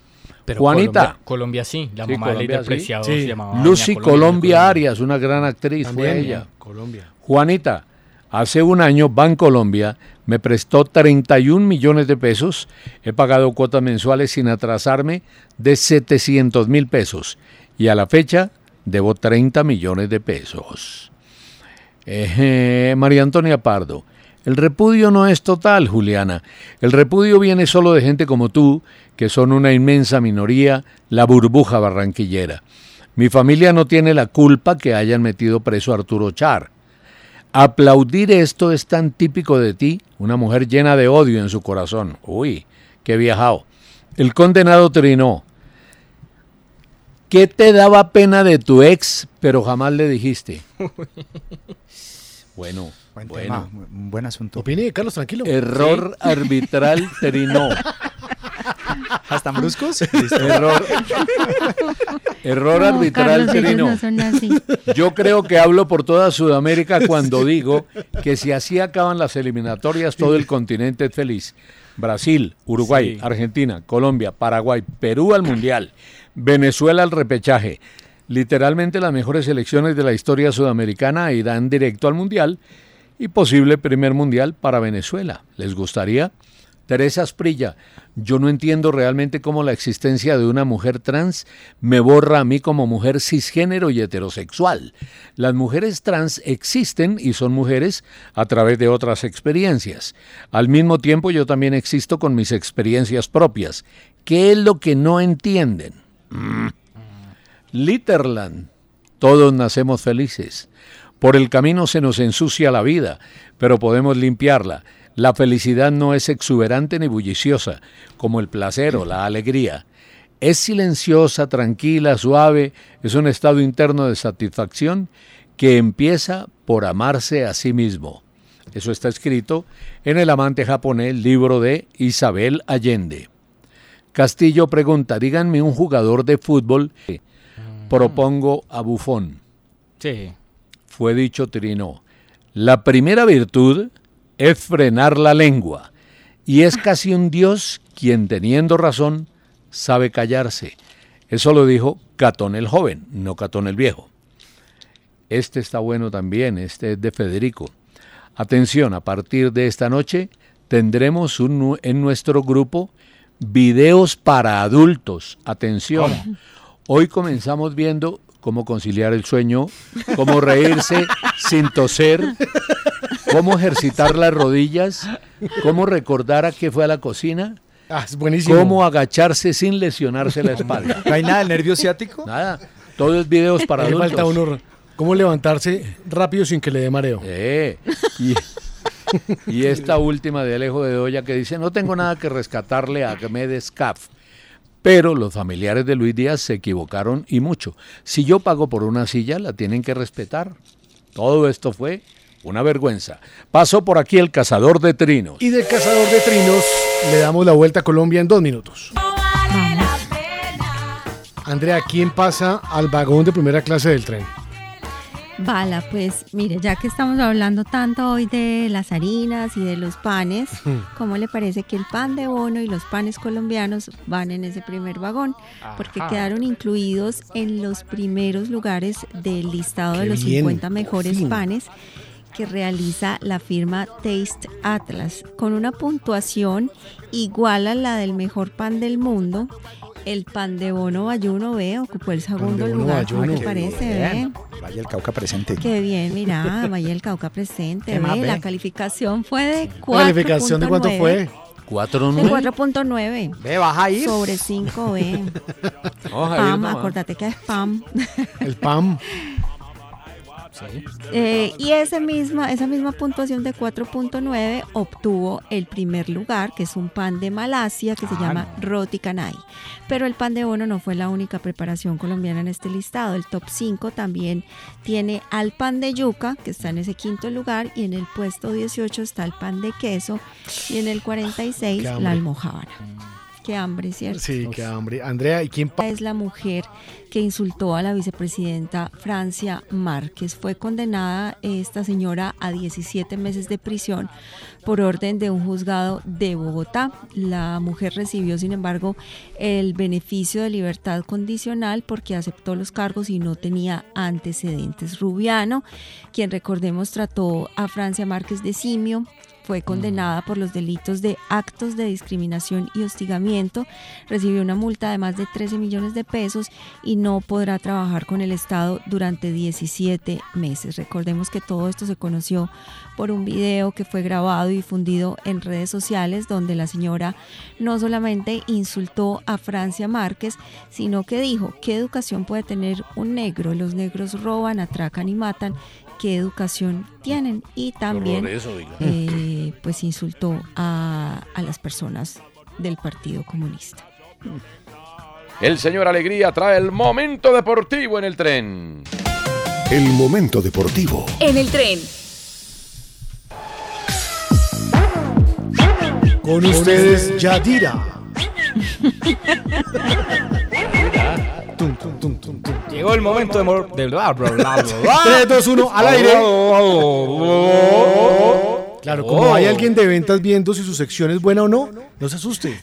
[SPEAKER 8] Pero
[SPEAKER 6] Juanita.
[SPEAKER 8] Colombia, Colombia sí, la
[SPEAKER 6] Sí,
[SPEAKER 8] mamá
[SPEAKER 6] Colombia,
[SPEAKER 8] de
[SPEAKER 6] sí.
[SPEAKER 8] Preciado
[SPEAKER 6] Sí.
[SPEAKER 8] se llamaba
[SPEAKER 6] Lucy
[SPEAKER 8] Doña
[SPEAKER 6] Colombia, Arias, una gran actriz, fue ella.
[SPEAKER 7] Colombia.
[SPEAKER 6] Juanita, hace un año Bancolombia me prestó 31 millones de pesos. He pagado cuotas mensuales sin atrasarme de 700 mil pesos. Y a la fecha debo 30 millones de pesos. Eh, María Antonia Pardo. El repudio no es total, Juliana. El repudio viene solo de gente como tú, que son una inmensa minoría, la burbuja barranquillera. Mi familia no tiene la culpa que hayan metido preso a Arturo Char. Aplaudir esto es tan típico de ti, una mujer llena de odio en su corazón. Uy, qué viajado. El condenado trinó. ¿Qué te daba pena de tu ex, pero jamás le dijiste? Bueno,
[SPEAKER 10] Buen
[SPEAKER 6] bueno.
[SPEAKER 10] tema, un buen asunto.
[SPEAKER 7] Opine, Carlos, tranquilo.
[SPEAKER 6] Error arbitral trinó.
[SPEAKER 10] ¿Hasta bruscos?
[SPEAKER 6] Error. Error
[SPEAKER 9] No,
[SPEAKER 6] arbitral
[SPEAKER 9] Carlos, ellos
[SPEAKER 6] trino.
[SPEAKER 9] no son así.
[SPEAKER 6] Yo creo que hablo por toda Sudamérica cuando digo que si así acaban las eliminatorias, todo el continente es feliz. Brasil, Uruguay,
[SPEAKER 15] Sí.
[SPEAKER 6] Argentina, Colombia, Paraguay, Perú al Mundial, Venezuela al repechaje. Literalmente las mejores selecciones de la historia sudamericana irán directo al Mundial y posible primer Mundial para Venezuela. ¿Les gustaría? Teresa Asprilla, yo no entiendo realmente cómo la existencia de una mujer trans me borra a mí como mujer cisgénero y heterosexual. Las mujeres trans existen y son mujeres a través de otras experiencias. Al mismo tiempo yo también existo con mis experiencias propias. ¿Qué es lo que no entienden? Mm. Litterland, todos nacemos felices. Por el camino se nos ensucia la vida, pero podemos limpiarla. La felicidad no es exuberante ni bulliciosa, como el placer o la alegría. Es silenciosa, tranquila, suave, es un estado interno de satisfacción que empieza por amarse a sí mismo. Eso está escrito en El amante japonés, libro de Isabel Allende. Castillo pregunta, díganme un jugador de fútbol, propongo a Bufón
[SPEAKER 8] Sí.
[SPEAKER 6] fue dicho Trino. La primera virtud es frenar la lengua, y es casi un dios quien, teniendo razón, sabe callarse. Eso lo dijo Catón el joven, no Catón el viejo. Este está bueno también, este es de Federico. Atención, a partir de esta noche tendremos un nu- en nuestro grupo videos para adultos. Atención. Hoy comenzamos viendo cómo conciliar el sueño, cómo reírse sin toser, cómo ejercitar las rodillas, cómo recordar a qué fue a la cocina,
[SPEAKER 7] Ah, es buenísimo.
[SPEAKER 6] cómo agacharse sin lesionarse la espalda.
[SPEAKER 10] ¿No hay nada del nervio ciático?
[SPEAKER 6] Nada. Todos videos para
[SPEAKER 7] Le
[SPEAKER 6] adultos.
[SPEAKER 7] falta uno. ¿Cómo levantarse rápido sin que le dé mareo?
[SPEAKER 6] Eh, y, y esta última de Alejo de Doya que dice, no tengo nada que rescatarle a Ahmed Scaf, pero los familiares de Luis Díaz se equivocaron y mucho. Si yo pago por una silla, la tienen que respetar. Todo esto fue una vergüenza. Pasó por aquí el cazador de trinos.
[SPEAKER 7] Y del cazador de trinos le damos la vuelta a Colombia en dos minutos. Andrea, ¿quién pasa al vagón de primera clase del tren?
[SPEAKER 9] Bala, pues mire, ya que estamos hablando tanto hoy de las harinas y de los panes,
[SPEAKER 17] Ujú.
[SPEAKER 9] ¿cómo le parece que el pan de bono y los panes colombianos van en ese primer vagón? Porque
[SPEAKER 17] Ajá.
[SPEAKER 9] quedaron incluidos en los primeros lugares del listado de
[SPEAKER 17] Qué
[SPEAKER 9] los
[SPEAKER 17] bien,
[SPEAKER 9] 50
[SPEAKER 17] por
[SPEAKER 9] mejores
[SPEAKER 17] fin.
[SPEAKER 9] panes que realiza la firma Taste Atlas, con una puntuación igual a la del mejor pan del mundo. El pan de bono Bayuno, ve, ocupó el segundo
[SPEAKER 10] Bono
[SPEAKER 9] lugar, ¿cómo
[SPEAKER 10] Bayuno.
[SPEAKER 9] le parece, ve?
[SPEAKER 10] Bien. Vaya el Cauca presente.
[SPEAKER 9] Qué bien, mira, Maya el Cauca presente.
[SPEAKER 10] ¿Qué más
[SPEAKER 9] ve,
[SPEAKER 10] ve?
[SPEAKER 9] La calificación fue de 4.9.
[SPEAKER 10] calificación de cuánto fue?
[SPEAKER 6] ¿Cuatro
[SPEAKER 9] De
[SPEAKER 6] nueve?
[SPEAKER 9] 4.9.
[SPEAKER 10] Ve, baja ahí.
[SPEAKER 9] Sobre 5, ve.
[SPEAKER 6] Ojalá,
[SPEAKER 9] Pam,
[SPEAKER 6] nomás.
[SPEAKER 9] acordate que es Pam.
[SPEAKER 7] El PAM.
[SPEAKER 9] Eh, y ese misma, esa misma puntuación de 4.9 obtuvo el primer lugar, que es un pan de Malasia que se
[SPEAKER 17] Ah,
[SPEAKER 9] llama Roti Canai. Pero el pan de bono no fue la única preparación colombiana en este listado. El top 5 también tiene al pan de yuca, que está en ese quinto lugar, y en el puesto 18 está el pan de queso, y en el 46
[SPEAKER 7] Qué
[SPEAKER 9] la
[SPEAKER 7] hambre.
[SPEAKER 9] almojábana. Qué hambre, ¿cierto?
[SPEAKER 7] Sí, qué hambre. Andrea, ¿y quién
[SPEAKER 9] Es la mujer que insultó a la vicepresidenta Francia Márquez. Fue condenada esta señora a 17 meses de prisión por orden de un juzgado de Bogotá. La mujer recibió, sin embargo, el beneficio de libertad condicional porque aceptó los cargos y no tenía antecedentes. Rubiano, quien recordemos trató a Francia Márquez de simio, fue condenada por los delitos de actos de discriminación y hostigamiento, recibió una multa de más de 13 millones de pesos y no podrá trabajar con el Estado durante 17 meses. Recordemos que todo esto se conoció por un video que fue grabado y difundido en redes sociales donde la señora no solamente insultó a Francia Márquez, sino que dijo, ¿qué educación puede tener un negro? Los negros roban, atracan y matan. ¿Qué educación tienen? Y también
[SPEAKER 17] horror eso, oiga.
[SPEAKER 9] eh, pues insultó a, a las personas del Partido Comunista.
[SPEAKER 5] El señor Alegría trae el momento deportivo en el tren.
[SPEAKER 2] El momento deportivo.
[SPEAKER 15] En el tren.
[SPEAKER 7] Con ustedes, Yadira.
[SPEAKER 8] Llegó el momento de mor- de bla, bla, bla, bla, bla.
[SPEAKER 7] 3, 2, 1, al aire. Claro, como
[SPEAKER 8] Oh.
[SPEAKER 7] hay alguien de ventas viendo si su sección es buena o no, no se asuste.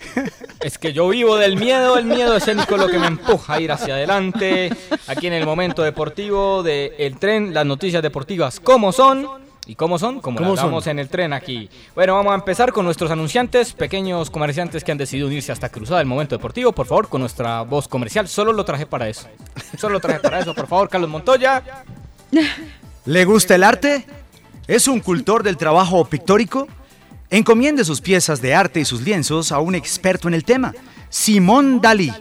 [SPEAKER 8] Es que yo vivo del miedo, el miedo es el con lo que me empuja a ir hacia adelante. Aquí en el momento deportivo de El Tren, las noticias deportivas, ¿cómo son? ¿Y cómo son? Como
[SPEAKER 7] ¿Cómo
[SPEAKER 8] las
[SPEAKER 7] son?
[SPEAKER 8] damos en el tren aquí. Bueno, vamos a empezar con nuestros anunciantes, pequeños comerciantes que han decidido unirse a esta cruzada del momento deportivo. Por favor, con nuestra voz comercial, solo lo traje para eso. Solo lo traje para eso, por favor, Carlos Montoya.
[SPEAKER 17] ¿Le gusta el arte? ¿Es un cultor del trabajo pictórico? Encomiende sus piezas de arte y sus lienzos a un experto en el tema, Simón Dalí,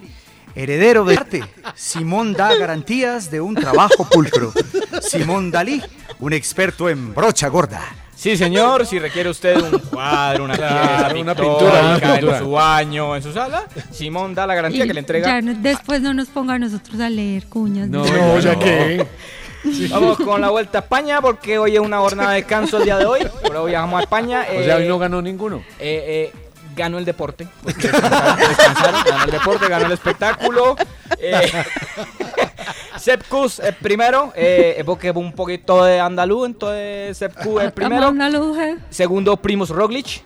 [SPEAKER 17] heredero de arte. Simón da garantías de un trabajo pulcro. Simón Dalí, un experto en brocha gorda.
[SPEAKER 8] Sí, señor, si requiere usted un cuadro, una
[SPEAKER 17] Claro,
[SPEAKER 8] pieza
[SPEAKER 17] una pintura, una
[SPEAKER 8] pictórica
[SPEAKER 17] pintura.
[SPEAKER 8] en su baño, en su sala, Simón da la garantía que le entrega
[SPEAKER 9] Ya no- después no nos ponga a nosotros a leer cuñas.
[SPEAKER 8] No, No, ya no. qué. Vamos con la vuelta a España porque hoy es una jornada de descanso el día de hoy. Ahora viajamos a España.
[SPEAKER 6] O sea, hoy no ganó ninguno.
[SPEAKER 8] eh, eh, ganó el deporte. porque descansaron, descansaron, ganó el deporte, ganó el espectáculo. Eh, Sepkus es primero, eh, porque es un poquito de andaluz, entonces Sepkus es primero. Segundo, Primus Roglic.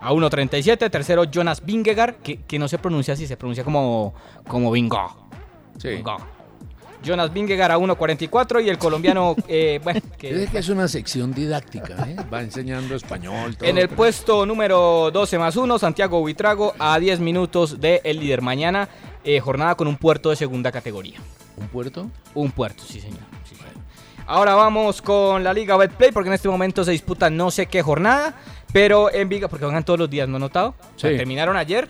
[SPEAKER 8] A 1.37. Tercero, Jonas Vingegaard, que, que no se pronuncia así, se pronuncia como, como Bingo. Vingo. Jonas Vingegaard a 1.44 y el colombiano, eh, bueno, que
[SPEAKER 6] Es que es una sección didáctica, ¿eh? va enseñando español. todo,
[SPEAKER 8] en el
[SPEAKER 6] pero-
[SPEAKER 8] puesto número 12 más 1, Santiago Buitrago a 10 minutos de el líder. Mañana, eh, jornada con un puerto de segunda categoría.
[SPEAKER 6] ¿Un puerto?
[SPEAKER 8] Un puerto, sí señor. sí, señor. Ahora vamos con la Liga Betplay, porque en este momento se disputa no sé qué jornada, pero en Viga, porque juegan todos los días, ¿no han notado? O sea,
[SPEAKER 6] Sí.
[SPEAKER 8] terminaron ayer,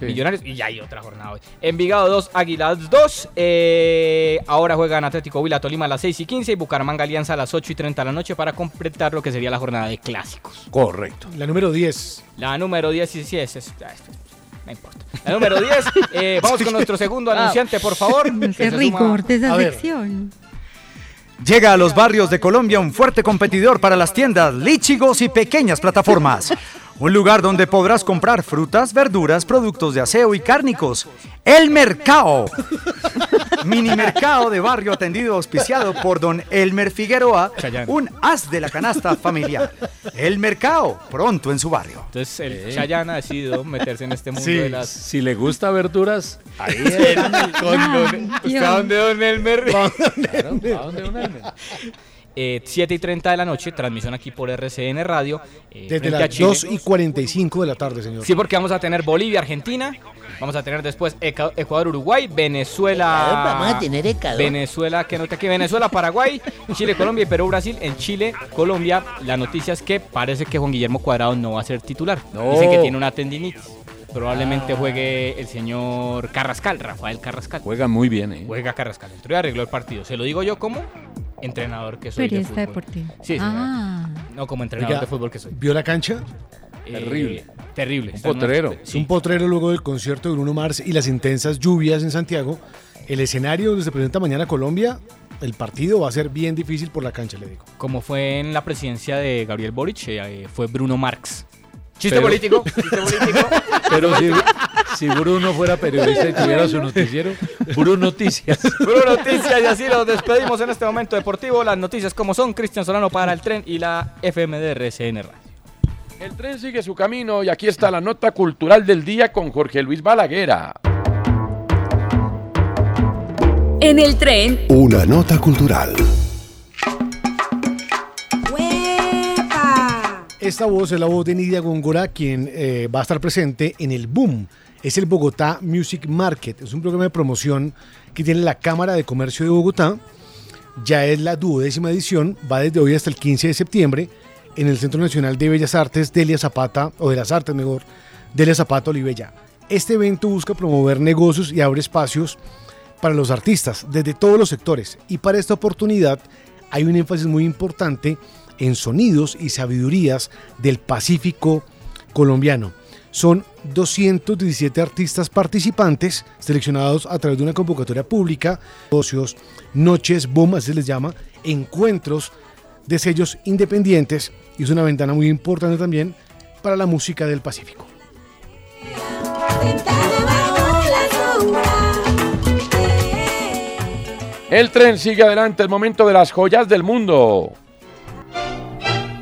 [SPEAKER 6] Sí.
[SPEAKER 8] Millonarios, y ya hay otra jornada hoy. Envigado 2, Águilas 2. eh, ahora juegan Atlético Huila Tolima a las 6 y 15 y Bucaramanga Alianza a las 8 y 30 de la noche para completar lo que sería la jornada de clásicos.
[SPEAKER 6] Correcto.
[SPEAKER 7] La número 10.
[SPEAKER 8] La número 10, sí, sí, es, es- ah, es- no importa. La número 10, eh, vamos con nuestro segundo
[SPEAKER 7] Ah.
[SPEAKER 9] Wow.
[SPEAKER 8] anunciante, por favor. que
[SPEAKER 9] Qué
[SPEAKER 8] se suma-
[SPEAKER 9] rigor de esa
[SPEAKER 8] A ver.
[SPEAKER 9] sección.
[SPEAKER 17] Llega a los barrios de Colombia un fuerte competidor para las tiendas, lichigos y pequeñas plataformas. Un lugar donde podrás comprar frutas, verduras, productos de aseo y cárnicos. El Mercado. Mini mercado de barrio atendido auspiciado por don Elmer Figueroa, un as de la canasta familiar. El Mercado, pronto en su barrio.
[SPEAKER 8] Entonces el Chayanne ha decidido meterse en este mundo
[SPEAKER 17] Sí,
[SPEAKER 8] de las...
[SPEAKER 6] Si le gusta verduras, ahí
[SPEAKER 8] Sí,
[SPEAKER 6] es. Ah,
[SPEAKER 8] con don-
[SPEAKER 6] pues,
[SPEAKER 8] ¿Usted a dónde, don Elmer?
[SPEAKER 6] Claro, ¿a dónde don Elmer?
[SPEAKER 8] Eh, 7 y 30 de la noche, transmisión aquí por RCN Radio. eh, frente
[SPEAKER 7] Desde
[SPEAKER 8] a
[SPEAKER 7] las
[SPEAKER 8] Chile.
[SPEAKER 7] 2 y 45 de la tarde, señor.
[SPEAKER 8] Sí, porque vamos a tener Bolivia, Argentina. Vamos a tener después Eca- Ecuador, Uruguay, Venezuela.
[SPEAKER 18] Ecuador, vamos a tener Ecuador.
[SPEAKER 8] Venezuela, que no te que Venezuela, Paraguay, Chile, Colombia y Perú, Brasil. En Chile, Colombia, la noticia es que parece que Juan Guillermo Cuadrado no va a ser titular.
[SPEAKER 6] No.
[SPEAKER 8] Dicen que tiene una tendinitis. Probablemente juegue el señor Carrascal, Rafael Carrascal.
[SPEAKER 6] Juega muy bien, ¿eh?
[SPEAKER 8] Juega Carrascal, entró y arregló el partido. Se lo digo yo como entrenador que soy. de
[SPEAKER 9] Periodista
[SPEAKER 8] fútbol.
[SPEAKER 9] deportivo.
[SPEAKER 8] Sí, señor.
[SPEAKER 9] Ah.
[SPEAKER 8] No como entrenador
[SPEAKER 7] Oiga,
[SPEAKER 8] de fútbol que soy.
[SPEAKER 7] ¿Vio la cancha?
[SPEAKER 8] Eh, terrible. Está en una-
[SPEAKER 7] Es
[SPEAKER 8] Sí.
[SPEAKER 7] un potrero luego del concierto de Bruno Mars y las intensas lluvias en Santiago. El escenario donde se presenta mañana Colombia, el partido va a ser bien difícil por la cancha, le digo.
[SPEAKER 8] como fue en la presidencia de Gabriel Boric, eh, fue Bruno Marx. Chiste
[SPEAKER 6] Pero-
[SPEAKER 8] político, chiste político.
[SPEAKER 6] Pero si, si Bruno fuera periodista y tuviera su noticiero, Bruno Noticias.
[SPEAKER 8] Bruno Noticias y así nos despedimos en este momento deportivo. Las noticias como son, Cristian Solano para el tren y la FM de RCN Radio.
[SPEAKER 5] El tren sigue su camino y aquí está la nota cultural del día con Jorge Luis Balaguera.
[SPEAKER 15] En el tren.
[SPEAKER 2] Una nota cultural.
[SPEAKER 7] Esta voz es la voz de Nidia Góngora, quien eh, va a estar presente en el Boom. Es el Bogotá Music Market. Es un programa de promoción que tiene la Cámara de Comercio de Bogotá. Ya es la duodécima edición. Va desde hoy hasta el 15 de septiembre en el Centro Nacional de Bellas Artes, Delia Zapata, o de las Artes mejor, Delia Zapata Olivella. Este evento busca promover negocios y abre espacios para los artistas desde todos los sectores. Y para esta oportunidad hay un énfasis muy importante en sonidos y sabidurías del Pacífico colombiano. Son 217 artistas participantes seleccionados a través de una convocatoria pública, socios, noches, boom, así se les llama, encuentros de sellos independientes y es una ventana muy importante también para la música del Pacífico.
[SPEAKER 5] El tren sigue adelante, el momento de las joyas del mundo.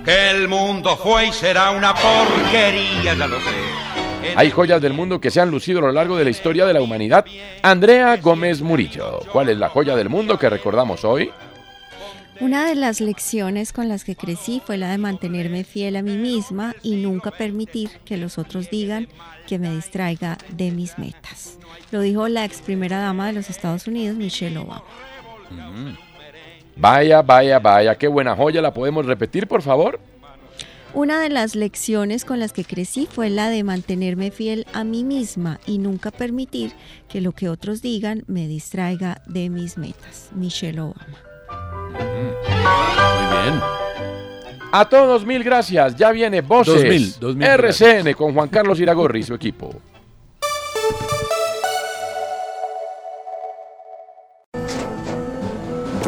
[SPEAKER 26] Que el mundo fue y será una porquería, ya lo sé.
[SPEAKER 5] Hay joyas del mundo que se han lucido a lo largo de la historia de la humanidad. Andrea Gómez Murillo, ¿cuál es la joya del mundo que recordamos hoy?
[SPEAKER 9] Una de las lecciones con las que crecí fue la de mantenerme fiel a mí misma y nunca permitir que los otros digan que me distraiga de mis metas. Lo dijo la ex primera dama de los Estados Unidos, Michelle Obama.
[SPEAKER 5] Mm. Vaya, vaya, vaya, qué buena joya, ¿la podemos repetir, por favor?
[SPEAKER 9] Una de las lecciones con las que crecí fue la de mantenerme fiel a mí misma y nunca permitir que lo que otros digan me distraiga de mis metas. Michelle Obama.
[SPEAKER 5] Muy bien. A todos mil gracias, ya viene Voces
[SPEAKER 6] 2000, 2000
[SPEAKER 5] RCN con Juan Carlos Iragorri y su equipo.